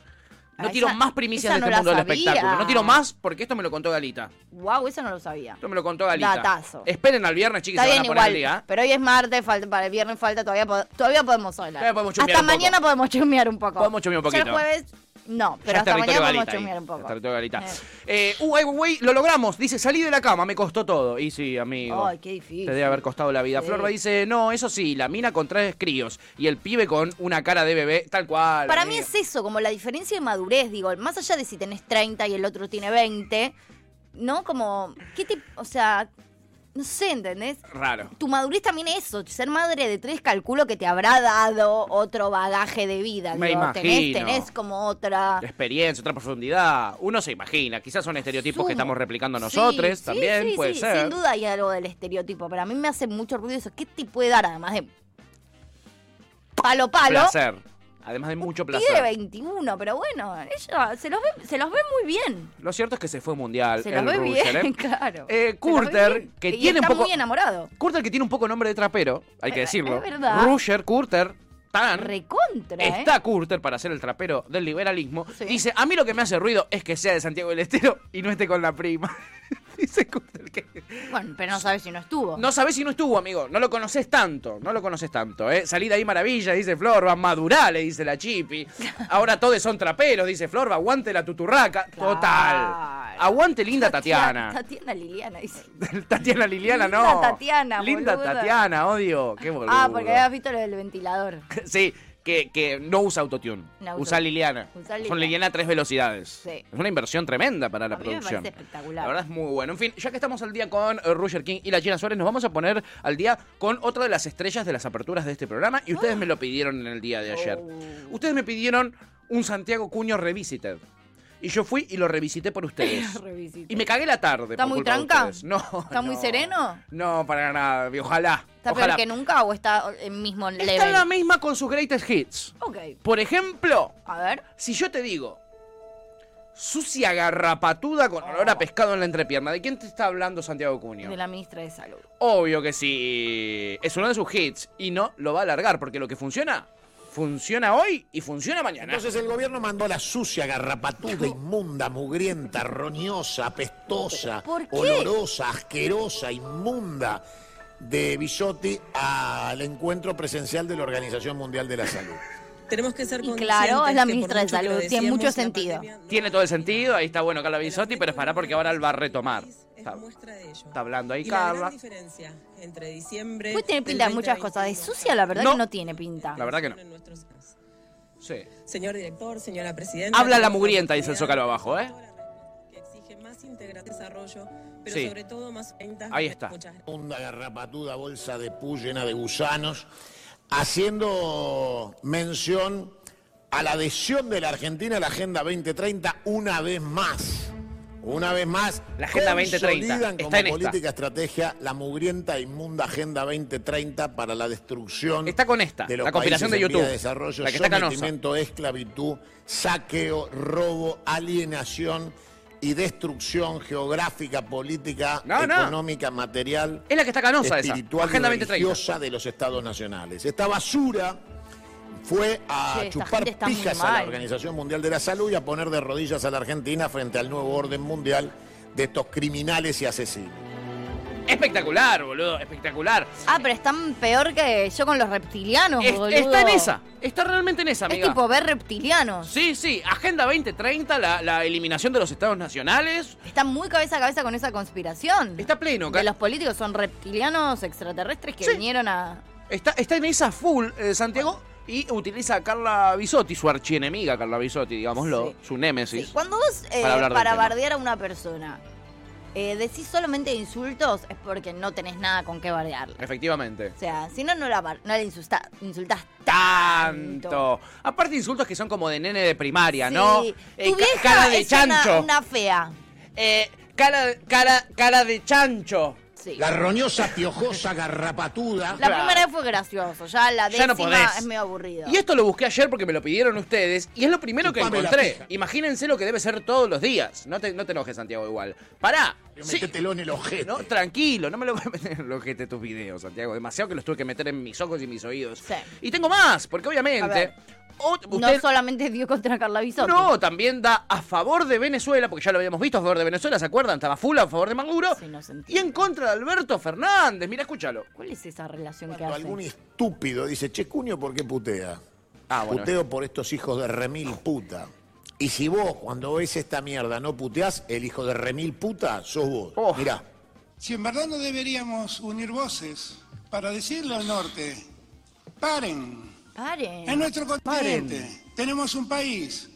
[SPEAKER 2] No
[SPEAKER 4] Ah,
[SPEAKER 2] tiro
[SPEAKER 4] esa-
[SPEAKER 2] más
[SPEAKER 4] esa
[SPEAKER 2] primicias
[SPEAKER 4] no
[SPEAKER 2] de este
[SPEAKER 4] la
[SPEAKER 2] mundo del
[SPEAKER 4] sabía.
[SPEAKER 2] espectáculo. No tiro más porque esto me lo contó Galita.
[SPEAKER 4] Wow, eso no lo sabía.
[SPEAKER 2] Esto me lo contó Galita.
[SPEAKER 4] Datazo.
[SPEAKER 2] Esperen al viernes, chicas,
[SPEAKER 4] Está
[SPEAKER 2] se van a
[SPEAKER 4] bien
[SPEAKER 2] poner
[SPEAKER 4] igual,
[SPEAKER 2] al día.
[SPEAKER 4] pero hoy es martes, falta, para el viernes falta, todavía, pod- todavía podemos hablar.
[SPEAKER 2] Todavía podemos chusmear
[SPEAKER 4] hasta
[SPEAKER 2] un poco.
[SPEAKER 4] mañana podemos chumear un poco.
[SPEAKER 2] Podemos chusmear un
[SPEAKER 4] Ya el
[SPEAKER 2] poquito.
[SPEAKER 4] jueves, no, pero
[SPEAKER 2] Ya es
[SPEAKER 4] hasta mañana
[SPEAKER 2] territorio
[SPEAKER 4] podemos
[SPEAKER 2] Galita ahí,
[SPEAKER 4] chumear un
[SPEAKER 2] ya es
[SPEAKER 4] poco.
[SPEAKER 2] territorio Galita. Eh, uh, ay, güey, lo logramos. Dice, salí de la cama, me costó todo. Y sí, amigo.
[SPEAKER 4] Ay, qué difícil.
[SPEAKER 2] Te debe haber costado la vida.
[SPEAKER 4] Sí.
[SPEAKER 2] Florba dice, no, eso sí, la mina con tres críos y el pibe con una cara de bebé, tal cual.
[SPEAKER 4] Para mí
[SPEAKER 2] amiga.
[SPEAKER 4] es eso, como la diferencia de madurez, digo, más allá de si tenés 30 y el otro tiene 20, ¿no? Como, ¿qué te, o sea, no sé, ¿entendés?
[SPEAKER 2] Raro.
[SPEAKER 4] Tu madurez también es eso, ser madre de tres calculo que te habrá dado otro bagaje de vida,
[SPEAKER 2] Me
[SPEAKER 4] digo, tenés,
[SPEAKER 2] imagino.
[SPEAKER 4] tenés como otra...
[SPEAKER 2] Experiencia, otra profundidad. Uno se imagina. Quizás son estereotipos
[SPEAKER 4] Sumo.
[SPEAKER 2] que estamos replicando
[SPEAKER 4] Sí,
[SPEAKER 2] nosotros.
[SPEAKER 4] sí,
[SPEAKER 2] también
[SPEAKER 4] sí,
[SPEAKER 2] puede
[SPEAKER 4] sí,
[SPEAKER 2] ser.
[SPEAKER 4] Sin duda hay algo del estereotipo, pero a mí me hace mucho ruido eso. ¿Qué te puede dar además de palo palo?
[SPEAKER 2] Placer. Además de mucho
[SPEAKER 4] Tiene
[SPEAKER 2] placer.
[SPEAKER 4] 21, pero bueno, ella se los ve, se los ve muy bien.
[SPEAKER 2] Lo cierto es que se fue mundial.
[SPEAKER 4] Se
[SPEAKER 2] el
[SPEAKER 4] los ve
[SPEAKER 2] Ruger,
[SPEAKER 4] bien,
[SPEAKER 2] ¿eh?
[SPEAKER 4] claro.
[SPEAKER 2] Eh,
[SPEAKER 4] Se los ve
[SPEAKER 2] Curter,
[SPEAKER 4] bien.
[SPEAKER 2] que
[SPEAKER 4] Y
[SPEAKER 2] tiene un
[SPEAKER 4] está
[SPEAKER 2] poco-
[SPEAKER 4] muy enamorado.
[SPEAKER 2] Curter que tiene un poco nombre de trapero, hay que decirlo.
[SPEAKER 4] es verdad.
[SPEAKER 2] Ruger, Curter, Tan.
[SPEAKER 4] Recontra, ¿eh?
[SPEAKER 2] Está Curter para ser el trapero del liberalismo. Dice, a mí lo que me hace ruido es que sea de Santiago del Estero y no esté con la prima.
[SPEAKER 4] Bueno, pero no sabes si no estuvo.
[SPEAKER 2] No sabés si no estuvo, amigo. No lo conoces tanto. No lo conoces tanto, ¿eh? Salí de ahí maravilla, dice Flor. Va madurar, le dice la chipi. Ahora todos son traperos, dice Flor. va, Aguante la tuturraca. Total. Aguante linda Tatiana.
[SPEAKER 4] Tatiana Liliana dice.
[SPEAKER 2] Tatiana Liliana,
[SPEAKER 4] Linda
[SPEAKER 2] no.
[SPEAKER 4] Tatiana,
[SPEAKER 2] Linda
[SPEAKER 4] boluda.
[SPEAKER 2] Tatiana, odio. Qué boludo.
[SPEAKER 4] Ah, porque habías visto lo del ventilador.
[SPEAKER 2] Sí, que, que no usa autotune.
[SPEAKER 4] No usa-
[SPEAKER 2] usa Liliana.
[SPEAKER 4] usa Liliana.
[SPEAKER 2] Son Liliana a tres velocidades.
[SPEAKER 4] Sí.
[SPEAKER 2] Es una inversión tremenda para la
[SPEAKER 4] A mí me
[SPEAKER 2] producción.
[SPEAKER 4] parece espectacular.
[SPEAKER 2] La verdad es muy bueno. En fin, ya que estamos al día con eh, Roger King y la Gina Suárez, nos vamos a poner al día con otra de las estrellas de las aperturas de este programa. Y ustedes me lo pidieron en el día de ayer.
[SPEAKER 4] Oh.
[SPEAKER 2] Ustedes me pidieron un Santiago Cuño Revisited. Y yo fui y lo revisité por ustedes.
[SPEAKER 4] Revisita.
[SPEAKER 2] y me cagué la tarde.
[SPEAKER 4] ¿Está
[SPEAKER 2] por
[SPEAKER 4] muy
[SPEAKER 2] culpa de
[SPEAKER 4] tranca?
[SPEAKER 2] ustedes. No,
[SPEAKER 4] ¿Está muy sereno?
[SPEAKER 2] no, para nada. Ojalá.
[SPEAKER 4] ¿Está
[SPEAKER 2] ojalá.
[SPEAKER 4] peor que nunca o está en mismo level?
[SPEAKER 2] Está en la misma con sus greatest hits.
[SPEAKER 4] Ok.
[SPEAKER 2] Por ejemplo,
[SPEAKER 4] A ver.
[SPEAKER 2] si yo te digo sucia garrapatuda con olor a pescado en la entrepierna, ¿de quién te está hablando Santiago Cuño?
[SPEAKER 4] Oh. De la ministra de Salud.
[SPEAKER 2] Obvio que sí. Es uno de sus hits y no lo va a alargar porque lo que funciona, funciona hoy y funciona mañana.
[SPEAKER 16] Entonces el gobierno mandó a la sucia, garrapatuda, inmunda, mugrienta, roñosa, apestosa,
[SPEAKER 4] ¿Por qué?
[SPEAKER 16] olorosa, asquerosa, inmunda de Bisotti al encuentro presencial de la Organización Mundial de la Salud.
[SPEAKER 20] Tenemos que ser
[SPEAKER 4] Y claro, es la ministra de Salud, tiene mucho
[SPEAKER 20] sentido.
[SPEAKER 4] sentido.
[SPEAKER 2] Tiene todo el sentido, ahí está bueno Carla Bisotti, pero es pará porque ahora él va a retomar. Está, está hablando ahí
[SPEAKER 20] Y la gran
[SPEAKER 2] Carla.
[SPEAKER 20] diferencia entre diciembre.
[SPEAKER 4] Puede tener
[SPEAKER 20] del
[SPEAKER 4] pinta de muchas
[SPEAKER 20] 2020.
[SPEAKER 4] cosas. De sucia, la verdad que no tiene pinta.
[SPEAKER 2] La verdad que no. Sí.
[SPEAKER 20] Señor director, señora presidenta.
[SPEAKER 2] Habla la mugrienta, dice el Zócalo abajo, ¿eh?
[SPEAKER 20] Más integral desarrollo, pero
[SPEAKER 16] Sí.
[SPEAKER 20] sobre todo más ventas.
[SPEAKER 16] Ahí está.
[SPEAKER 20] Muchas
[SPEAKER 16] Una garrapatuda bolsa de pu llena de gusanos, haciendo mención a la adhesión de la Argentina a la Agenda 2030 una vez más. Una vez más,
[SPEAKER 2] La Agenda 2030
[SPEAKER 16] consolidan
[SPEAKER 2] está
[SPEAKER 16] como
[SPEAKER 2] en esta.
[SPEAKER 16] política estrategia la mugrienta e inmunda Agenda 2030 para la destrucción
[SPEAKER 2] Está con esta,
[SPEAKER 16] de los
[SPEAKER 2] la compilación
[SPEAKER 16] países
[SPEAKER 2] de
[SPEAKER 16] en vía
[SPEAKER 2] YouTube,
[SPEAKER 16] desarrollo,
[SPEAKER 2] la que está canosa.
[SPEAKER 16] sometimiento, esclavitud, saqueo, robo, alienación y destrucción geográfica, política,
[SPEAKER 2] No, no.
[SPEAKER 16] económica, material,
[SPEAKER 2] Es la que está canosa esa,
[SPEAKER 16] espiritual
[SPEAKER 2] Agenda
[SPEAKER 16] y
[SPEAKER 2] 2030.
[SPEAKER 16] religiosa de los estados nacionales. Esta basura fue a
[SPEAKER 2] Che, esta
[SPEAKER 16] chupar
[SPEAKER 2] gente está muy
[SPEAKER 16] pijas a la
[SPEAKER 2] mal.
[SPEAKER 16] Organización Mundial de la Salud y a poner de rodillas a la Argentina frente al nuevo orden mundial de estos criminales y asesinos.
[SPEAKER 2] Espectacular, boludo, espectacular.
[SPEAKER 4] Ah, pero están peor que yo con los reptilianos,
[SPEAKER 2] Es-
[SPEAKER 4] boludo.
[SPEAKER 2] está en esa, está realmente en esa, amiga.
[SPEAKER 4] Es tipo ver reptilianos.
[SPEAKER 2] Sí, sí, Agenda 2030, la, la eliminación de los estados nacionales.
[SPEAKER 4] Está muy cabeza a cabeza con esa conspiración. Está
[SPEAKER 2] pleno.
[SPEAKER 4] Que los políticos son reptilianos extraterrestres que vinieron a...
[SPEAKER 2] Está, está en esa full, eh, Santiago, y utiliza a Carla Bisotti, su archienemiga Carla Bisotti, digámoslo, su némesis.
[SPEAKER 4] Cuando vos, eh,
[SPEAKER 2] Para hablar
[SPEAKER 4] para,
[SPEAKER 2] del tema.
[SPEAKER 4] bardear a una persona, eh, decís solamente insultos, es porque no tenés nada con qué bardearla.
[SPEAKER 2] Efectivamente.
[SPEAKER 4] O sea, si no, no la, bar- no la insultás, insultás
[SPEAKER 2] Tanto. Aparte, insultos que son como de nene de primaria, ¿no?
[SPEAKER 4] Sí.
[SPEAKER 2] Eh,
[SPEAKER 4] tu
[SPEAKER 2] ca-
[SPEAKER 4] vieja
[SPEAKER 2] cara de
[SPEAKER 4] es una-
[SPEAKER 2] chancho. Eh,
[SPEAKER 4] Una, fea.
[SPEAKER 2] cara, cara, cara de chancho.
[SPEAKER 4] Sí.
[SPEAKER 16] La roñosa, piojosa, garrapatuda.
[SPEAKER 4] La primera vez fue gracioso, ya la décima
[SPEAKER 2] Ya no podés.
[SPEAKER 4] es medio aburrido.
[SPEAKER 2] Y esto lo busqué ayer porque me lo pidieron ustedes y es lo primero que
[SPEAKER 16] Chupame la
[SPEAKER 2] encontré.
[SPEAKER 16] pija.
[SPEAKER 2] Imagínense lo que debe ser todos los días. No te, no te enojes, Santiago, igual. Pará.
[SPEAKER 16] Métetelo en el ojete.
[SPEAKER 17] este.
[SPEAKER 2] No, tranquilo, no me lo voy a meter en el ojete tus videos, Santiago. Demasiado que los tuve que meter en mis ojos y mis oídos. Y tengo más,
[SPEAKER 4] A
[SPEAKER 2] porque obviamente...
[SPEAKER 4] ver.
[SPEAKER 2] ot-
[SPEAKER 4] No
[SPEAKER 2] usted-
[SPEAKER 4] solamente dio contra Carla Bisotti.
[SPEAKER 2] No, también da a favor de Venezuela, porque ya lo habíamos visto a favor de Venezuela, ¿se acuerdan? Estaba full a favor de Maduro. y en contra de Alberto Fernández. Mira, escúchalo.
[SPEAKER 4] ¿Cuál es esa relación que
[SPEAKER 16] Cuando
[SPEAKER 4] hace?
[SPEAKER 16] algún estúpido dice, che, Cuño, ¿por qué putea?
[SPEAKER 2] Ah, bueno.
[SPEAKER 16] Puteo por estos hijos de remil puta. Y si vos, cuando ves esta mierda, no puteás, el hijo de remil puta sos vos. Mirá.
[SPEAKER 17] Si en verdad no deberíamos unir voces para decirle al norte, paren,
[SPEAKER 4] Paren.
[SPEAKER 17] en nuestro continente tenemos un país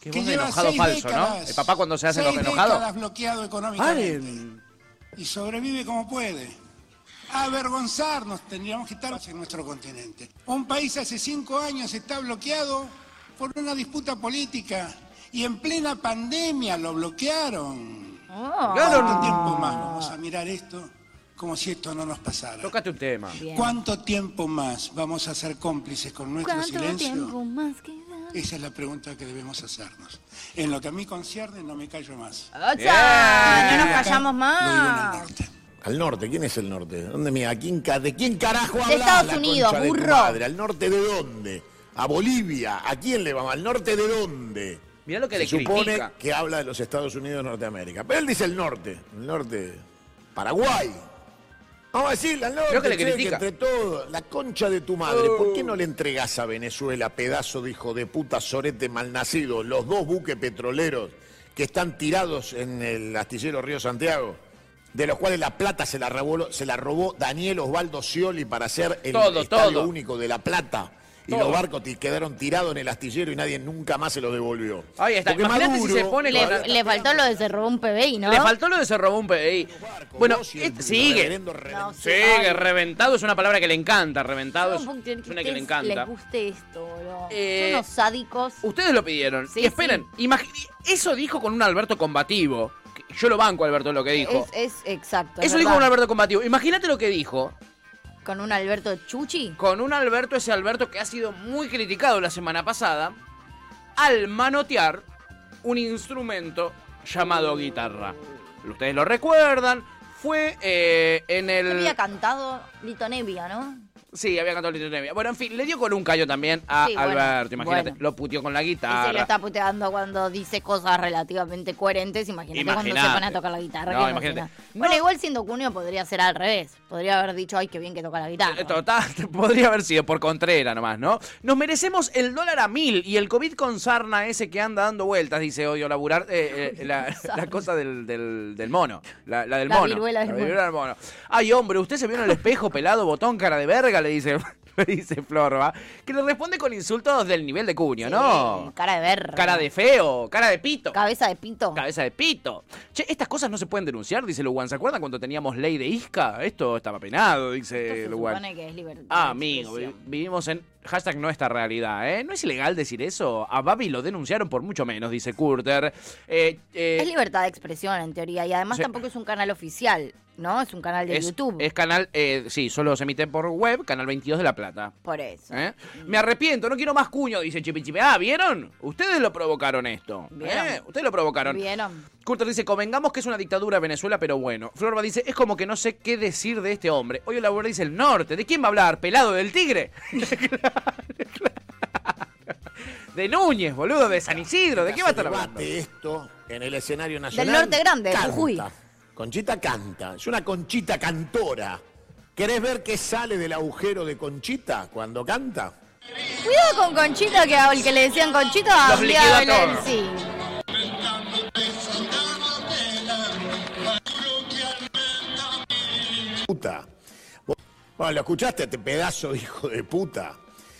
[SPEAKER 2] Qué
[SPEAKER 17] que
[SPEAKER 2] voz de
[SPEAKER 17] lleva
[SPEAKER 2] enojado
[SPEAKER 17] seis
[SPEAKER 2] falso, ¿no?
[SPEAKER 17] décadas,
[SPEAKER 2] El papá cuando se hace
[SPEAKER 17] seis
[SPEAKER 2] enoja- enojado.
[SPEAKER 17] décadas bloqueado económicamente
[SPEAKER 2] Paren.
[SPEAKER 17] y sobrevive como puede. Avergonzarnos tendríamos que estar en nuestro continente. Un país hace cinco años está bloqueado por una disputa política y en plena pandemia lo bloquearon.
[SPEAKER 2] Ah.
[SPEAKER 17] ¿Cuánto tiempo más vamos a mirar esto como si esto no nos pasara?
[SPEAKER 2] Tócate un tema.
[SPEAKER 17] ¿Cuánto tiempo más vamos a ser cómplices con nuestro silencio?
[SPEAKER 4] más que
[SPEAKER 17] Esa es la pregunta que debemos hacernos. En lo que a mí concierne, no me callo más.
[SPEAKER 4] ¡Ocha! No nos callamos
[SPEAKER 17] No
[SPEAKER 4] más.
[SPEAKER 16] Al norte, ¿quién es el norte? ¿Dónde mira? ¿A quién ca- ¿De quién carajo
[SPEAKER 4] De
[SPEAKER 16] hablas?
[SPEAKER 4] Estados
[SPEAKER 16] la
[SPEAKER 4] Unidos,
[SPEAKER 16] concha de tu
[SPEAKER 4] burro.
[SPEAKER 16] madre? ¿Al norte de dónde? ¿A Bolivia? ¿A quién le vamos? ¿Al norte de dónde?
[SPEAKER 2] Mirá lo que
[SPEAKER 16] Se
[SPEAKER 2] le
[SPEAKER 16] supone
[SPEAKER 2] critica.
[SPEAKER 16] que habla de los Estados Unidos de Norteamérica. Pero él dice el norte. El norte. Paraguay. Vamos a decirle al norte.
[SPEAKER 2] Mirá que le
[SPEAKER 16] che,
[SPEAKER 2] critica.
[SPEAKER 16] entre todos. La concha de tu madre. ¿Por qué no le entregás a Venezuela, pedazo de hijo de puta, sorete malnacido, los dos buques petroleros que están tirados en el astillero Río Santiago? de los cuales la plata se la robó, se la robó Daniel Osvaldo Scioli para hacer el
[SPEAKER 2] Todo,
[SPEAKER 16] estadio
[SPEAKER 2] todo.
[SPEAKER 16] único de La Plata. Y
[SPEAKER 2] Todo.
[SPEAKER 16] los barcos ti- quedaron tirados en el astillero y nadie nunca más se los devolvió.
[SPEAKER 2] Ahí está.
[SPEAKER 16] Porque
[SPEAKER 2] Imagínate
[SPEAKER 16] Maduro-
[SPEAKER 2] si se pone con-
[SPEAKER 4] Le, le faltó lo de se robó un PBI, ¿no?
[SPEAKER 2] Le faltó lo de se robó un PDI. Bueno, et- sigue.
[SPEAKER 4] No, sí,
[SPEAKER 2] Sigue,
[SPEAKER 4] ay.
[SPEAKER 2] reventado es una palabra que le encanta. Reventado es
[SPEAKER 4] No puedo creer
[SPEAKER 2] es una que le
[SPEAKER 4] ustedes
[SPEAKER 2] encanta.
[SPEAKER 4] Les guste esto, boludo.
[SPEAKER 2] Eh,
[SPEAKER 4] Son unos sádicos.
[SPEAKER 2] Ustedes lo pidieron. y esperen, imagi- eso dijo con un Alberto combativo. que Yo lo banco, Alberto, lo que dijo.
[SPEAKER 4] Es, es exacto. es
[SPEAKER 2] eso dijo
[SPEAKER 4] verdad.
[SPEAKER 2] con un Alberto combativo. Imagínate lo que dijo.
[SPEAKER 4] ¿Con un Alberto Chuchi?
[SPEAKER 2] Con un Alberto, ese Alberto que ha sido muy criticado la semana pasada, al manotear un instrumento llamado guitarra. Ustedes lo recuerdan, fue eh, en
[SPEAKER 4] Había
[SPEAKER 2] el...
[SPEAKER 4] cantado Lito Nevia, ¿no?
[SPEAKER 2] Sí, había cantado Litotemia. Bueno, en fin, le dio con un callo también a
[SPEAKER 4] Sí, bueno,
[SPEAKER 2] Alberto, imagínate.
[SPEAKER 4] bueno.
[SPEAKER 2] Lo puteó con la
[SPEAKER 4] Y se lo
[SPEAKER 2] guitarra.
[SPEAKER 4] está puteando cuando dice cosas relativamente coherentes. Imagínate, cuando se
[SPEAKER 2] Imagínate.
[SPEAKER 4] pone a tocar la guitarra.
[SPEAKER 2] No,
[SPEAKER 4] que
[SPEAKER 2] imagínate.
[SPEAKER 4] fascina. Bueno, igual siendo Cuneo podría ser al revés. Podría haber dicho, ay, qué bien que toca la guitarra.
[SPEAKER 2] Eh, Total, podría haber sido por Contrera nomás, ¿no? Nos merecemos el dólar a mil y el COVID con sarna ese que anda dando vueltas, dice odio laburar, eh, eh, la, la cosa del, del- del mono, la, la del
[SPEAKER 4] La
[SPEAKER 2] mono.
[SPEAKER 4] viruela del mono.
[SPEAKER 2] del mono. Ay, hombre, usted se vio en el espejo pelado, botón, cara de verga, le dice, le dice Flor, ¿va? Que le responde con insultos del nivel de cuño, ¿no?
[SPEAKER 4] Eh, Cara de verga.
[SPEAKER 2] Cara de feo, cara de pito.
[SPEAKER 4] Cabeza de pito.
[SPEAKER 2] Cabeza de pito. Che, estas cosas no se pueden denunciar, dice Luwan. ¿Se acuerdan cuando teníamos ley de isca? Esto estaba penado, dice
[SPEAKER 4] Se
[SPEAKER 2] Luwan.
[SPEAKER 4] supone que es libertad.
[SPEAKER 2] eh, Ah, amigo, vi- vivimos en hashtag nuestra realidad, ¿eh? ¿No es ilegal decir eso? A Babi lo denunciaron por mucho menos, dice Curter. Eh, eh,
[SPEAKER 4] Es libertad de expresión, en teoría. Y además
[SPEAKER 2] Sí.
[SPEAKER 4] tampoco es un canal oficial, ¿no? Es un canal de
[SPEAKER 2] es-
[SPEAKER 4] YouTube.
[SPEAKER 2] Es canal, eh, sí, solo se emite por web, Canal 22 de La Plata.
[SPEAKER 4] Por eso.
[SPEAKER 2] ¿Eh? Me arrepiento, no quiero más cuño, dice Chipi Chipi. Ah, ¿vieron? Ustedes lo provocaron esto. ¿eh?
[SPEAKER 4] Vieron.
[SPEAKER 2] Ustedes lo provocaron.
[SPEAKER 4] ¿Vieron?
[SPEAKER 2] Curter dice, convengamos que es una dictadura Venezuela, pero bueno. Florba dice, es como que no sé qué decir de este hombre. Hoy labor dice, el norte, ¿de quién va a hablar? ¿Pelado del tigre? De Núñez, boludo, de San Isidro, ¿de qué va a estar hablando?
[SPEAKER 16] esto en el escenario nacional.
[SPEAKER 4] norte grande, de
[SPEAKER 16] canta.
[SPEAKER 4] Jujuy.
[SPEAKER 16] Conchita canta, es una conchita cantora. ¿Querés ver qué sale del agujero de Conchita cuando canta?
[SPEAKER 4] Cuidado con Conchito, que al que le decían Conchito, a
[SPEAKER 16] Los
[SPEAKER 4] un
[SPEAKER 16] liquidó
[SPEAKER 4] día
[SPEAKER 16] a
[SPEAKER 4] él- él
[SPEAKER 16] todos.
[SPEAKER 4] sí.
[SPEAKER 16] Puta. Vos- Bueno, lo escuchaste, este pedazo de hijo de puta.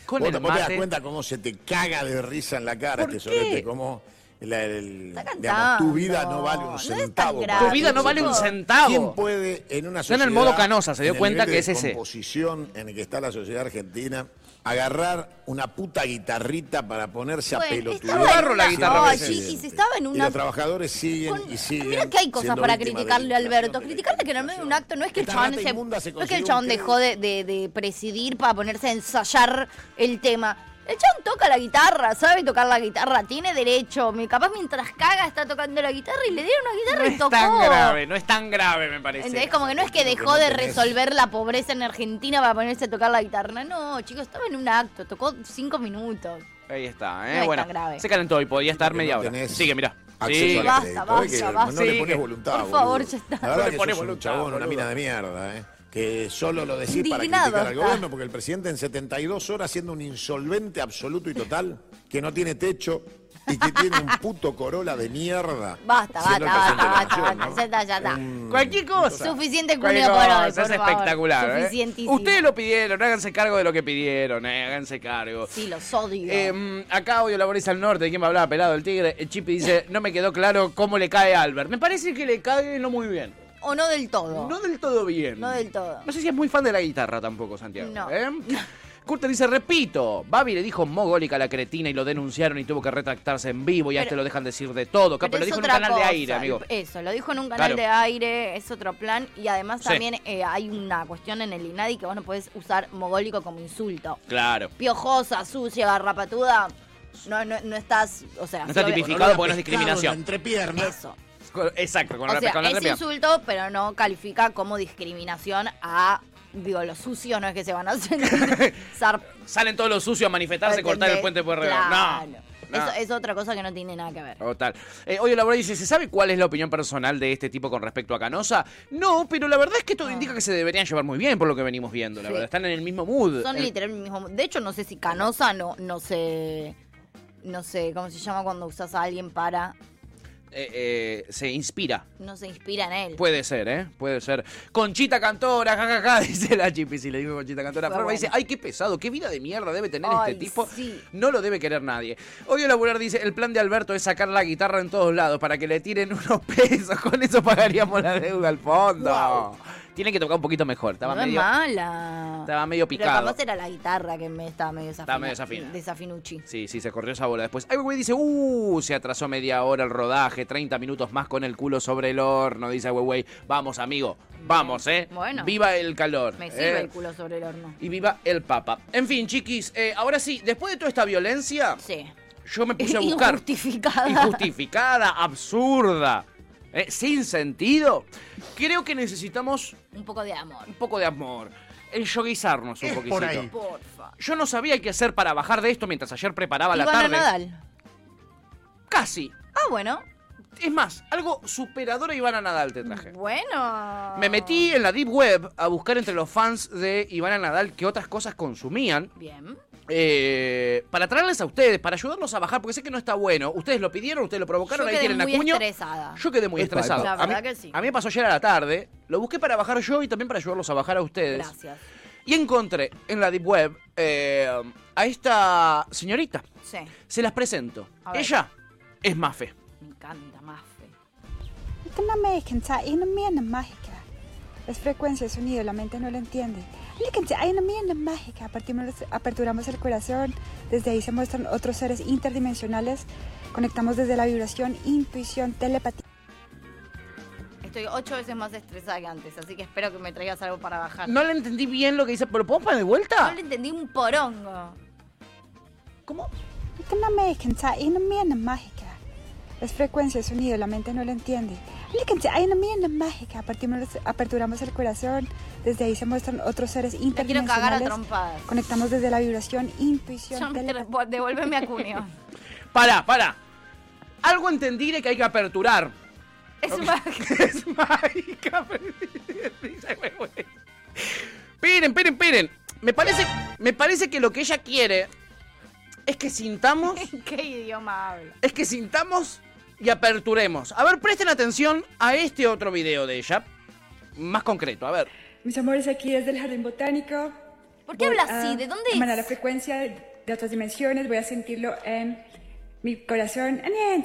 [SPEAKER 2] Con
[SPEAKER 16] Vos
[SPEAKER 2] el
[SPEAKER 16] tampoco te das
[SPEAKER 2] mate.
[SPEAKER 16] cuenta cómo se te caga de risa en la cara
[SPEAKER 2] ¿Por
[SPEAKER 16] este
[SPEAKER 2] qué?
[SPEAKER 16] solete, cómo la- el- digamos,
[SPEAKER 2] cantando.
[SPEAKER 16] tu vida no vale un centavo.
[SPEAKER 2] grave,
[SPEAKER 16] para
[SPEAKER 2] Tu vida no vale un
[SPEAKER 16] tipo.
[SPEAKER 2] centavo.
[SPEAKER 16] ¿Quién puede en una
[SPEAKER 2] Está en
[SPEAKER 16] sociedad?
[SPEAKER 2] el modo Canosa, se dio
[SPEAKER 16] en el
[SPEAKER 2] cuenta
[SPEAKER 16] nivel
[SPEAKER 2] que
[SPEAKER 16] de
[SPEAKER 2] es ese.
[SPEAKER 16] composición en el que está la sociedad argentina, agarrar una puta guitarrita para ponerse a
[SPEAKER 4] Bueno,
[SPEAKER 16] pelotudear.
[SPEAKER 4] estaba en Agarro la
[SPEAKER 16] Es
[SPEAKER 4] una- guitarra a
[SPEAKER 16] evidente.
[SPEAKER 4] veces. Chiquis, estaba en
[SPEAKER 16] Y
[SPEAKER 4] una-
[SPEAKER 16] los trabajadores siguen y siguen.
[SPEAKER 4] Mira que hay cosas
[SPEAKER 16] siendo
[SPEAKER 4] para
[SPEAKER 16] víctimas de
[SPEAKER 4] criticarle a Alberto. Criticarle que en el medio de un acto no es que el
[SPEAKER 16] Esta
[SPEAKER 4] chabón,
[SPEAKER 16] rata
[SPEAKER 4] se-
[SPEAKER 16] inmunda se
[SPEAKER 4] no es que el
[SPEAKER 16] consiguió
[SPEAKER 4] chabón
[SPEAKER 16] un
[SPEAKER 4] dejó de, de- de presidir para ponerse a ensayar el tema. El chabón toca la guitarra, sabe tocar la guitarra, tiene derecho. Mi- Capaz mientras caga está tocando la guitarra y le dieron una guitarra y tocó.
[SPEAKER 2] Tan grave, no es tan grave, me parece.
[SPEAKER 4] ¿Entendés? Como que no es que dejó de resolver la pobreza en Argentina para ponerse a tocar la guitarra. No, chicos, estaba en un acto, tocó cinco minutos.
[SPEAKER 2] Ahí está,
[SPEAKER 4] No
[SPEAKER 2] ¿eh?
[SPEAKER 4] es tan
[SPEAKER 2] bueno,
[SPEAKER 4] grave.
[SPEAKER 2] se calentó y podía estar media hora. Sigue, mirá. Sí.
[SPEAKER 16] al
[SPEAKER 4] Basta,
[SPEAKER 16] crédito,
[SPEAKER 4] basta,
[SPEAKER 16] ¿eh? Que
[SPEAKER 4] basta.
[SPEAKER 16] No le
[SPEAKER 4] Sigue.
[SPEAKER 16] pones voluntad,
[SPEAKER 4] Por favor,
[SPEAKER 16] boludo.
[SPEAKER 4] ya está.
[SPEAKER 16] La
[SPEAKER 4] No
[SPEAKER 16] verdad
[SPEAKER 4] le
[SPEAKER 16] que
[SPEAKER 4] pones
[SPEAKER 16] sos un
[SPEAKER 4] voluntad,
[SPEAKER 16] chabón, una
[SPEAKER 4] boludo.
[SPEAKER 16] mina de mierda, ¿eh? Que solo lo decís para
[SPEAKER 4] Indignado
[SPEAKER 16] criticar al
[SPEAKER 4] está.
[SPEAKER 16] gobierno, porque el presidente en 72 horas siendo un insolvente absoluto y total, que no tiene techo y que tiene un puto Corola de mierda.
[SPEAKER 4] Basta, basta,
[SPEAKER 16] siendo el
[SPEAKER 4] basta,
[SPEAKER 16] presidente de la
[SPEAKER 4] basta,
[SPEAKER 16] nación,
[SPEAKER 4] basta.
[SPEAKER 16] ¿no?
[SPEAKER 4] Ya está, ya está.
[SPEAKER 2] Mm. Cualquier cosa.
[SPEAKER 4] Suficiente
[SPEAKER 2] Cualquier
[SPEAKER 4] cuneo por
[SPEAKER 2] cosa,
[SPEAKER 4] hoy,
[SPEAKER 2] es
[SPEAKER 4] por favor.
[SPEAKER 2] espectacular. ¿eh?
[SPEAKER 4] Suficientísimo.
[SPEAKER 2] Ustedes lo pidieron, háganse cargo de lo que pidieron, eh, háganse cargo.
[SPEAKER 4] Sí, los odio.
[SPEAKER 2] Eh, acá odio laborís al norte, ¿de quién me hablaba? Pelado el tigre. El Chipi dice, no me quedó claro cómo le cae a Albert. Me parece que le cae no muy bien.
[SPEAKER 4] o no del todo.
[SPEAKER 2] No del todo bien.
[SPEAKER 4] No del todo.
[SPEAKER 2] No sé si es muy fan de la guitarra tampoco, Santiago.
[SPEAKER 4] No.
[SPEAKER 2] ¿eh? Curte dice, repito, Babi le dijo mogólica a la cretina y lo denunciaron y tuvo que retractarse en vivo y a
[SPEAKER 4] Pero-
[SPEAKER 2] este lo dejan decir de todo. Capaz,
[SPEAKER 4] Pero
[SPEAKER 2] lo
[SPEAKER 4] es
[SPEAKER 2] dijo en un
[SPEAKER 4] otra
[SPEAKER 2] canal de
[SPEAKER 4] cosa. Eh,
[SPEAKER 2] aire, amigo.
[SPEAKER 4] Eso, lo dijo en un canal
[SPEAKER 2] Claro.
[SPEAKER 4] de aire, es otro plan. Y además
[SPEAKER 2] Sí.
[SPEAKER 4] también eh, hay una cuestión en el INADI que vos no podés usar mogólico como insulto.
[SPEAKER 2] Claro.
[SPEAKER 4] Piojosa, sucia, garrapatuda. No, no, no estás, o sea...
[SPEAKER 2] No está
[SPEAKER 4] si obvia-
[SPEAKER 2] tipificado porque no es discriminación.
[SPEAKER 4] Eso.
[SPEAKER 2] Con- Exacto, con
[SPEAKER 4] O
[SPEAKER 2] una
[SPEAKER 4] sea,
[SPEAKER 2] con la
[SPEAKER 4] es
[SPEAKER 2] entrepierna.
[SPEAKER 4] insulto, pero no califica como discriminación a, digo, los sucios no es que se van a hacer zar-
[SPEAKER 2] Salen todos los sucios a manifestarse,
[SPEAKER 4] ¿Entendés?
[SPEAKER 2] cortar el puente por rever.
[SPEAKER 4] Claro.
[SPEAKER 2] No.
[SPEAKER 4] Eso es otra cosa que no tiene nada que ver.
[SPEAKER 2] Total. Eh, Oye, Laura dice, ¿se sabe cuál es la opinión personal de este tipo con respecto a Canosa? No, pero la verdad es que todo indica que se deberían llevar muy bien por lo que venimos viendo, la
[SPEAKER 4] Ah. Sí.
[SPEAKER 2] verdad. Están en el mismo mood. Eh,
[SPEAKER 4] Son
[SPEAKER 2] El-
[SPEAKER 4] literalmente el mismo. De hecho, no sé si canosa no, no sé. No sé, ¿cómo se llama cuando usas a alguien para?
[SPEAKER 2] eh, eh, se inspira.
[SPEAKER 4] No se inspira en él.
[SPEAKER 2] Puede ser, ¿eh? Puede ser. Conchita Cantora, jajaja, dice la Chipi. Si le digo Conchita Cantora,
[SPEAKER 4] Fue
[SPEAKER 2] Flor
[SPEAKER 4] bueno.
[SPEAKER 2] dice, ay, qué pesado, qué vida de mierda debe tener
[SPEAKER 4] Ay,
[SPEAKER 2] este tipo.
[SPEAKER 4] sí.
[SPEAKER 2] No lo debe querer nadie. Odio Laburar dice, el plan de Alberto es sacar la guitarra en todos lados para que le tiren unos pesos. Con eso pagaríamos la deuda al fondo. Tiene que tocar un poquito mejor. Estaba
[SPEAKER 4] no
[SPEAKER 2] medio,
[SPEAKER 4] es mala.
[SPEAKER 2] estaba medio
[SPEAKER 4] Pero
[SPEAKER 2] picado.
[SPEAKER 4] capaz era la guitarra que me estaba medio desafina,
[SPEAKER 2] Estaba medio desafina.
[SPEAKER 4] desafinuchi.
[SPEAKER 2] Sí, sí, se corrió esa bola después. Ay, güey, dice, uh, se atrasó media hora el rodaje, 30 minutos más con el culo sobre el horno, dice güey, güey. Vamos, amigo, vamos, ¿eh?
[SPEAKER 4] Bueno.
[SPEAKER 2] Viva el calor.
[SPEAKER 4] Me sirve
[SPEAKER 2] ¿eh?
[SPEAKER 4] el culo sobre el horno.
[SPEAKER 2] Y viva el Papa. En fin, chiquis, eh, ahora sí, después de toda esta violencia,
[SPEAKER 4] Sí.
[SPEAKER 2] yo me puse a buscar.
[SPEAKER 4] Injustificada.
[SPEAKER 2] Injustificada, absurda, eh, sin sentido. Creo que necesitamos
[SPEAKER 4] Un poco de amor.
[SPEAKER 2] un poco de amor. enyoguizarnos un
[SPEAKER 21] Es
[SPEAKER 2] poquitito.
[SPEAKER 21] por ahí.
[SPEAKER 4] Porfa.
[SPEAKER 2] Yo no sabía qué hacer para bajar de esto mientras ayer preparaba la
[SPEAKER 4] Ivana
[SPEAKER 2] tarde.
[SPEAKER 4] Nadal.
[SPEAKER 2] Casi.
[SPEAKER 4] Ah, bueno.
[SPEAKER 2] Es más, algo superador a Ivana Nadal te traje.
[SPEAKER 4] Bueno.
[SPEAKER 2] Me metí en la deep web a buscar entre los fans de Ivana Nadal qué otras cosas consumían.
[SPEAKER 4] Bien.
[SPEAKER 2] eh, para traerles a ustedes, para ayudarlos a bajar, porque sé que no está bueno. Ustedes lo pidieron, ustedes lo provocaron,
[SPEAKER 4] Yo
[SPEAKER 2] ahí
[SPEAKER 4] quedé
[SPEAKER 2] tienen
[SPEAKER 4] muy
[SPEAKER 2] a Cuño.
[SPEAKER 4] estresada.
[SPEAKER 2] Yo quedé muy
[SPEAKER 4] Epa,
[SPEAKER 2] estresado.
[SPEAKER 4] epa. La
[SPEAKER 2] a mí,
[SPEAKER 4] verdad que sí.
[SPEAKER 2] a mí me pasó ayer a la tarde. Lo busqué para bajar yo y también para ayudarlos a bajar a ustedes.
[SPEAKER 4] Gracias.
[SPEAKER 2] Y encontré en la Deep Web eh, a esta señorita.
[SPEAKER 4] Sí.
[SPEAKER 2] Se las presento.
[SPEAKER 4] A ver.
[SPEAKER 2] Ella es Mafe.
[SPEAKER 4] Me encanta, Mafe.
[SPEAKER 22] Kan de mekense en mena mágica. Es frecuencia, es sonido, la mente no lo entiende. Líquense, hay una mena mágica. Partimos, aperturamos el corazón, desde ahí se muestran otros seres interdimensionales. Conectamos desde la vibración, intuición, telepatía.
[SPEAKER 4] Estoy ocho veces más estresada que antes, así que espero que me traigas algo para bajar.
[SPEAKER 2] No le entendí bien lo que dice, pero ¿puedo poner de vuelta?
[SPEAKER 4] No le entendí un porongo.
[SPEAKER 22] Kan de mekense en mena mágica. Es frecuencia, es sonido, la mente no lo entiende. Líquense, hay una mena mágica. Partimos, aperturamos el corazón, desde ahí se muestran otros seres
[SPEAKER 4] La quiero cagar a
[SPEAKER 22] interdimensionales.
[SPEAKER 4] trompadas.
[SPEAKER 22] Conectamos desde la vibración, intuición,
[SPEAKER 4] Yo me te respo- devuélveme a Cuneo.
[SPEAKER 2] Pará, pará. Algo entendí de que hay que aperturar.
[SPEAKER 4] Es
[SPEAKER 2] Ok.
[SPEAKER 4] mágica.
[SPEAKER 2] Es mágica. Esperen, esperen, esperen. Me parece, me parece que lo que ella quiere es que sintamos,
[SPEAKER 4] ¿En qué idioma habla?
[SPEAKER 2] es que sintamos y aperturemos. A ver, presten atención a este otro video de ella. Más concreto, a ver.
[SPEAKER 20] Mis amores, aquí desde el Jardín Botánico.
[SPEAKER 4] ¿Por qué habla así? ¿De dónde
[SPEAKER 20] emanar
[SPEAKER 4] es?
[SPEAKER 20] la frecuencia de, de otras dimensiones, voy a sentirlo en mi corazón. Ah,
[SPEAKER 4] no, no,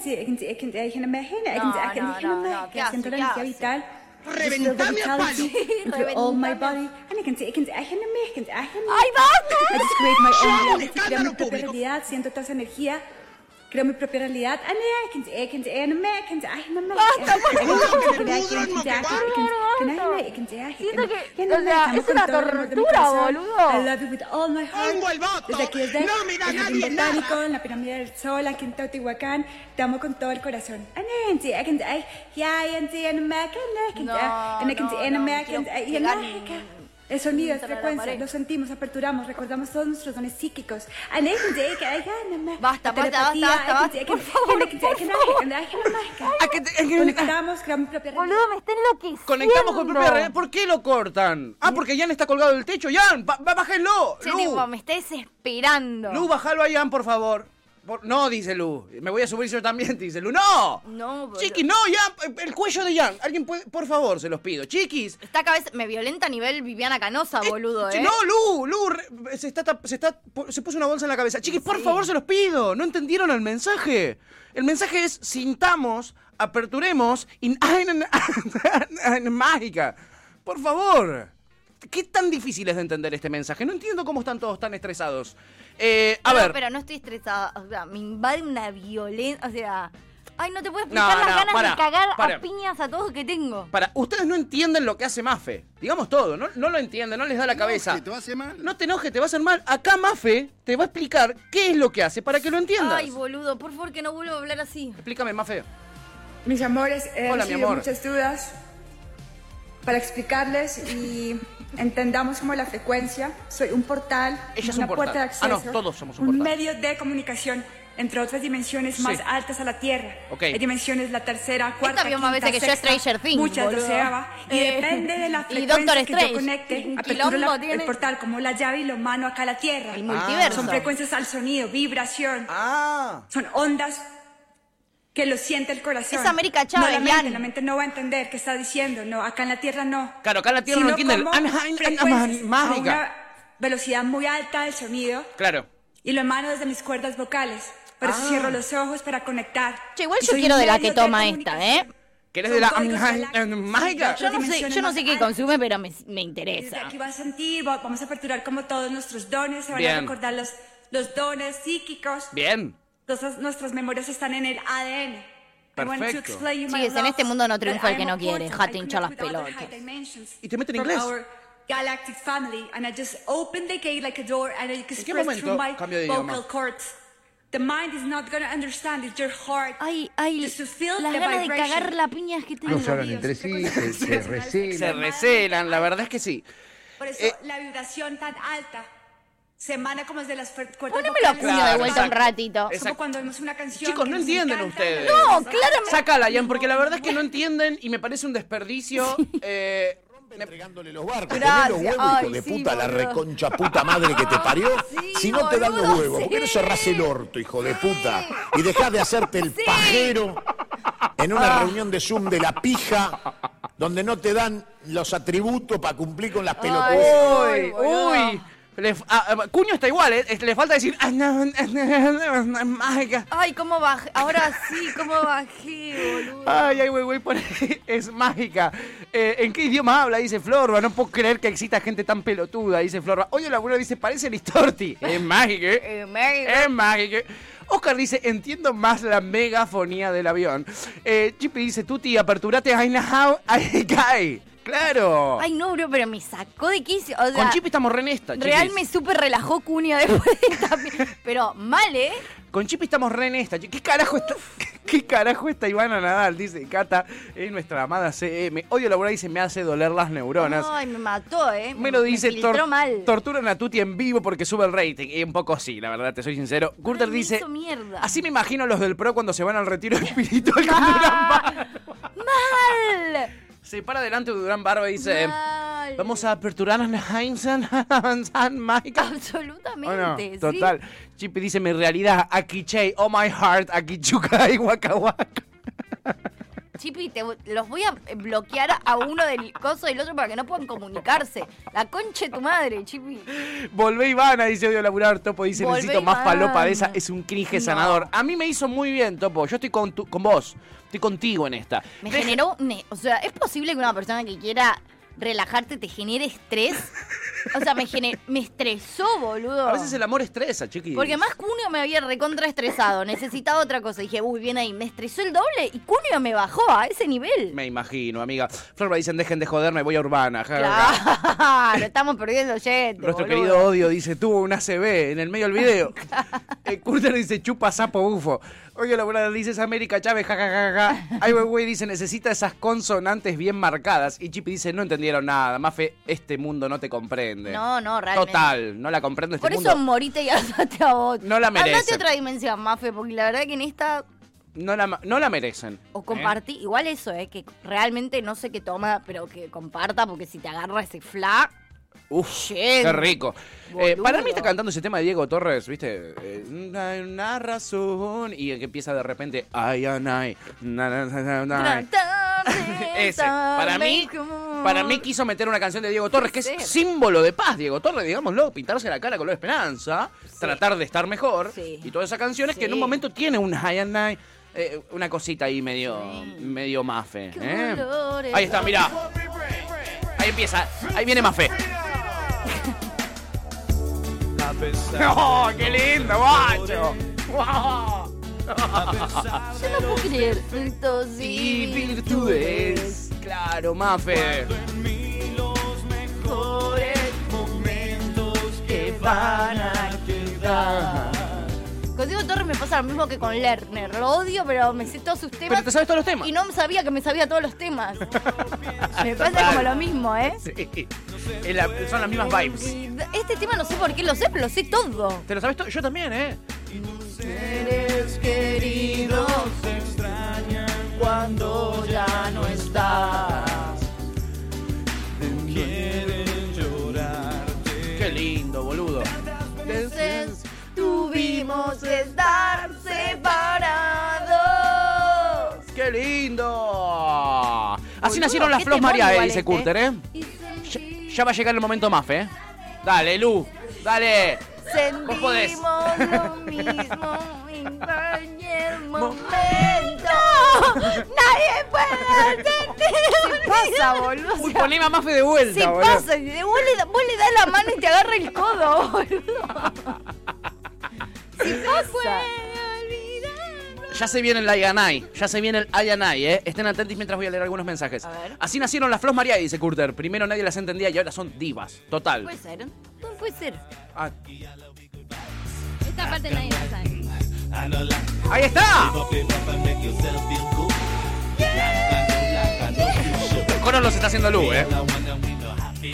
[SPEAKER 4] no, ¿qué hace?
[SPEAKER 20] Siento la
[SPEAKER 4] ¿Qué
[SPEAKER 20] energía
[SPEAKER 4] hace?
[SPEAKER 20] vital.
[SPEAKER 4] Reventame a palo.
[SPEAKER 20] Into all my body.
[SPEAKER 4] ¡Ay,
[SPEAKER 20] ¡Ay,
[SPEAKER 4] basta!
[SPEAKER 20] I just create my
[SPEAKER 4] Ya,
[SPEAKER 20] own reality, creo mi
[SPEAKER 4] un
[SPEAKER 20] propia realidad, siento toda esa energía. Creo mi propia realidad.
[SPEAKER 4] Basta,
[SPEAKER 20] Siento
[SPEAKER 4] que, o sea, es una tortura, boludo.
[SPEAKER 20] I love you with all my heart. Desde aquí, desde
[SPEAKER 4] No mira
[SPEAKER 20] el
[SPEAKER 4] nadie
[SPEAKER 20] Jardín
[SPEAKER 4] nada.
[SPEAKER 20] Botánico, en la Pirámide del Sol, aquí en Teotihuacán. Te amo con todo el corazón. El sonido es frecuencia, lo sentimos, aperturamos, recordamos todos nuestros dones psíquicos.
[SPEAKER 4] Basta, basta, basta, basta, basta. Por favor, por
[SPEAKER 20] Conectamos, creamos propia
[SPEAKER 4] Boludo, me está enloqueciendo.
[SPEAKER 2] Conectamos con propia realidad. ¿Por qué lo cortan? Ah, porque Jan está colgado del techo. Jan, ba- ba- bájenlo.
[SPEAKER 4] Che, tipo,
[SPEAKER 2] Lu,
[SPEAKER 4] me está desesperando.
[SPEAKER 2] Lu, bájalo a Jan, por favor. Por- No, dice Lu. Me voy a subir yo también, dice Lu. ¡No!
[SPEAKER 4] No, boludo.
[SPEAKER 2] Chiquis, no, Jan, el cuello de Jan. Alguien puede, por favor, se los pido. Chiquis.
[SPEAKER 4] Esta cabeza me violenta a nivel Viviana Canosa, boludo,
[SPEAKER 2] Che,
[SPEAKER 4] eh.
[SPEAKER 2] No, Lu, Lu, re- se, está, tap- se, está, po- se puso una bolsa en la cabeza. Chiquis, por favor, se los pido. ¿No entendieron el mensaje? El mensaje es sintamos, aperturemos y... ¡Ay, na- na- na- mágica! Por favor. ¿Qué tan difícil es de entender este mensaje? No entiendo cómo están todos tan estresados. Eh, a
[SPEAKER 4] Pero-
[SPEAKER 2] ver.
[SPEAKER 4] Pero no estoy estresada. O sea, me invade una violencia. O sea. Ay, no te puedo
[SPEAKER 2] No,
[SPEAKER 4] explicar las
[SPEAKER 2] no,
[SPEAKER 4] ganas
[SPEAKER 2] para,
[SPEAKER 4] de cagar
[SPEAKER 2] para.
[SPEAKER 4] a piñas a todos que tengo.
[SPEAKER 2] Para, ustedes no entienden lo que hace Mafe. Digamos todo, no, no lo entienden, no les da la cabeza. te No te enojes, te va a hacer mal. Acá Mafe te va a explicar qué es lo que hace para que lo entiendas.
[SPEAKER 4] Ay, boludo, por favor que no vuelva a hablar así.
[SPEAKER 2] Explícame, Mafe.
[SPEAKER 20] Mis amores, he
[SPEAKER 2] Hola, mi
[SPEAKER 20] recibido
[SPEAKER 2] amor.
[SPEAKER 20] muchas dudas para explicarles y entendamos como la frecuencia. Soy un portal,
[SPEAKER 2] Ella es
[SPEAKER 20] una
[SPEAKER 2] un portal.
[SPEAKER 20] puerta de
[SPEAKER 2] Ah, no,
[SPEAKER 20] acceso,
[SPEAKER 2] todos somos un
[SPEAKER 20] un,
[SPEAKER 2] portal.
[SPEAKER 20] medio de comunicación entre otras dimensiones
[SPEAKER 2] Sí.
[SPEAKER 20] más altas a la Tierra.
[SPEAKER 2] Ok.
[SPEAKER 20] Hay dimensiones la tercera, cuarta,
[SPEAKER 4] vio más
[SPEAKER 20] quinta,
[SPEAKER 4] veces que yo
[SPEAKER 20] sexta,
[SPEAKER 4] Stranger Things,
[SPEAKER 20] muchas
[SPEAKER 4] boludo.
[SPEAKER 20] doceava, y
[SPEAKER 4] Eh,
[SPEAKER 20] depende de la
[SPEAKER 4] y Doctor
[SPEAKER 20] frecuencia que
[SPEAKER 4] Strange.
[SPEAKER 20] yo conecte,
[SPEAKER 4] Un
[SPEAKER 20] aperturo la-
[SPEAKER 4] quilombo
[SPEAKER 20] el
[SPEAKER 4] tiene.
[SPEAKER 20] portal como la llave y lo mano acá a la Tierra. El
[SPEAKER 4] multiverso.
[SPEAKER 20] Son frecuencias al sonido, vibración.
[SPEAKER 2] Ah.
[SPEAKER 20] Son ondas que lo siente el corazón.
[SPEAKER 4] Es América Chávez,
[SPEAKER 20] No la mente,
[SPEAKER 4] Ian.
[SPEAKER 20] la mente no va a entender qué está diciendo. No, acá en la Tierra no.
[SPEAKER 2] Claro, acá en la Tierra
[SPEAKER 20] Sino
[SPEAKER 2] no entiende el
[SPEAKER 20] como
[SPEAKER 2] Anaheim, Anaheim,
[SPEAKER 20] frecuencias
[SPEAKER 2] mágica.
[SPEAKER 20] a una velocidad muy alta del sonido
[SPEAKER 2] Claro.
[SPEAKER 20] y lo emano desde mis cuerdas vocales. Por eso
[SPEAKER 2] Ah.
[SPEAKER 20] cierro los ojos para conectar.
[SPEAKER 4] Che, igual
[SPEAKER 20] Y
[SPEAKER 4] yo
[SPEAKER 20] soy
[SPEAKER 4] quiero
[SPEAKER 20] un
[SPEAKER 4] de la
[SPEAKER 20] medio
[SPEAKER 4] que toma esta, ¿eh?
[SPEAKER 2] ¿Querés de la
[SPEAKER 20] Son códigos
[SPEAKER 2] mágica?
[SPEAKER 4] Yo no sé, yo no sé ah, qué consume, pero me, me interesa.
[SPEAKER 20] Desde aquí vas a sentir, va- vamos a aperturar como todos nuestros dones, se van
[SPEAKER 2] Bien.
[SPEAKER 20] a recordar los, los dones psíquicos.
[SPEAKER 2] Bien.
[SPEAKER 20] Entonces, nuestras memorias están en el ADN. I want to
[SPEAKER 2] Perfecto.
[SPEAKER 20] explain you my
[SPEAKER 4] Chiques, en
[SPEAKER 20] love,
[SPEAKER 4] este mundo no
[SPEAKER 20] but
[SPEAKER 4] triunfa el
[SPEAKER 20] I
[SPEAKER 4] que
[SPEAKER 20] am
[SPEAKER 4] no quiere.
[SPEAKER 20] important.
[SPEAKER 4] Jate
[SPEAKER 20] I
[SPEAKER 4] hincha las
[SPEAKER 20] connect with other
[SPEAKER 4] pelotas.
[SPEAKER 20] high dimensions
[SPEAKER 2] Y te mete en
[SPEAKER 20] from
[SPEAKER 2] inglés.
[SPEAKER 20] our Galactic family, and I just open the gate like a door, and I
[SPEAKER 2] qué
[SPEAKER 20] express through
[SPEAKER 2] momento
[SPEAKER 20] my
[SPEAKER 2] cambio de
[SPEAKER 20] vocal
[SPEAKER 2] idioma?
[SPEAKER 20] cords. The mind is not gonna understand, it's your heart.
[SPEAKER 4] Ay, ay,
[SPEAKER 20] just to feel
[SPEAKER 4] Las
[SPEAKER 20] the
[SPEAKER 4] ganas de
[SPEAKER 20] vibration.
[SPEAKER 4] cagar la piña es que tengo.
[SPEAKER 23] No se hablan entre sí, se, se recelan.
[SPEAKER 2] Se recelan, la verdad es que sí.
[SPEAKER 20] Por eso la vibración tan alta se emana como desde las fer- cuerdas
[SPEAKER 4] Poneme los
[SPEAKER 20] vocales.
[SPEAKER 4] puños de vuelta un ratito.
[SPEAKER 20] Es como cuando vemos una canción.
[SPEAKER 2] Chicos,
[SPEAKER 20] que
[SPEAKER 2] no
[SPEAKER 20] nos
[SPEAKER 2] entienden
[SPEAKER 20] encanta,
[SPEAKER 2] ustedes.
[SPEAKER 20] la-
[SPEAKER 2] Sácala, Ian, porque la verdad es que no entienden y me parece un desperdicio. eh,
[SPEAKER 16] entregándole los barcos.
[SPEAKER 2] Gracias.
[SPEAKER 16] Tenés los huevos, hijo
[SPEAKER 2] Ay,
[SPEAKER 16] de
[SPEAKER 2] sí,
[SPEAKER 16] puta, la
[SPEAKER 2] boludo.
[SPEAKER 16] reconcha puta madre que te parió. si no te dan los
[SPEAKER 2] boludo,
[SPEAKER 16] huevos, ¿por qué no
[SPEAKER 2] sí.
[SPEAKER 16] cerrás el orto, hijo de puta? Y dejás de hacerte el pajero en
[SPEAKER 2] Ah.
[SPEAKER 16] una reunión de Zoom de la pija donde no te dan los atributos para cumplir con las pelotudas.
[SPEAKER 2] Uy, uy. Le f- ah, ah, Cuño está igual, eh, es- le falta decir. "Ah, no, ah, no, ah, no, mágica".
[SPEAKER 4] Ay, cómo bajé. Ahora sí, cómo bajé, boludo.
[SPEAKER 2] Ay, ay, güey, güey, por- es mágica. Eh, ¿En qué idioma habla? Dice Florba. No puedo creer que exista gente tan pelotuda, dice Florba. Oye, la abuela dice, parece Listorti. Es mágico. eh.
[SPEAKER 4] Eh, Mary,
[SPEAKER 2] Es mágico. Oscar dice, entiendo más la megafonía del avión. Eh, Chippy dice, Tuti, aperturate I know how I guy. Claro.
[SPEAKER 4] Ay, no, bro, pero me sacó de quicio. O sea,
[SPEAKER 2] Con Chippy estamos re en esta,
[SPEAKER 4] Real
[SPEAKER 2] chiquis.
[SPEAKER 4] me súper relajó Cunio después de esta pi- Pero mal, ¿eh?
[SPEAKER 2] Con Chipi estamos re en esta. ¿Qué carajo está, qué carajo está Ivana Nadal? Dice Cata, es nutra amada CM. Odio laboral y se me hace doler las neuronas.
[SPEAKER 4] Ay, me mató, ¿eh?
[SPEAKER 2] me lo dice
[SPEAKER 4] me filtró
[SPEAKER 2] tor-
[SPEAKER 4] mal.
[SPEAKER 2] torturan a Tuti en vivo porque sube el rating. Y un poco sí, la verdad, te soy sincero. Curter dice,
[SPEAKER 4] Hizo mierda.
[SPEAKER 2] así me imagino a los del pro cuando se van al retiro espiritual.
[SPEAKER 4] ¡Mal!
[SPEAKER 2] Se para adelante Durán Barba y dice,
[SPEAKER 4] Mal.
[SPEAKER 2] vamos a aperturar a Heimsen, avanzar mágica.
[SPEAKER 4] Absolutamente. sí.
[SPEAKER 2] Total. Chippy dice, mi realidad, Akichei, oh my heart, Akichuka y Waka Waka".
[SPEAKER 4] Chipi, te, los voy a eh, bloquear a uno del coso y el otro para que no puedan comunicarse. La concha de tu madre, Chipi.
[SPEAKER 2] Volvé Ivana, dice odio laburar, Topo dice
[SPEAKER 4] Volvé,
[SPEAKER 2] necesito más
[SPEAKER 4] Ivana.
[SPEAKER 2] palopa de esa, es un cringe
[SPEAKER 4] No.
[SPEAKER 2] sanador. A mí me hizo muy bien, Topo, yo estoy con, tu- con vos, estoy contigo en esta.
[SPEAKER 4] Me generó. un e- O sea, ¿es posible que una persona que quiera relajarte te genere estrés? O sea, me, gener- me estresó, boludo.
[SPEAKER 2] A veces el amor estresa, chiqui.
[SPEAKER 4] Porque más Cunio me había recontra estresado, necesitaba otra cosa. Dije, uy, bien ahí, me estresó el doble y Cunio me bajó a ese nivel.
[SPEAKER 2] Me imagino, amiga. Florba dicen, dejen de joderme, voy a Urbana. Ja, ja, ja.
[SPEAKER 4] Claro, estamos perdiendo gente.
[SPEAKER 2] Nuestro
[SPEAKER 4] boludo.
[SPEAKER 2] querido Odio dice, tuvo una CB en el medio del video. Eh, Curter dice, chupa sapo bufo. Oye, la buena dice, es América Chávez, jajajaja. Ay, wey, wey, dice, necesita esas consonantes bien marcadas. Y Chipi dice, no entendieron nada. Mafe, este mundo no te comprende.
[SPEAKER 4] No, no, realmente.
[SPEAKER 2] Total, no la comprende este
[SPEAKER 4] Por
[SPEAKER 2] mundo.
[SPEAKER 4] eso morite y alzate a vos.
[SPEAKER 2] No la merecen.
[SPEAKER 4] Andate a otra dimensión, Mafe, porque la verdad que en esta
[SPEAKER 2] no, la, ma- no la merecen.
[SPEAKER 4] o compartí, igual eso, eh, que realmente no sé qué toma, pero que comparta, porque si te agarra ese fla,
[SPEAKER 2] Uf,
[SPEAKER 4] Yen.
[SPEAKER 2] qué rico. Eh,
[SPEAKER 4] Boludo.
[SPEAKER 2] para mí está cantando ese tema de Diego Torres, ¿viste? Eh, una, una razón. Y el que empieza de repente, ay, ay, ay. na, na, na, na, na. Ese. Para mí, para mí quiso meter una canción de Diego Torres, que es
[SPEAKER 4] Puede ser.
[SPEAKER 2] símbolo de paz, Diego Torres, digámoslo, pintarse la cara con la esperanza, tratar de estar mejor. Y todas esas canciones que en un
[SPEAKER 4] Sí.
[SPEAKER 2] momento tiene un high and night, eh, una cosita ahí medio, medio mafe. ¿eh?
[SPEAKER 4] Colores.
[SPEAKER 2] Ahí está, mirá. Ahí empieza, ahí viene mafe. ¡Oh, qué lindo, macho!
[SPEAKER 4] Yo no puedo creer frutos y virtudes.
[SPEAKER 2] Claro, mafe.
[SPEAKER 4] que van a Con Diego Torres me pasa lo mismo que con Lerner. Lo odio, pero me sé todos sus temas.
[SPEAKER 2] Pero te sabes todos los temas.
[SPEAKER 4] Y no sabía que me sabía todos los temas. me pasa como lo mismo, ¿eh?
[SPEAKER 2] Sí. Es la- son las mismas vibes.
[SPEAKER 4] Este tema no sé por qué lo sé, pero lo sé todo.
[SPEAKER 2] ¿Te lo sabes todo? Yo también, ¿eh?
[SPEAKER 4] Seres queridos se extrañan cuando ya no estás.
[SPEAKER 2] Qué lindo, boludo.
[SPEAKER 4] Veces tuvimos que estar separados.
[SPEAKER 2] ¡Qué lindo! Así
[SPEAKER 4] Boludo,
[SPEAKER 2] nacieron las
[SPEAKER 4] qué
[SPEAKER 2] Flos
[SPEAKER 4] temón
[SPEAKER 2] María,
[SPEAKER 4] igual
[SPEAKER 2] dice
[SPEAKER 4] este.
[SPEAKER 2] Curter, ¿eh? Ya, ya va a llegar el momento más, ¿eh? Dale, Lu. Dale. Vos podés.
[SPEAKER 4] Sentimos lo mismo en cualquier momento. Nadie puede sentir. ¿Qué pasa, boludo?
[SPEAKER 2] Uy, poneme a Mafe de vuelta,
[SPEAKER 4] Se
[SPEAKER 2] boludo.
[SPEAKER 4] pasa, y vos le, da- vos le das la mano y te agarra el codo, boludo. Si pasa.
[SPEAKER 2] Ya se viene el Ayanay, ya se viene el Ayanay, ¿eh? Estén atentos mientras voy a leer algunos mensajes. Así nacieron las Flos María, dice Curter. Primero nadie las entendía y ahora son divas. Total.
[SPEAKER 4] Puede ser, ¿eh? no puede ser.
[SPEAKER 2] Ah,
[SPEAKER 24] Esta parte nadie la sabe.
[SPEAKER 2] ¡Ahí está! Cono los está haciendo Lu, ¿eh?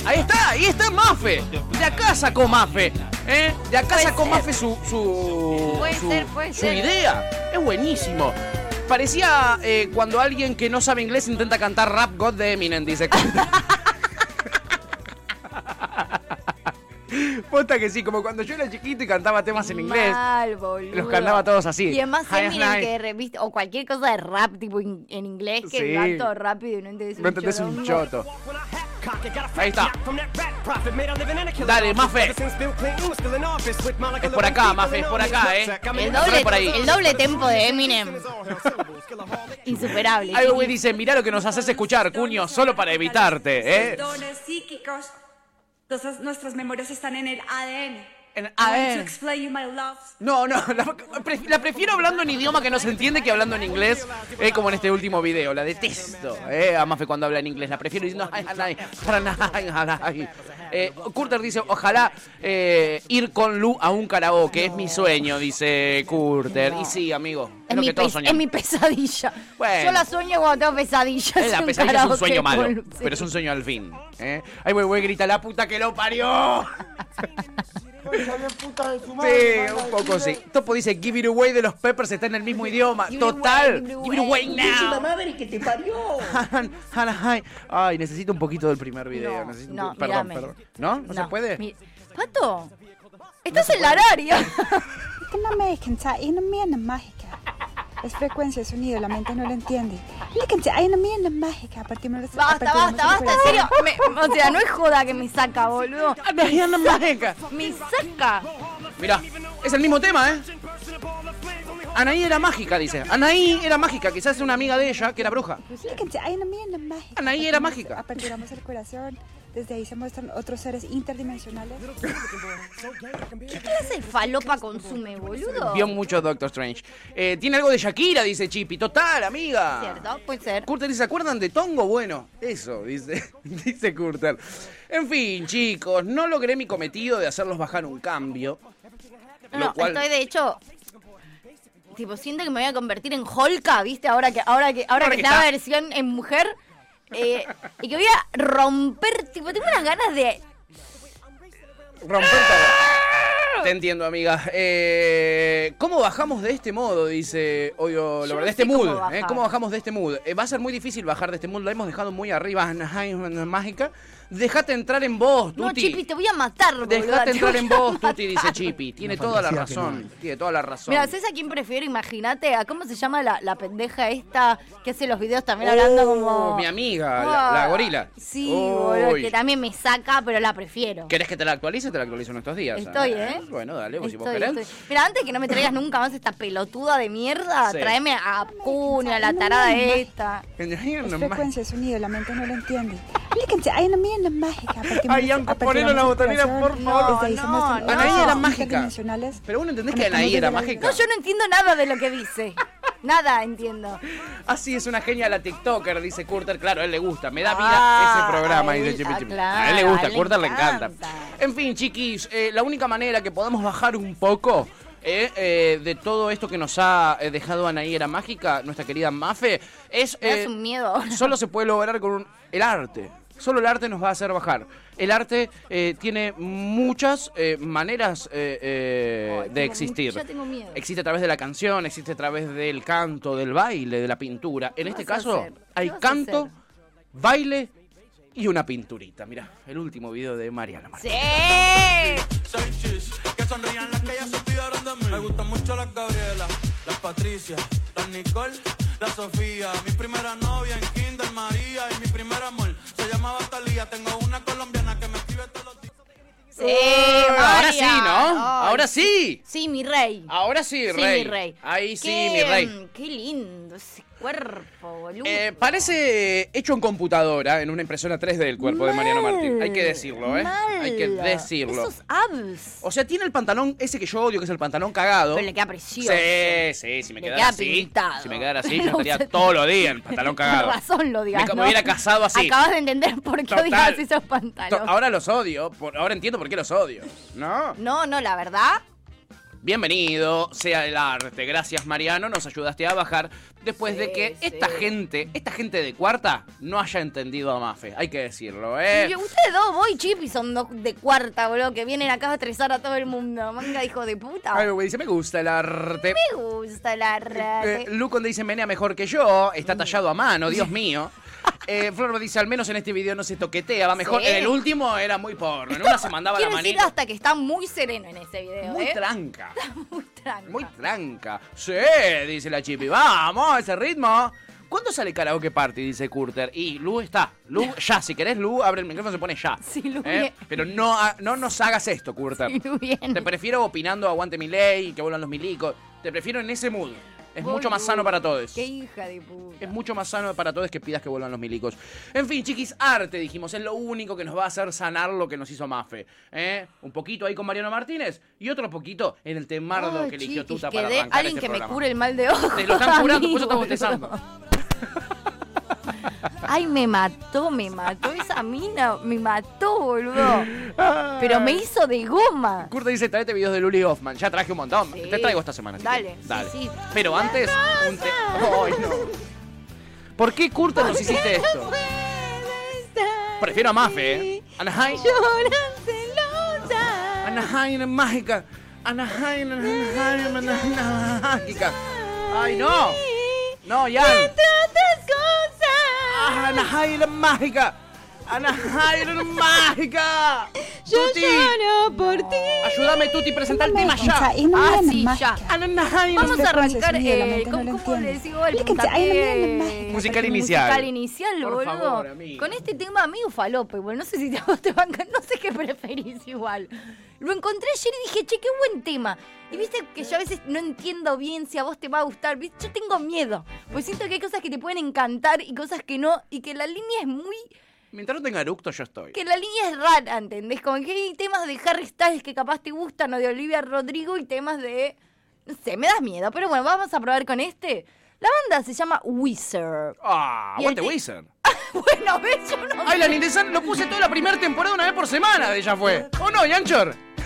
[SPEAKER 2] Ahí está, ahí está fue Mafe. De acá sacó Mafe. ¿eh? De acá sacó Mafe su, su,
[SPEAKER 4] Puede
[SPEAKER 2] su-
[SPEAKER 4] ser, puede
[SPEAKER 2] su
[SPEAKER 4] ser.
[SPEAKER 2] idea. Es buenísimo. Parecía eh, cuando alguien que no sabe inglés intenta cantar Rap God de Eminem, dice. Posta que sí, como cuando yo era chiquito y cantaba temas en inglés.
[SPEAKER 4] Mal, boludo.
[SPEAKER 2] Los cantaba todos así.
[SPEAKER 4] Y además
[SPEAKER 2] High as
[SPEAKER 4] Eminem
[SPEAKER 2] night.
[SPEAKER 4] que revista o cualquier cosa de rap tipo in- en inglés que
[SPEAKER 2] Sí.
[SPEAKER 4] va todo rápido y no entendés un
[SPEAKER 2] No entendés un
[SPEAKER 4] chorongo.
[SPEAKER 2] choto. Ahí está. Dale, Mafe. Es por acá, Mafe, es por acá, eh.
[SPEAKER 4] El
[SPEAKER 2] No es
[SPEAKER 4] doble,
[SPEAKER 2] por ahí.
[SPEAKER 4] el doble tempo de Eminem.
[SPEAKER 2] Eh.
[SPEAKER 4] Insuperable.
[SPEAKER 2] Algo que dice, mirá lo que nos haces escuchar, cuño, solo para evitarte, ¿eh?
[SPEAKER 25] dones psíquicos. Entonces, nuestras memorias están en el ADN.
[SPEAKER 2] En
[SPEAKER 25] ADN.
[SPEAKER 2] ADN.
[SPEAKER 25] To explain you my love.
[SPEAKER 2] No, no, la, pref- la prefiero hablando en idioma que no se entiende que hablando en inglés, eh, como en este último video, la detesto, eh, a Mafe cuando habla en inglés, la prefiero diciendo, "Ay, ay, ay, ay, ay". Eh, Curter dice, ojalá eh, ir con Lu a un karaoke, es mi sueño, dice Curter, y sí, amigo, es,
[SPEAKER 4] Es
[SPEAKER 2] lo
[SPEAKER 4] mi,
[SPEAKER 2] que todos
[SPEAKER 4] pes-
[SPEAKER 2] soñamos.
[SPEAKER 4] es mi pesadilla.
[SPEAKER 2] Bueno.
[SPEAKER 4] Yo la sueño cuando tengo pesadillas.
[SPEAKER 2] Eh, la
[SPEAKER 4] en
[SPEAKER 2] pesadilla es un
[SPEAKER 4] karaoke,
[SPEAKER 2] sueño malo,
[SPEAKER 4] boludo. Sí.
[SPEAKER 2] pero es un sueño al fin. ¿eh? Ay, güey, güey, grita la puta que lo parió. Sí, un poco sí. Topo dice, give it away de los Peppers está en el mismo idioma.
[SPEAKER 26] Give it away,
[SPEAKER 2] Total.
[SPEAKER 26] give it
[SPEAKER 2] Give it away
[SPEAKER 26] away. Putísima
[SPEAKER 2] now.
[SPEAKER 26] madre que te parió.
[SPEAKER 2] Ay, necesito un poquito del primer video. necesito un
[SPEAKER 4] no,
[SPEAKER 2] po- perdón,
[SPEAKER 4] mírame.
[SPEAKER 2] perdón. ¿No? ¿No, se puede?
[SPEAKER 4] Mi- Pato, estás en la horario.
[SPEAKER 20] Que no me descansa, hay una mierda mágica. Es frecuencia, sonido, la mente no lo entiende. Líquense, hay una mierda mágica. Partimos los
[SPEAKER 4] Basta, basta, basta, en serio. Me- o sea, no es joda que me saca, boludo.
[SPEAKER 2] Me saca.
[SPEAKER 4] Me saca.
[SPEAKER 2] Mirá, es el mismo tema, ¿eh? Anaí era mágica, dice. Anaí era mágica. Quizás es una amiga de ella que era bruja.
[SPEAKER 20] Líquense, hay una mierda mágica.
[SPEAKER 2] Anaí Ah, era
[SPEAKER 20] Partimos-
[SPEAKER 2] mágica.
[SPEAKER 20] Aperturamos el corazón. Desde ahí se muestran otros seres interdimensionales.
[SPEAKER 4] ¿Qué clase de falopa consume, boludo?
[SPEAKER 2] Vio mucho Doctor Strange. Eh, Tiene algo de Shakira, dice Chippy. Total, amiga.
[SPEAKER 4] ¿Cierto? Puede ser.
[SPEAKER 2] Curter dice, ¿se acuerdan de Tongo? Bueno, eso, dice, dice Curter. En fin, chicos, no logré mi cometido de hacerlos bajar un cambio.
[SPEAKER 4] No,
[SPEAKER 2] lo
[SPEAKER 4] no,
[SPEAKER 2] cual-
[SPEAKER 4] estoy de hecho. Tipo, siento que me voy a convertir en Holka, ¿viste? Ahora que, ahora que, ahora
[SPEAKER 2] Ahora
[SPEAKER 4] que
[SPEAKER 2] que
[SPEAKER 4] está la
[SPEAKER 2] está.
[SPEAKER 4] versión en mujer. eh, y que voy a romper. Tipo, tengo unas ganas de.
[SPEAKER 2] Romper todo. Te entiendo, amiga. Eh, ¿Cómo bajamos de este modo? Dice, odio,
[SPEAKER 4] Yo
[SPEAKER 2] la
[SPEAKER 4] no
[SPEAKER 2] verdad,
[SPEAKER 4] sé
[SPEAKER 2] este mood.
[SPEAKER 4] cómo
[SPEAKER 2] ¿eh?
[SPEAKER 4] bajar.
[SPEAKER 2] ¿Cómo bajamos de este mood? Eh, va a ser muy difícil bajar de este mood. Lo hemos dejado muy arriba, Anaheim, mágica. Déjate entrar en vos,
[SPEAKER 4] No,
[SPEAKER 2] Tuti.
[SPEAKER 4] Chipi, te voy a matar, boludo.
[SPEAKER 2] Dejate
[SPEAKER 4] te
[SPEAKER 2] entrar
[SPEAKER 4] voy
[SPEAKER 2] en
[SPEAKER 4] a
[SPEAKER 2] vos,
[SPEAKER 4] matar.
[SPEAKER 2] Tuti, dice Chipi. Tiene
[SPEAKER 4] Una
[SPEAKER 2] toda la
[SPEAKER 4] fantasía que
[SPEAKER 2] razón. Tiene toda la razón.
[SPEAKER 4] Mira, ¿sabes a quién prefiero? Imagínate, ¿a cómo se llama la, la pendeja esta que hace los videos también hablando como.
[SPEAKER 2] Oh, Mi amiga, la, la
[SPEAKER 4] Ah,
[SPEAKER 2] gorila. Oh,
[SPEAKER 4] Sí,
[SPEAKER 2] Uy.
[SPEAKER 4] boludo, que también me saca, pero la prefiero.
[SPEAKER 2] ¿Querés que te la actualice? Te la actualizo en estos días.
[SPEAKER 4] Estoy,
[SPEAKER 2] Ah,
[SPEAKER 4] ¿eh?
[SPEAKER 2] Bueno, dale, vos si vos
[SPEAKER 4] Estoy-
[SPEAKER 2] querés.
[SPEAKER 4] estoy- Mira, antes que no me traigas nunca más esta pelotuda de mierda,
[SPEAKER 2] Sí.
[SPEAKER 4] tráeme a Cunio, a la tarada esta.
[SPEAKER 20] Es frecuencia, sonido, la mente no lo entiende. Líquense, hay una mierda mágica.
[SPEAKER 2] Ay, Yanko, ponelo en la botonera, por favor.
[SPEAKER 20] Desde ahí se
[SPEAKER 2] No,
[SPEAKER 20] muestran
[SPEAKER 2] no,
[SPEAKER 20] otros
[SPEAKER 2] Anaí era
[SPEAKER 20] seres
[SPEAKER 2] mágica.
[SPEAKER 20] interdimensionales.
[SPEAKER 2] Pero vos no entendés que Anaí era mágica.
[SPEAKER 4] No, yo no entiendo nada de lo que dice. Nada entiendo.
[SPEAKER 2] Así Ah, es una genia la TikToker, dice Curter. Claro, a él le gusta. Me da vida
[SPEAKER 4] Ah,
[SPEAKER 2] ese programa,
[SPEAKER 4] a él-
[SPEAKER 2] dice Chipi
[SPEAKER 4] ah,
[SPEAKER 2] Chipi.
[SPEAKER 4] claro,
[SPEAKER 2] a él le gusta,
[SPEAKER 4] a
[SPEAKER 2] a
[SPEAKER 4] él
[SPEAKER 2] Curter
[SPEAKER 4] le
[SPEAKER 2] le encanta. En fin, chiquis, eh, la única manera que podamos bajar un poco eh, eh, de todo esto que nos ha eh, dejado Anaí era mágica, nuestra querida Mafe, es.
[SPEAKER 4] Me das
[SPEAKER 2] eh,
[SPEAKER 4] un miedo ahora.
[SPEAKER 2] Solo se puede lograr con un- el arte. Solo el arte nos va a hacer bajar. El arte eh, tiene muchas eh, maneras eh, eh, de existir.
[SPEAKER 4] Ya tengo miedo.
[SPEAKER 2] Existe a través de la canción, existe a través del canto, del baile, de la pintura. En este
[SPEAKER 4] vas a
[SPEAKER 2] caso
[SPEAKER 4] hacer? ¿Qué
[SPEAKER 2] hay
[SPEAKER 4] vas a
[SPEAKER 2] canto,
[SPEAKER 4] hacer?
[SPEAKER 2] baile y una pinturita. Mirá, el último video de Mariana. Mar-
[SPEAKER 27] Que sonrían las que ya se olvidaron de mí. Me gustan mucho las Gabriela, las Patricia, las Nicole, la Sofía. Mi primera novia en Kinder María y mi primer amor se llamaba Talía. Tengo una colombiana que me escribe todos los días.
[SPEAKER 4] Sí,
[SPEAKER 2] Eh, ahora sí,
[SPEAKER 4] María.
[SPEAKER 2] ¿no?
[SPEAKER 4] Ay,
[SPEAKER 2] ahora sí.
[SPEAKER 4] Sí, mi rey.
[SPEAKER 2] Ahora sí,
[SPEAKER 4] Sí,
[SPEAKER 2] rey.
[SPEAKER 4] mi rey.
[SPEAKER 2] Ahí sí,
[SPEAKER 4] Qué- mm,
[SPEAKER 2] mi rey.
[SPEAKER 4] Qué lindo ese cuerpo, boludo.
[SPEAKER 2] Eh, parece hecho en computadora, en una impresora 3D del cuerpo de Mariano Martín. Hay que decirlo, ¿eh? Hay que
[SPEAKER 4] Mal.
[SPEAKER 2] decirlo. Oh,
[SPEAKER 4] Esos abs.
[SPEAKER 2] O sea, tiene el pantalón ese que yo odio, que es el pantalón cagado.
[SPEAKER 4] Pero le queda precioso.
[SPEAKER 2] Sí, sí, si me
[SPEAKER 4] Le
[SPEAKER 2] quedara
[SPEAKER 4] queda
[SPEAKER 2] así.
[SPEAKER 4] pintado.
[SPEAKER 2] Si me quedara así,
[SPEAKER 4] Pero
[SPEAKER 2] yo estaría
[SPEAKER 4] usted-
[SPEAKER 2] todos los días en pantalón cagado.
[SPEAKER 4] Con razón lo digas,
[SPEAKER 2] Me ca- me
[SPEAKER 4] ¿no?
[SPEAKER 2] hubiera casado así.
[SPEAKER 4] Acabas de entender por qué
[SPEAKER 2] Total.
[SPEAKER 4] odias esos
[SPEAKER 2] To-
[SPEAKER 4] pantalones.
[SPEAKER 2] Ahora los odio, por- ahora entiendo por qué los odio. ¿No?
[SPEAKER 4] No, no, la verdad.
[SPEAKER 2] Bienvenido, sea el arte. Gracias, Mariano, nos ayudaste a bajar después de que esta gente, esta gente de cuarta, no haya entendido a Mafe. Hay que decirlo, ¿eh?
[SPEAKER 4] Y ustedes dos, Boy y Chippy, son dos de cuarta, boludo, que vienen acá a estresar a todo el mundo. Manga, hijo de puta.
[SPEAKER 2] Algo que dice, me gusta el arte.
[SPEAKER 4] Me gusta la
[SPEAKER 2] Eh,
[SPEAKER 4] rata.
[SPEAKER 2] Luconde dice, menea mejor que yo, está tallado a mano, Dios mío. Eh, Flor dice, al menos en este video no se toquetea, va mejor.
[SPEAKER 4] Sí.
[SPEAKER 2] En el último era muy porno, en una se mandaba la
[SPEAKER 4] Quiero decir
[SPEAKER 2] manita.
[SPEAKER 4] hasta que está muy sereno en ese video,
[SPEAKER 2] Muy
[SPEAKER 4] ¿eh?
[SPEAKER 2] tranca,
[SPEAKER 4] Muy tranca.
[SPEAKER 2] muy tranca. Sí, dice la Chipi, vamos, ese ritmo. ¿Cuándo sale Karaoke Party? Dice Curter. Y Lu está. Lu, ya, si querés, Lu, abre el micrófono, se pone ya. Sí,
[SPEAKER 4] Lu, bien.
[SPEAKER 2] Pero no, ha- no nos hagas esto, Curter.
[SPEAKER 4] Sí, Lu, bien.
[SPEAKER 2] Te prefiero opinando Aguante mi ley, que vuelvan los milicos. Te prefiero en ese mood. Es mucho más sano para todos.
[SPEAKER 4] Qué hija de puta.
[SPEAKER 2] Es mucho más sano para todos que pidas que vuelvan los milicos. En fin, chiquis, arte, dijimos, es lo único que nos va a hacer sanar lo que nos hizo Mafe. ¿eh? Un poquito ahí con Mariano Martínez y otro poquito en el temardo
[SPEAKER 4] Ay,
[SPEAKER 2] que eligió
[SPEAKER 4] chiquis,
[SPEAKER 2] Tuta
[SPEAKER 4] que
[SPEAKER 2] para
[SPEAKER 4] dé
[SPEAKER 2] arrancar
[SPEAKER 4] alguien
[SPEAKER 2] este
[SPEAKER 4] que
[SPEAKER 2] programa.
[SPEAKER 4] me cure el mal de ojo.
[SPEAKER 2] Te lo están curando, por eso
[SPEAKER 4] amigo,
[SPEAKER 2] estás bostezando.
[SPEAKER 4] Ay, me mató, me mató esa mina, me mató, boludo. Pero me hizo de goma.
[SPEAKER 2] Curta dice, traete videos de Luli Hoffman. Ya traje un montón.
[SPEAKER 4] Sí.
[SPEAKER 2] Te traigo esta semana. si
[SPEAKER 4] Dale,
[SPEAKER 2] quieres.
[SPEAKER 4] sí,
[SPEAKER 2] Dale.
[SPEAKER 4] sí.
[SPEAKER 2] Pero antes, un te- Ay, no. ¿Por qué, Curta, nos hiciste esto? Prefiero a Mafe. ¿eh? Anaheim. Anaheim es mágica. Anaheim, Anaheim, Anaheim, Anaheim, mágica. Ay, no. No, ya. Ah, Anaheim es mágica. Anaheim es mágica. Yo lloro por ti. Ayúdame, Tuti, presenta el tema ya.
[SPEAKER 20] Y no
[SPEAKER 4] Ah,
[SPEAKER 20] miren
[SPEAKER 4] sí,
[SPEAKER 20] más.
[SPEAKER 4] ya. Vamos a arrancar eh, ¿Cómo cómo le digo el
[SPEAKER 20] Explíquense, ay, no miren más.
[SPEAKER 4] puntapié?
[SPEAKER 2] Musical inicial.
[SPEAKER 4] Musical inicial,
[SPEAKER 2] Por
[SPEAKER 4] boludo.
[SPEAKER 2] favor, amigo.
[SPEAKER 4] Con este tema amigo falope, boludo. No sé si a vos te van No sé qué preferís igual. Lo encontré ayer y dije, che, qué buen tema. Y viste que yo a veces no entiendo bien si a vos te va a gustar. ¿viste? Yo tengo miedo. Pues siento que hay cosas que te pueden encantar y cosas que no. Y que la línea es muy
[SPEAKER 2] Mientras no tenga eructo, yo estoy.
[SPEAKER 4] que la línea es rara, ¿entendés? Como que hay temas de Harry Styles que capaz te gustan o de Olivia Rodrigo y temas de... No sé, me das miedo, pero bueno, vamos a probar con este. La banda se llama Wizard.
[SPEAKER 2] Ah,
[SPEAKER 4] Y el
[SPEAKER 2] aguante
[SPEAKER 4] te-
[SPEAKER 2] Wizard.
[SPEAKER 4] bueno, ves, yo no...
[SPEAKER 2] Ay, la Nintendo lo puse toda la primera temporada una vez por semana de ya fue. ¿O no, Yanchor?